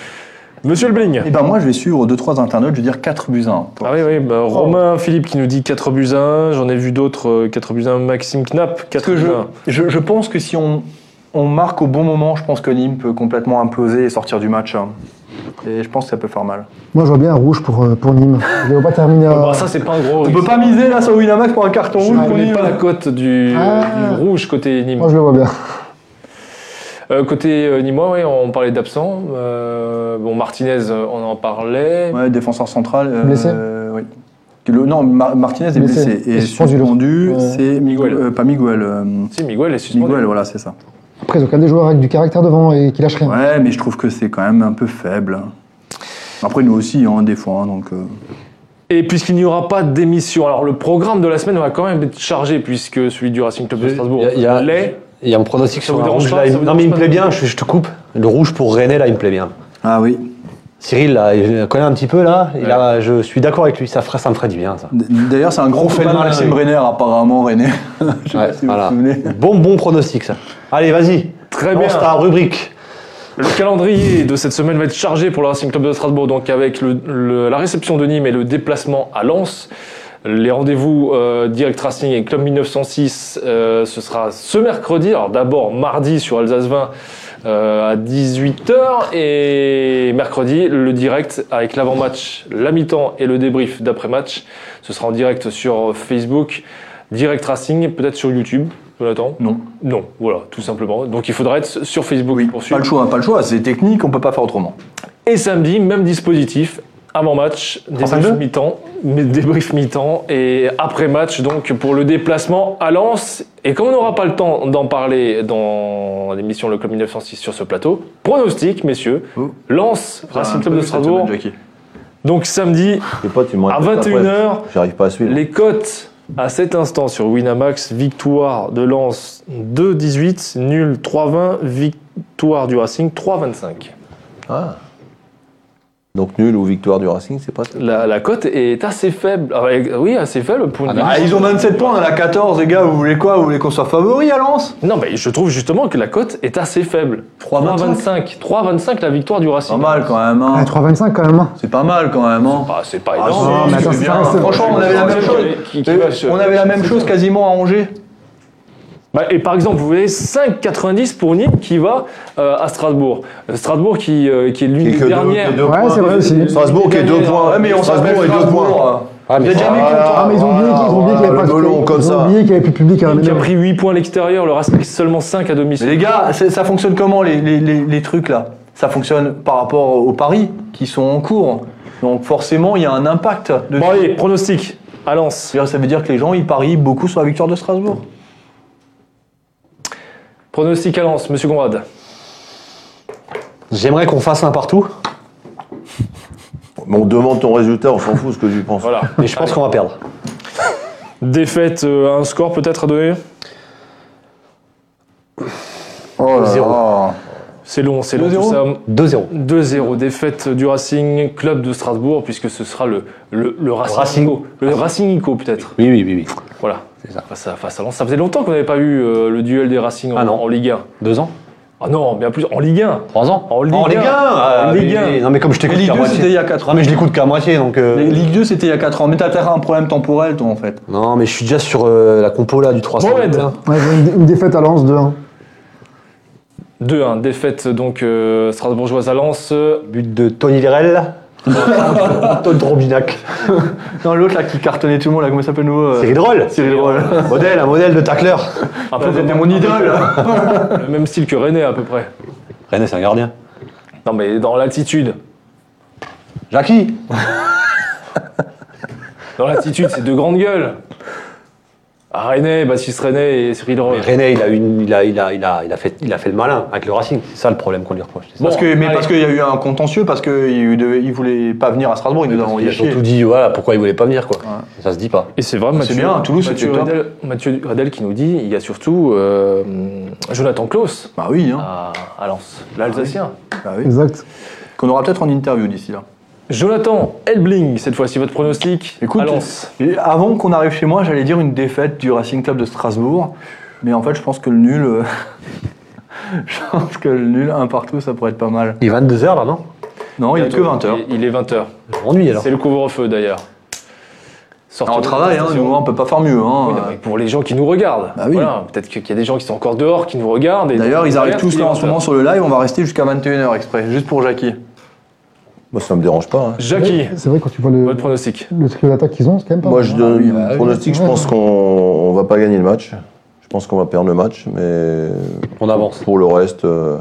[SPEAKER 1] (laughs) Monsieur le Bling.
[SPEAKER 4] Et ben moi, je vais suivre 2-3 internautes, je vais dire 4 buts à 1.
[SPEAKER 1] Ah oui, oui,
[SPEAKER 4] Oh.
[SPEAKER 1] bah, Romain Philippe qui nous dit 4 buts à 1, j'en ai vu d'autres, euh, 4 buts à 1, Maxime Knapp, 4
[SPEAKER 4] Parce que
[SPEAKER 1] buts
[SPEAKER 4] je,
[SPEAKER 1] à 1.
[SPEAKER 4] je, je pense que si on, on marque au bon moment, je pense que Nîmes peut complètement imploser et sortir du match. hein. Et je pense que ça peut faire mal.
[SPEAKER 3] Moi, je vois bien un rouge pour, euh, pour Nîmes. Je ne vais pas terminer euh, à...
[SPEAKER 1] Bah, ça, c'est pas un gros.
[SPEAKER 4] On
[SPEAKER 1] risque.
[SPEAKER 4] peut pas miser là sur Winamax pour un carton
[SPEAKER 1] Je
[SPEAKER 4] rouge euh.
[SPEAKER 1] ne
[SPEAKER 4] pour
[SPEAKER 1] connais
[SPEAKER 4] Nîmes.
[SPEAKER 1] pas la cote du,
[SPEAKER 3] Ah.
[SPEAKER 1] du rouge côté Nîmes.
[SPEAKER 3] Moi, je le vois bien.
[SPEAKER 1] Euh, côté euh, Nîmois, ouais, on parlait d'absent. Euh, bon, Martinez, euh, on en parlait.
[SPEAKER 4] Ouais, défenseur central. euh,
[SPEAKER 3] Blessé
[SPEAKER 4] Oui. Le- non, Mar- Martinez est
[SPEAKER 3] Blessé.
[SPEAKER 4] blessé.
[SPEAKER 3] Et
[SPEAKER 4] Et
[SPEAKER 3] suspendu, l'autre.
[SPEAKER 4] suspendu,
[SPEAKER 3] Ouais.
[SPEAKER 4] c'est Miguel.
[SPEAKER 1] Miguel.
[SPEAKER 4] euh, pas Miguel. euh,
[SPEAKER 1] Si, Miguel est suspendu.
[SPEAKER 4] Miguel, voilà, c'est ça.
[SPEAKER 3] Après, ils ont quand même des joueurs avec du caractère devant et qui lâchent rien.
[SPEAKER 4] Ouais, mais je trouve que c'est quand même un peu faible. Après, nous aussi, hein, des fois. hein, donc, euh,
[SPEAKER 1] Et puisqu'il n'y aura pas d'émission, alors le programme de la semaine va quand même être chargé puisque celui du Racing Club de Strasbourg
[SPEAKER 2] Il y a-
[SPEAKER 1] l'est.
[SPEAKER 2] Il y a un pronostic
[SPEAKER 1] Ça
[SPEAKER 2] sur
[SPEAKER 1] vous
[SPEAKER 2] le
[SPEAKER 1] dérange
[SPEAKER 2] rouge
[SPEAKER 1] pas,
[SPEAKER 2] là.
[SPEAKER 1] ça
[SPEAKER 2] il-
[SPEAKER 1] vous
[SPEAKER 2] Non, mais il me
[SPEAKER 1] dérange
[SPEAKER 2] plaît
[SPEAKER 1] pas
[SPEAKER 2] bien, je, je te coupe. Le rouge pour René là, il me plaît bien.
[SPEAKER 4] Ah oui.
[SPEAKER 2] Cyril, là, je le connais un petit peu là. Et là je suis d'accord avec lui. Ça, ferait- ça me ferait du bien, ça.
[SPEAKER 4] D- D'ailleurs, c'est un gros
[SPEAKER 2] On fait
[SPEAKER 4] fan
[SPEAKER 2] le
[SPEAKER 4] de
[SPEAKER 2] malin,
[SPEAKER 4] Maxime
[SPEAKER 2] oui.
[SPEAKER 4] Brenner, apparemment, René. (laughs) je sais
[SPEAKER 2] Ouais,
[SPEAKER 4] pas si
[SPEAKER 2] voilà.
[SPEAKER 4] vous vous souvenez.
[SPEAKER 2] (laughs) Bon, bon pronostic, ça. Allez, vas-y.
[SPEAKER 1] Très
[SPEAKER 2] Lance
[SPEAKER 1] bien.
[SPEAKER 2] ta rubrique.
[SPEAKER 1] Le calendrier de cette semaine va être chargé pour le Racing Club de Strasbourg, donc avec le- le- la réception de Nîmes et le déplacement à Lens. Les rendez-vous euh, Direct Racing et Club 1906, euh, ce sera ce mercredi. Alors d'abord mardi sur Alsace 20 euh, à 18h et mercredi le direct avec l'avant-match, la mi-temps et le débrief d'après-match. Ce sera en direct sur Facebook, Direct Racing, peut-être sur YouTube. Jonathan
[SPEAKER 4] Non.
[SPEAKER 1] Non, voilà, tout simplement. Donc il faudra être sur Facebook
[SPEAKER 4] Oui,
[SPEAKER 1] pour suivre.
[SPEAKER 4] pas le choix, pas le choix. C'est technique, on peut pas faire autrement.
[SPEAKER 1] Et samedi, même dispositif. Avant match, débrief
[SPEAKER 2] 35-2.
[SPEAKER 1] mi-temps, mais débrief mi-temps et après match donc pour le déplacement à Lens. Et comme on n'aura pas le temps d'en parler dans l'émission Le Club 1906 sur ce plateau, pronostic messieurs,
[SPEAKER 4] Oh.
[SPEAKER 1] Lens, Racing Club de Strasbourg. Donc samedi
[SPEAKER 5] Je sais pas, tu me
[SPEAKER 1] à
[SPEAKER 5] répètes après.
[SPEAKER 1] 21h,
[SPEAKER 5] J'arrive pas à suivre.
[SPEAKER 1] les cotes à cet instant sur Winamax, victoire de Lens 2-18, nul 3-20, victoire du Racing 3-25.
[SPEAKER 5] Ah. Donc nul ou victoire du Racing, c'est pas ça.
[SPEAKER 1] La, la cote est assez faible. Ah, ouais, oui, assez faible pour une.
[SPEAKER 4] Ah, ils ont 27 points, on en a 14, les gars. Vous voulez quoi Vous voulez qu'on soit favori à Lens
[SPEAKER 1] Non, mais je trouve justement que la cote est assez faible. 3,25. 3,25 la victoire du
[SPEAKER 4] C'est pas
[SPEAKER 1] Racing.
[SPEAKER 4] mal quand même, hein.
[SPEAKER 3] Ah, 3,25 quand même. hein.
[SPEAKER 4] C'est pas mal quand même, hein.
[SPEAKER 1] Bah, c'est pas
[SPEAKER 4] Ah,
[SPEAKER 1] énorme.
[SPEAKER 4] si,
[SPEAKER 3] mais attends,
[SPEAKER 4] c'est
[SPEAKER 3] c'est
[SPEAKER 4] bien.
[SPEAKER 3] pas- c'est-
[SPEAKER 4] Franchement, on avait la même chose.
[SPEAKER 1] Qui- qui va se-
[SPEAKER 4] On avait la même chose quasiment à Angers.
[SPEAKER 1] Bah, et par exemple, vous voyez 5,90 pour Nîmes qui va euh, à Strasbourg. Euh, Strasbourg qui, euh, qui est l'une
[SPEAKER 5] Et
[SPEAKER 1] des
[SPEAKER 5] que deux-
[SPEAKER 1] dernières.
[SPEAKER 5] que deux
[SPEAKER 3] Ouais,
[SPEAKER 5] points.
[SPEAKER 3] c'est vrai aussi.
[SPEAKER 5] Strasbourg qui est deux points.
[SPEAKER 4] Ouais, mais on
[SPEAKER 5] Strasbourg
[SPEAKER 4] s'appelle
[SPEAKER 5] est deux points.
[SPEAKER 4] Strasbourg. hein. Vous avez jamais
[SPEAKER 5] voilà,
[SPEAKER 4] compté.
[SPEAKER 3] Ah, mais ils ont oublié,
[SPEAKER 5] voilà,
[SPEAKER 3] qu'ils- ils ont oublié qu'il n'y avait
[SPEAKER 5] voilà,
[SPEAKER 3] pas de
[SPEAKER 5] Ah, le melon
[SPEAKER 3] public.
[SPEAKER 5] comme
[SPEAKER 3] Ils ont
[SPEAKER 5] ça.
[SPEAKER 3] oublié qu'il y avait plus de public à la
[SPEAKER 1] Nîmes qui a
[SPEAKER 3] maison.
[SPEAKER 1] pris 8 points à l'extérieur, le Racing seulement 5 à
[SPEAKER 4] Mais
[SPEAKER 1] domicile.
[SPEAKER 4] les gars, c'est- ça fonctionne comment les, les- les- les trucs là Ça fonctionne par rapport aux paris qui sont en cours. Donc forcément, il y a un impact. De...
[SPEAKER 1] Bon, allez, pronostic à Lens.
[SPEAKER 4] C'est-à-dire, Ça veut dire que les gens ils parient beaucoup sur la victoire de Strasbourg.
[SPEAKER 1] Pronostic à Lens, monsieur Conrad.
[SPEAKER 2] J'aimerais qu'on fasse un partout,
[SPEAKER 5] Mais on demande ton résultat, on s'en fout ce que tu penses.
[SPEAKER 1] Voilà.
[SPEAKER 2] mais je pense qu'on va perdre.
[SPEAKER 1] Défaite, euh, un score peut-être à donner
[SPEAKER 4] Oh
[SPEAKER 3] Oh
[SPEAKER 2] là Zéro.
[SPEAKER 1] C'est long, c'est long
[SPEAKER 4] 2-0.
[SPEAKER 1] tout ça.
[SPEAKER 2] 2-0.
[SPEAKER 1] 2-0, défaite du Racing Club de Strasbourg, puisque ce sera le, le, le Racing,
[SPEAKER 2] Racing.
[SPEAKER 1] Ico. Le Racing Ico, peut-être.
[SPEAKER 2] Oui, oui, oui, oui.
[SPEAKER 1] Voilà.
[SPEAKER 2] C'est ça.
[SPEAKER 1] Face à, face à Lens. Ça faisait longtemps qu'on n'avait pas eu euh, le duel des Racing en,
[SPEAKER 2] Ah non.
[SPEAKER 1] en Ligue 1.
[SPEAKER 2] Deux ans
[SPEAKER 1] Ah non, bien plus, en Ligue 1.
[SPEAKER 2] Trois ans
[SPEAKER 1] En Ligue 1.
[SPEAKER 2] En Oh, Ligue 1
[SPEAKER 1] En
[SPEAKER 2] ah,
[SPEAKER 1] Ligue
[SPEAKER 2] mais-
[SPEAKER 1] 1.
[SPEAKER 2] Non, mais comme je
[SPEAKER 4] Mais
[SPEAKER 2] t'écoute
[SPEAKER 4] Ligue
[SPEAKER 2] qu'à
[SPEAKER 4] 2, c'était
[SPEAKER 2] moitié.
[SPEAKER 4] il y a 4
[SPEAKER 2] Non,
[SPEAKER 4] ans.
[SPEAKER 2] mais je l'écoute qu'à moitié, donc. euh,
[SPEAKER 4] Mais Ligue 2, c'était il y a 4 ans. Mais t'as t'as un problème temporel, toi, en fait.
[SPEAKER 2] Non, mais je suis déjà sur euh, la compo là du 300.
[SPEAKER 1] Mohamed.
[SPEAKER 3] Ouais, ils ont une, une défaite à Lens 2-1.
[SPEAKER 1] 2-1, défaite donc euh, strasbourgeoise à Lens.
[SPEAKER 2] But de Tony Lerel. Todd Robinac.
[SPEAKER 4] Non, l'autre là qui cartonnait tout le monde, là, comment il s'appelle le nouveau euh,
[SPEAKER 2] Cyril Roll.
[SPEAKER 4] Cyril Roll. (laughs)
[SPEAKER 2] modèle, un modèle de tacleur.
[SPEAKER 1] Un peu
[SPEAKER 4] C'était
[SPEAKER 1] comme-
[SPEAKER 4] mon idole.
[SPEAKER 1] Bah, le même style que René, à peu près.
[SPEAKER 2] René, c'est un gardien.
[SPEAKER 1] Non, mais dans l'altitude.
[SPEAKER 2] Jackie
[SPEAKER 1] Dans l'altitude, c'est de grandes gueules. Ah, René, Baptiste René et Cyril Roy.
[SPEAKER 2] René, il a, une, il, a, il, a, il, a, il, a fait, il a fait le malin avec le Racing. C'est ça le problème qu'on lui reproche. C'est ça.
[SPEAKER 4] Parce
[SPEAKER 1] Bon,
[SPEAKER 4] que, mais
[SPEAKER 1] allez.
[SPEAKER 4] parce qu'il y a eu un contentieux, parce qu'il devait- il voulait pas venir à Strasbourg, il nous a
[SPEAKER 2] Ils
[SPEAKER 4] envoyé
[SPEAKER 2] ont
[SPEAKER 4] chier.
[SPEAKER 2] surtout dit voilà, pourquoi il voulait pas venir. quoi. Ça se dit pas.
[SPEAKER 1] Et c'est vrai, Mathieu,
[SPEAKER 4] bien, à Toulouse,
[SPEAKER 1] Mathieu,
[SPEAKER 4] c'était top.
[SPEAKER 1] Radel, Mathieu Radel qui nous dit il y a surtout euh, Jonathan Klaus Ah
[SPEAKER 4] Bah oui, hein.
[SPEAKER 1] à, Ah, à Lens, l'Alsacien.
[SPEAKER 4] Bah oui.
[SPEAKER 3] Exact.
[SPEAKER 4] Qu'on aura peut-être en interview d'ici là.
[SPEAKER 1] Jonathan Elbling, cette fois-ci, votre pronostic
[SPEAKER 4] Écoute,
[SPEAKER 1] à Lens.
[SPEAKER 4] et avant qu'on arrive chez moi, j'allais dire une défaite du Racing Club de Strasbourg. Mais en fait, je pense que le nul. euh, (laughs) je pense que le nul, un partout, ça pourrait être pas mal.
[SPEAKER 2] Il est 22h là, non
[SPEAKER 4] Non, il est que 20h.
[SPEAKER 1] Il, il est 20h.
[SPEAKER 2] Ennui alors.
[SPEAKER 1] C'est le couvre-feu d'ailleurs. Sortez
[SPEAKER 4] On
[SPEAKER 1] de
[SPEAKER 4] travaille,
[SPEAKER 1] la
[SPEAKER 4] hein,
[SPEAKER 1] station.
[SPEAKER 4] nous, on peut pas faire mieux. hein.
[SPEAKER 1] Oui, non, mais pour les gens qui nous regardent.
[SPEAKER 4] Bah oui.
[SPEAKER 1] Voilà, peut-être que- qu'il y a des gens qui sont encore dehors, qui nous regardent. et-
[SPEAKER 4] D'ailleurs, ils arrivent tous là en ce
[SPEAKER 1] Il est
[SPEAKER 4] moment
[SPEAKER 1] 20h.
[SPEAKER 4] sur le live, on va rester jusqu'à 21h exprès, juste pour Jackie.
[SPEAKER 5] Moi, ça me dérange pas. hein.
[SPEAKER 1] Jackie,
[SPEAKER 3] C'est vrai, quand tu vois le,
[SPEAKER 1] votre pronostic
[SPEAKER 3] le trio d'attaque qu'ils ont, c'est quand même pas
[SPEAKER 5] Moi,
[SPEAKER 3] mal.
[SPEAKER 5] je donne
[SPEAKER 4] bah
[SPEAKER 5] un
[SPEAKER 4] oui.
[SPEAKER 5] pronostic, je pense qu'on on va pas gagner le match. Je pense qu'on va perdre le match, mais
[SPEAKER 2] On avance.
[SPEAKER 5] pour le reste, euh,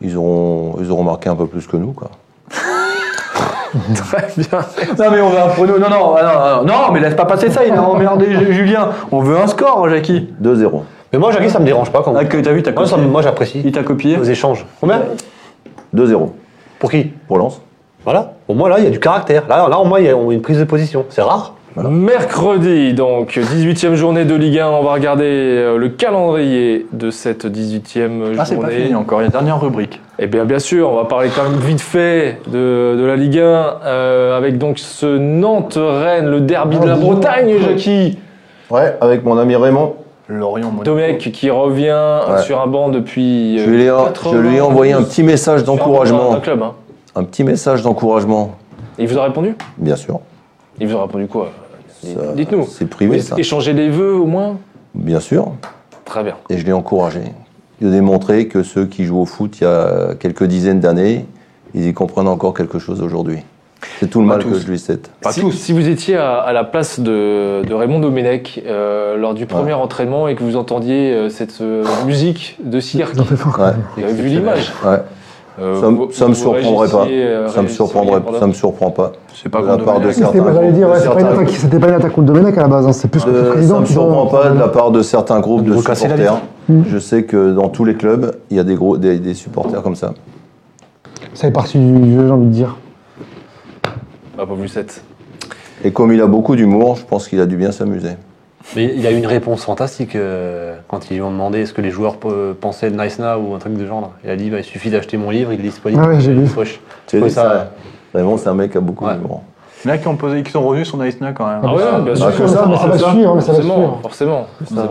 [SPEAKER 5] ils, auront, ils auront marqué un peu plus que nous. Quoi.
[SPEAKER 1] Très bien.
[SPEAKER 4] (laughs) Non mais on veut un prono. Non non, ah, non non non mais laisse pas passer ça, il a emmerdé Ju- Julien. On veut un score Jackie.
[SPEAKER 5] 2-0.
[SPEAKER 2] Mais moi, Jackie, ça me dérange pas quand
[SPEAKER 4] Ah, que t'as vu t'as
[SPEAKER 2] Moi, ça
[SPEAKER 4] copié.
[SPEAKER 2] me- moi, j'apprécie.
[SPEAKER 4] Il t'a copié.
[SPEAKER 2] Nos échanges. Combien
[SPEAKER 5] 2-0
[SPEAKER 2] Pour qui
[SPEAKER 5] pour Lens.
[SPEAKER 2] Voilà. Au moins, là, il y a du caractère. Là, là au moins, il y a une prise de position. C'est rare.
[SPEAKER 1] Mercredi, donc 18e journée de Ligue 1, on va regarder euh, le calendrier de cette 18e
[SPEAKER 4] Ah c'est pas
[SPEAKER 1] journée.
[SPEAKER 5] hein.
[SPEAKER 4] fini encore, il y a une dernière rubrique.
[SPEAKER 1] Et bien bien sûr, on va parler quand même vite fait de, de la Ligue 1 euh, avec donc ce Nantes-Rennes, le derby
[SPEAKER 5] Ah
[SPEAKER 1] de la Bretagne, Jackie.
[SPEAKER 5] Ouais, avec mon ami Raymond.
[SPEAKER 4] Lorient Monaco.
[SPEAKER 1] Domecq qui revient
[SPEAKER 5] Ouais.
[SPEAKER 1] sur un banc depuis
[SPEAKER 5] Je
[SPEAKER 1] euh,
[SPEAKER 5] lui ai,
[SPEAKER 1] 80,
[SPEAKER 5] je lui ai envoyé un petit message
[SPEAKER 1] sur un banc d'un
[SPEAKER 5] d'encouragement.
[SPEAKER 1] club, hein.
[SPEAKER 5] Un petit message d'encouragement,
[SPEAKER 1] Et il vous a répondu
[SPEAKER 5] bien sûr.
[SPEAKER 1] Il vous a répondu quoi
[SPEAKER 5] Ça,
[SPEAKER 1] Dites-nous.
[SPEAKER 5] C'est privé, ça.
[SPEAKER 1] Échanger des vœux au moins
[SPEAKER 5] Bien sûr.
[SPEAKER 1] Très bien.
[SPEAKER 5] Et je l'ai encouragé. Il a démontré que ceux qui jouent au foot il y a quelques dizaines d'années, ils y comprennent encore quelque chose aujourd'hui. C'est tout le
[SPEAKER 4] Pas
[SPEAKER 5] mal
[SPEAKER 4] tous.
[SPEAKER 5] que je lui souhaite.
[SPEAKER 1] si, si vous étiez à, à la place de, de Raymond Domenech euh, lors du premier entraînement et que vous entendiez euh, cette euh, musique de cirque,
[SPEAKER 3] J'en fais fort.
[SPEAKER 5] Ouais.
[SPEAKER 1] vous avez vu l'image.
[SPEAKER 5] Ouais.
[SPEAKER 1] euh,
[SPEAKER 5] Ça,
[SPEAKER 1] vous-
[SPEAKER 5] me- ça me
[SPEAKER 1] vous
[SPEAKER 5] surprendrait pas.
[SPEAKER 1] réagissiez, euh,
[SPEAKER 5] Ça me
[SPEAKER 1] réagissiez,
[SPEAKER 5] surprendrait,
[SPEAKER 1] pardon.
[SPEAKER 5] ça me surprend pas.
[SPEAKER 4] C'est pas
[SPEAKER 5] De
[SPEAKER 4] grand
[SPEAKER 5] la part de
[SPEAKER 4] Domenech.
[SPEAKER 5] certains.
[SPEAKER 3] C'était pas- J'allais dire, ouais, c'est pas une
[SPEAKER 5] certains-
[SPEAKER 3] attaque- c'était pas une attaque contre Domenech à la base, hein, c'est plus contre le
[SPEAKER 5] Euh,
[SPEAKER 3] président.
[SPEAKER 5] ça me
[SPEAKER 3] qui doit-
[SPEAKER 5] surprend pas de la part de certains groupes de
[SPEAKER 2] Vous cassez la
[SPEAKER 5] supporters. Je sais que dans tous les clubs, il y a des, gros, des, des supporters comme ça.
[SPEAKER 3] Ça est parti du jeu, j'ai envie de dire.
[SPEAKER 1] Ah, pas Lucette.
[SPEAKER 5] Et comme il a beaucoup d'humour, je pense qu'il a dû bien s'amuser.
[SPEAKER 2] Mais il y a eu une réponse fantastique euh, quand ils lui ont demandé est-ce que les joueurs euh, pensaient de Nice Now ou un truc de genre. là. Il a dit bah, il suffit d'acheter mon livre, il est disponible.
[SPEAKER 3] Ah ouais, j'ai
[SPEAKER 2] Il est
[SPEAKER 3] vu.
[SPEAKER 2] poche.
[SPEAKER 5] Tu sais,
[SPEAKER 2] Oui, ça,
[SPEAKER 5] ça, Vraiment, c'est un mec qui a beaucoup
[SPEAKER 2] Ouais.
[SPEAKER 5] d'humour.
[SPEAKER 4] Il y en a qui, ont posé, qui sont revenus sur Nice Now quand même.
[SPEAKER 1] Ah, ouais, bien sûr.
[SPEAKER 5] Ah, que
[SPEAKER 3] ça, mais ça va suivre, mais ça va
[SPEAKER 1] Forcément,
[SPEAKER 3] suivre.
[SPEAKER 1] Forcément, forcément.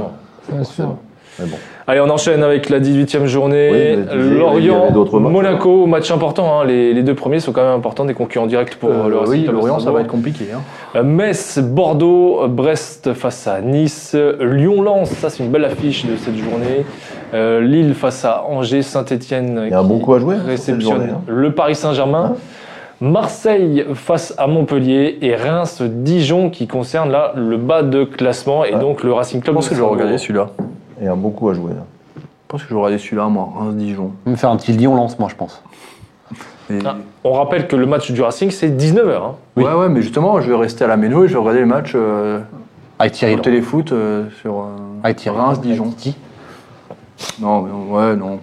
[SPEAKER 3] Ça va suivre.
[SPEAKER 5] Mais bon.
[SPEAKER 1] Allez, on enchaîne avec la 18e journée.
[SPEAKER 5] Oui, mais tu disais, il y
[SPEAKER 1] Lorient,
[SPEAKER 5] avait d'autres matchs. hein.
[SPEAKER 1] Monaco, match important. hein. Les, les deux premiers sont quand même importants, des concurrents directs pour
[SPEAKER 4] Euh,
[SPEAKER 1] euh, le Racing
[SPEAKER 4] oui,
[SPEAKER 1] Club de
[SPEAKER 4] Lorient, ça
[SPEAKER 1] Strasbourg.
[SPEAKER 4] va être compliqué. hein.
[SPEAKER 1] Euh, Metz, Bordeaux, euh, Brest face à Nice, euh, Lyon-Lens, ça c'est une belle affiche de cette journée. Euh, Lille face à Angers, Saint-Etienne.
[SPEAKER 5] Il y a un bon coup à jouer, hein, sur cette
[SPEAKER 1] Réceptionne
[SPEAKER 5] journée, hein.
[SPEAKER 1] le Paris Saint-Germain. Marseille face à Montpellier et Reims-Dijon qui concerne là le bas de classement et
[SPEAKER 5] Ouais.
[SPEAKER 1] donc le Racing
[SPEAKER 4] Je
[SPEAKER 1] Club.
[SPEAKER 4] pense
[SPEAKER 1] de
[SPEAKER 4] que je vais
[SPEAKER 1] Strasbourg.
[SPEAKER 4] regarder celui-là.
[SPEAKER 5] Il y a un bon coup à jouer. hein. là.
[SPEAKER 4] Je pense que je vais regarder celui-là, moi, Reims-Dijon.
[SPEAKER 2] Je vais me faire un petit lion lance moi je pense.
[SPEAKER 4] Et-
[SPEAKER 1] Ah, on rappelle que le match du Racing c'est 19h. hein.
[SPEAKER 4] Ouais, ouais, mais justement, je vais rester à la méno et je vais regarder les matchs euh,
[SPEAKER 2] Avec
[SPEAKER 4] au
[SPEAKER 2] Thierry. Laurent.
[SPEAKER 4] téléfoot euh, sur euh,
[SPEAKER 2] Avec Thierry.
[SPEAKER 4] Reims-Dijon.
[SPEAKER 2] Avec Titi.
[SPEAKER 4] Non, mais ouais, non.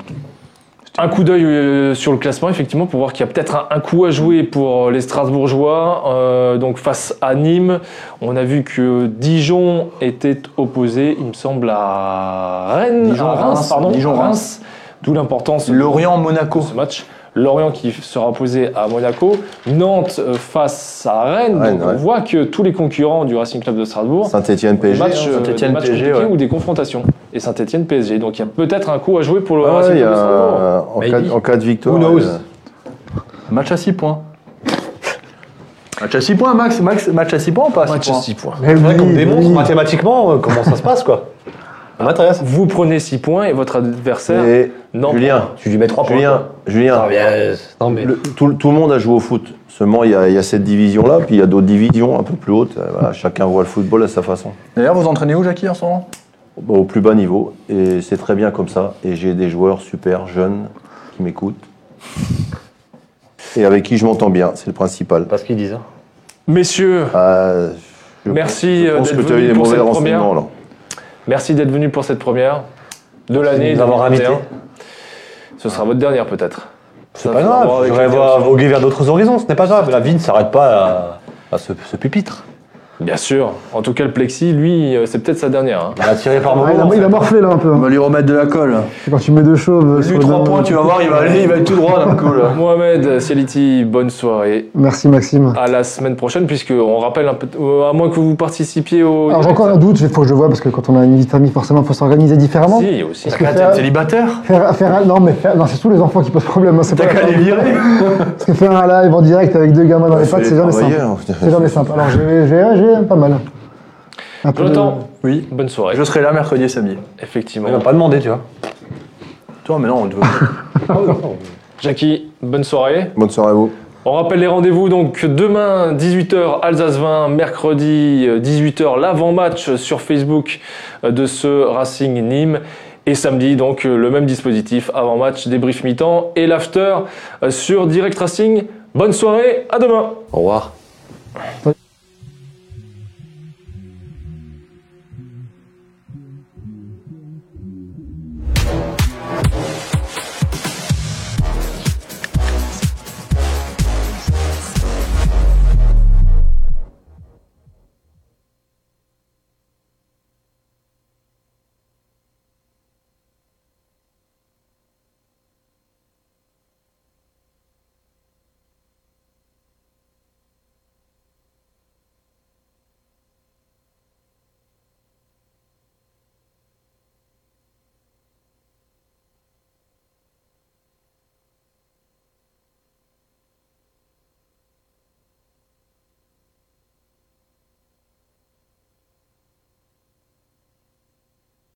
[SPEAKER 1] Un coup d'œil euh, sur le classement, effectivement, pour voir qu'il y a peut-être un, un coup à jouer pour euh, les Strasbourgeois. Euh, donc face à Nîmes, on a vu que Dijon était opposé, il me semble, à Rennes.
[SPEAKER 4] Dijon,
[SPEAKER 1] à Reims,
[SPEAKER 4] Reims,
[SPEAKER 1] pardon.
[SPEAKER 4] Dijon,
[SPEAKER 1] à
[SPEAKER 4] Reims.
[SPEAKER 1] D'où l'importance de
[SPEAKER 4] Lorient-Monaco.
[SPEAKER 1] ce match. Lorient qui sera opposé à Monaco. Nantes euh, face à Rennes.
[SPEAKER 5] Rennes,
[SPEAKER 1] Donc on
[SPEAKER 5] ouais.
[SPEAKER 1] voit que tous les concurrents du Racing Club de Strasbourg
[SPEAKER 5] Saint-Etienne,
[SPEAKER 1] des
[SPEAKER 5] PSG.
[SPEAKER 1] matchs,
[SPEAKER 5] hein.
[SPEAKER 1] euh, des
[SPEAKER 4] Saint-Etienne,
[SPEAKER 1] matchs
[SPEAKER 4] PSG,
[SPEAKER 1] compliqués
[SPEAKER 4] ouais.
[SPEAKER 1] ou des confrontations. Et Saint-Etienne PSG. Donc il y a peut-être un coup à jouer pour le
[SPEAKER 5] Ah ouais,
[SPEAKER 1] Racing
[SPEAKER 5] il y
[SPEAKER 1] Club
[SPEAKER 5] a,
[SPEAKER 1] de Strasbourg.
[SPEAKER 5] euh, en,
[SPEAKER 1] Maybe.
[SPEAKER 5] cas, de- en cas de victoire.
[SPEAKER 4] Who knows
[SPEAKER 5] euh,
[SPEAKER 4] Match à 6 points. Match à 6 points, Max, Max Match à 6 points ou pas six points
[SPEAKER 1] points.
[SPEAKER 3] Mais
[SPEAKER 2] C'est vrai qu'on
[SPEAKER 3] oui,
[SPEAKER 2] démontre
[SPEAKER 3] oui.
[SPEAKER 2] mathématiquement euh, comment ça se passe quoi. Ça m'intéresse.
[SPEAKER 1] Vous prenez 6 points et votre adversaire.
[SPEAKER 5] mais
[SPEAKER 1] Non.
[SPEAKER 5] Julien,
[SPEAKER 2] Tu lui mets 3
[SPEAKER 5] Julien, Julien,
[SPEAKER 2] Non mais euh,
[SPEAKER 5] le- tout, tout le monde a joué au foot. Seulement, il y a, il y a cette division-là, puis il y a d'autres divisions un peu plus hautes. Euh, voilà, chacun voit le football à sa façon.
[SPEAKER 4] D'ailleurs, vous entraînez où, Jackie, en ce moment
[SPEAKER 5] Bon, Au plus bas niveau, et c'est très bien comme ça. Et j'ai des joueurs super jeunes qui m'écoutent. Et avec qui je m'entends bien, c'est le principal.
[SPEAKER 2] pas ce qu'ils disent. hein.
[SPEAKER 1] Messieurs,
[SPEAKER 5] Euh, je-
[SPEAKER 1] Merci,
[SPEAKER 5] Je
[SPEAKER 1] euh,
[SPEAKER 5] pense
[SPEAKER 1] d'être
[SPEAKER 5] que tu as
[SPEAKER 1] venu
[SPEAKER 5] eu des
[SPEAKER 1] pour
[SPEAKER 5] mauvais
[SPEAKER 1] cette première.
[SPEAKER 5] renseignements là.
[SPEAKER 1] merci d'être venus pour cette première de l'année.
[SPEAKER 2] nous avoir
[SPEAKER 1] 2021.
[SPEAKER 2] invités.
[SPEAKER 1] Ce sera votre dernière peut-être.
[SPEAKER 2] C'est
[SPEAKER 1] Ça
[SPEAKER 2] pas
[SPEAKER 1] va voir
[SPEAKER 2] grave,
[SPEAKER 1] avec
[SPEAKER 2] je vais
[SPEAKER 1] la
[SPEAKER 2] voir
[SPEAKER 1] direction.
[SPEAKER 2] voguer vers d'autres horizons, ce n'est pas grave. La vie ne s'arrête pas à, à ce, ce pupitre.
[SPEAKER 1] Bien sûr. En tout cas, le Plexi, lui, euh, c'est peut-être sa dernière. hein.
[SPEAKER 2] On a tiré par
[SPEAKER 3] Ah, il,
[SPEAKER 2] moments.
[SPEAKER 3] a, il a
[SPEAKER 2] en fait.
[SPEAKER 3] morflé là un peu.
[SPEAKER 4] On
[SPEAKER 3] hein.
[SPEAKER 4] va lui remettre de la colle.
[SPEAKER 3] Quand tu mets deux chauves. sur le
[SPEAKER 4] Lui, 3
[SPEAKER 3] même-
[SPEAKER 4] points, tu vas voir, il va aller, il va être tout droit d'un coup, là.
[SPEAKER 1] Mohamed Sialiti, bonne soirée.
[SPEAKER 3] Merci Maxime.
[SPEAKER 1] À la semaine prochaine, puisque on rappelle un peu, euh, à moins que vous participiez au.
[SPEAKER 3] Alors j'ai encore un doute, il faut que Ah, je vois parce que quand on a une vie de famille, forcément, il faut s'organiser différemment.
[SPEAKER 1] Si, aussi.
[SPEAKER 3] Parce que
[SPEAKER 4] (laughs)
[SPEAKER 3] faire,
[SPEAKER 4] Célibataire
[SPEAKER 3] faire- faire un- non mais faire- non, c'est tous les enfants qui posent problème. hein, c'est pas
[SPEAKER 4] T'as
[SPEAKER 3] la
[SPEAKER 4] qu'à les
[SPEAKER 3] famille.
[SPEAKER 4] virer
[SPEAKER 3] Parce que faire un live en direct avec deux gamins dans les pattes, c'est jamais simple.
[SPEAKER 5] hein,
[SPEAKER 2] hein,
[SPEAKER 3] C'est jamais simple. Alors j'ai, j'ai, j'ai pas mal. Un peu de-
[SPEAKER 1] Jonathan,
[SPEAKER 4] (laughs) Oui.
[SPEAKER 1] bonne soirée.
[SPEAKER 4] Je serai là mercredi et samedi.
[SPEAKER 2] Il m'a
[SPEAKER 1] Effectivement.
[SPEAKER 2] pas demandé, tu vois.
[SPEAKER 4] Toi, mais non, on te veut.
[SPEAKER 1] Jackie, bonne soirée.
[SPEAKER 5] Bonne soirée à vous.
[SPEAKER 1] On rappelle les rendez-vous donc demain 18h Alsace 20, mercredi euh, 18h l'avant-match sur Facebook euh, de ce Racing Nîmes et samedi donc euh, le même dispositif avant-match débrief mi-temps et l'after euh, sur Direct Racing. Bonne soirée, à demain.
[SPEAKER 2] Au revoir.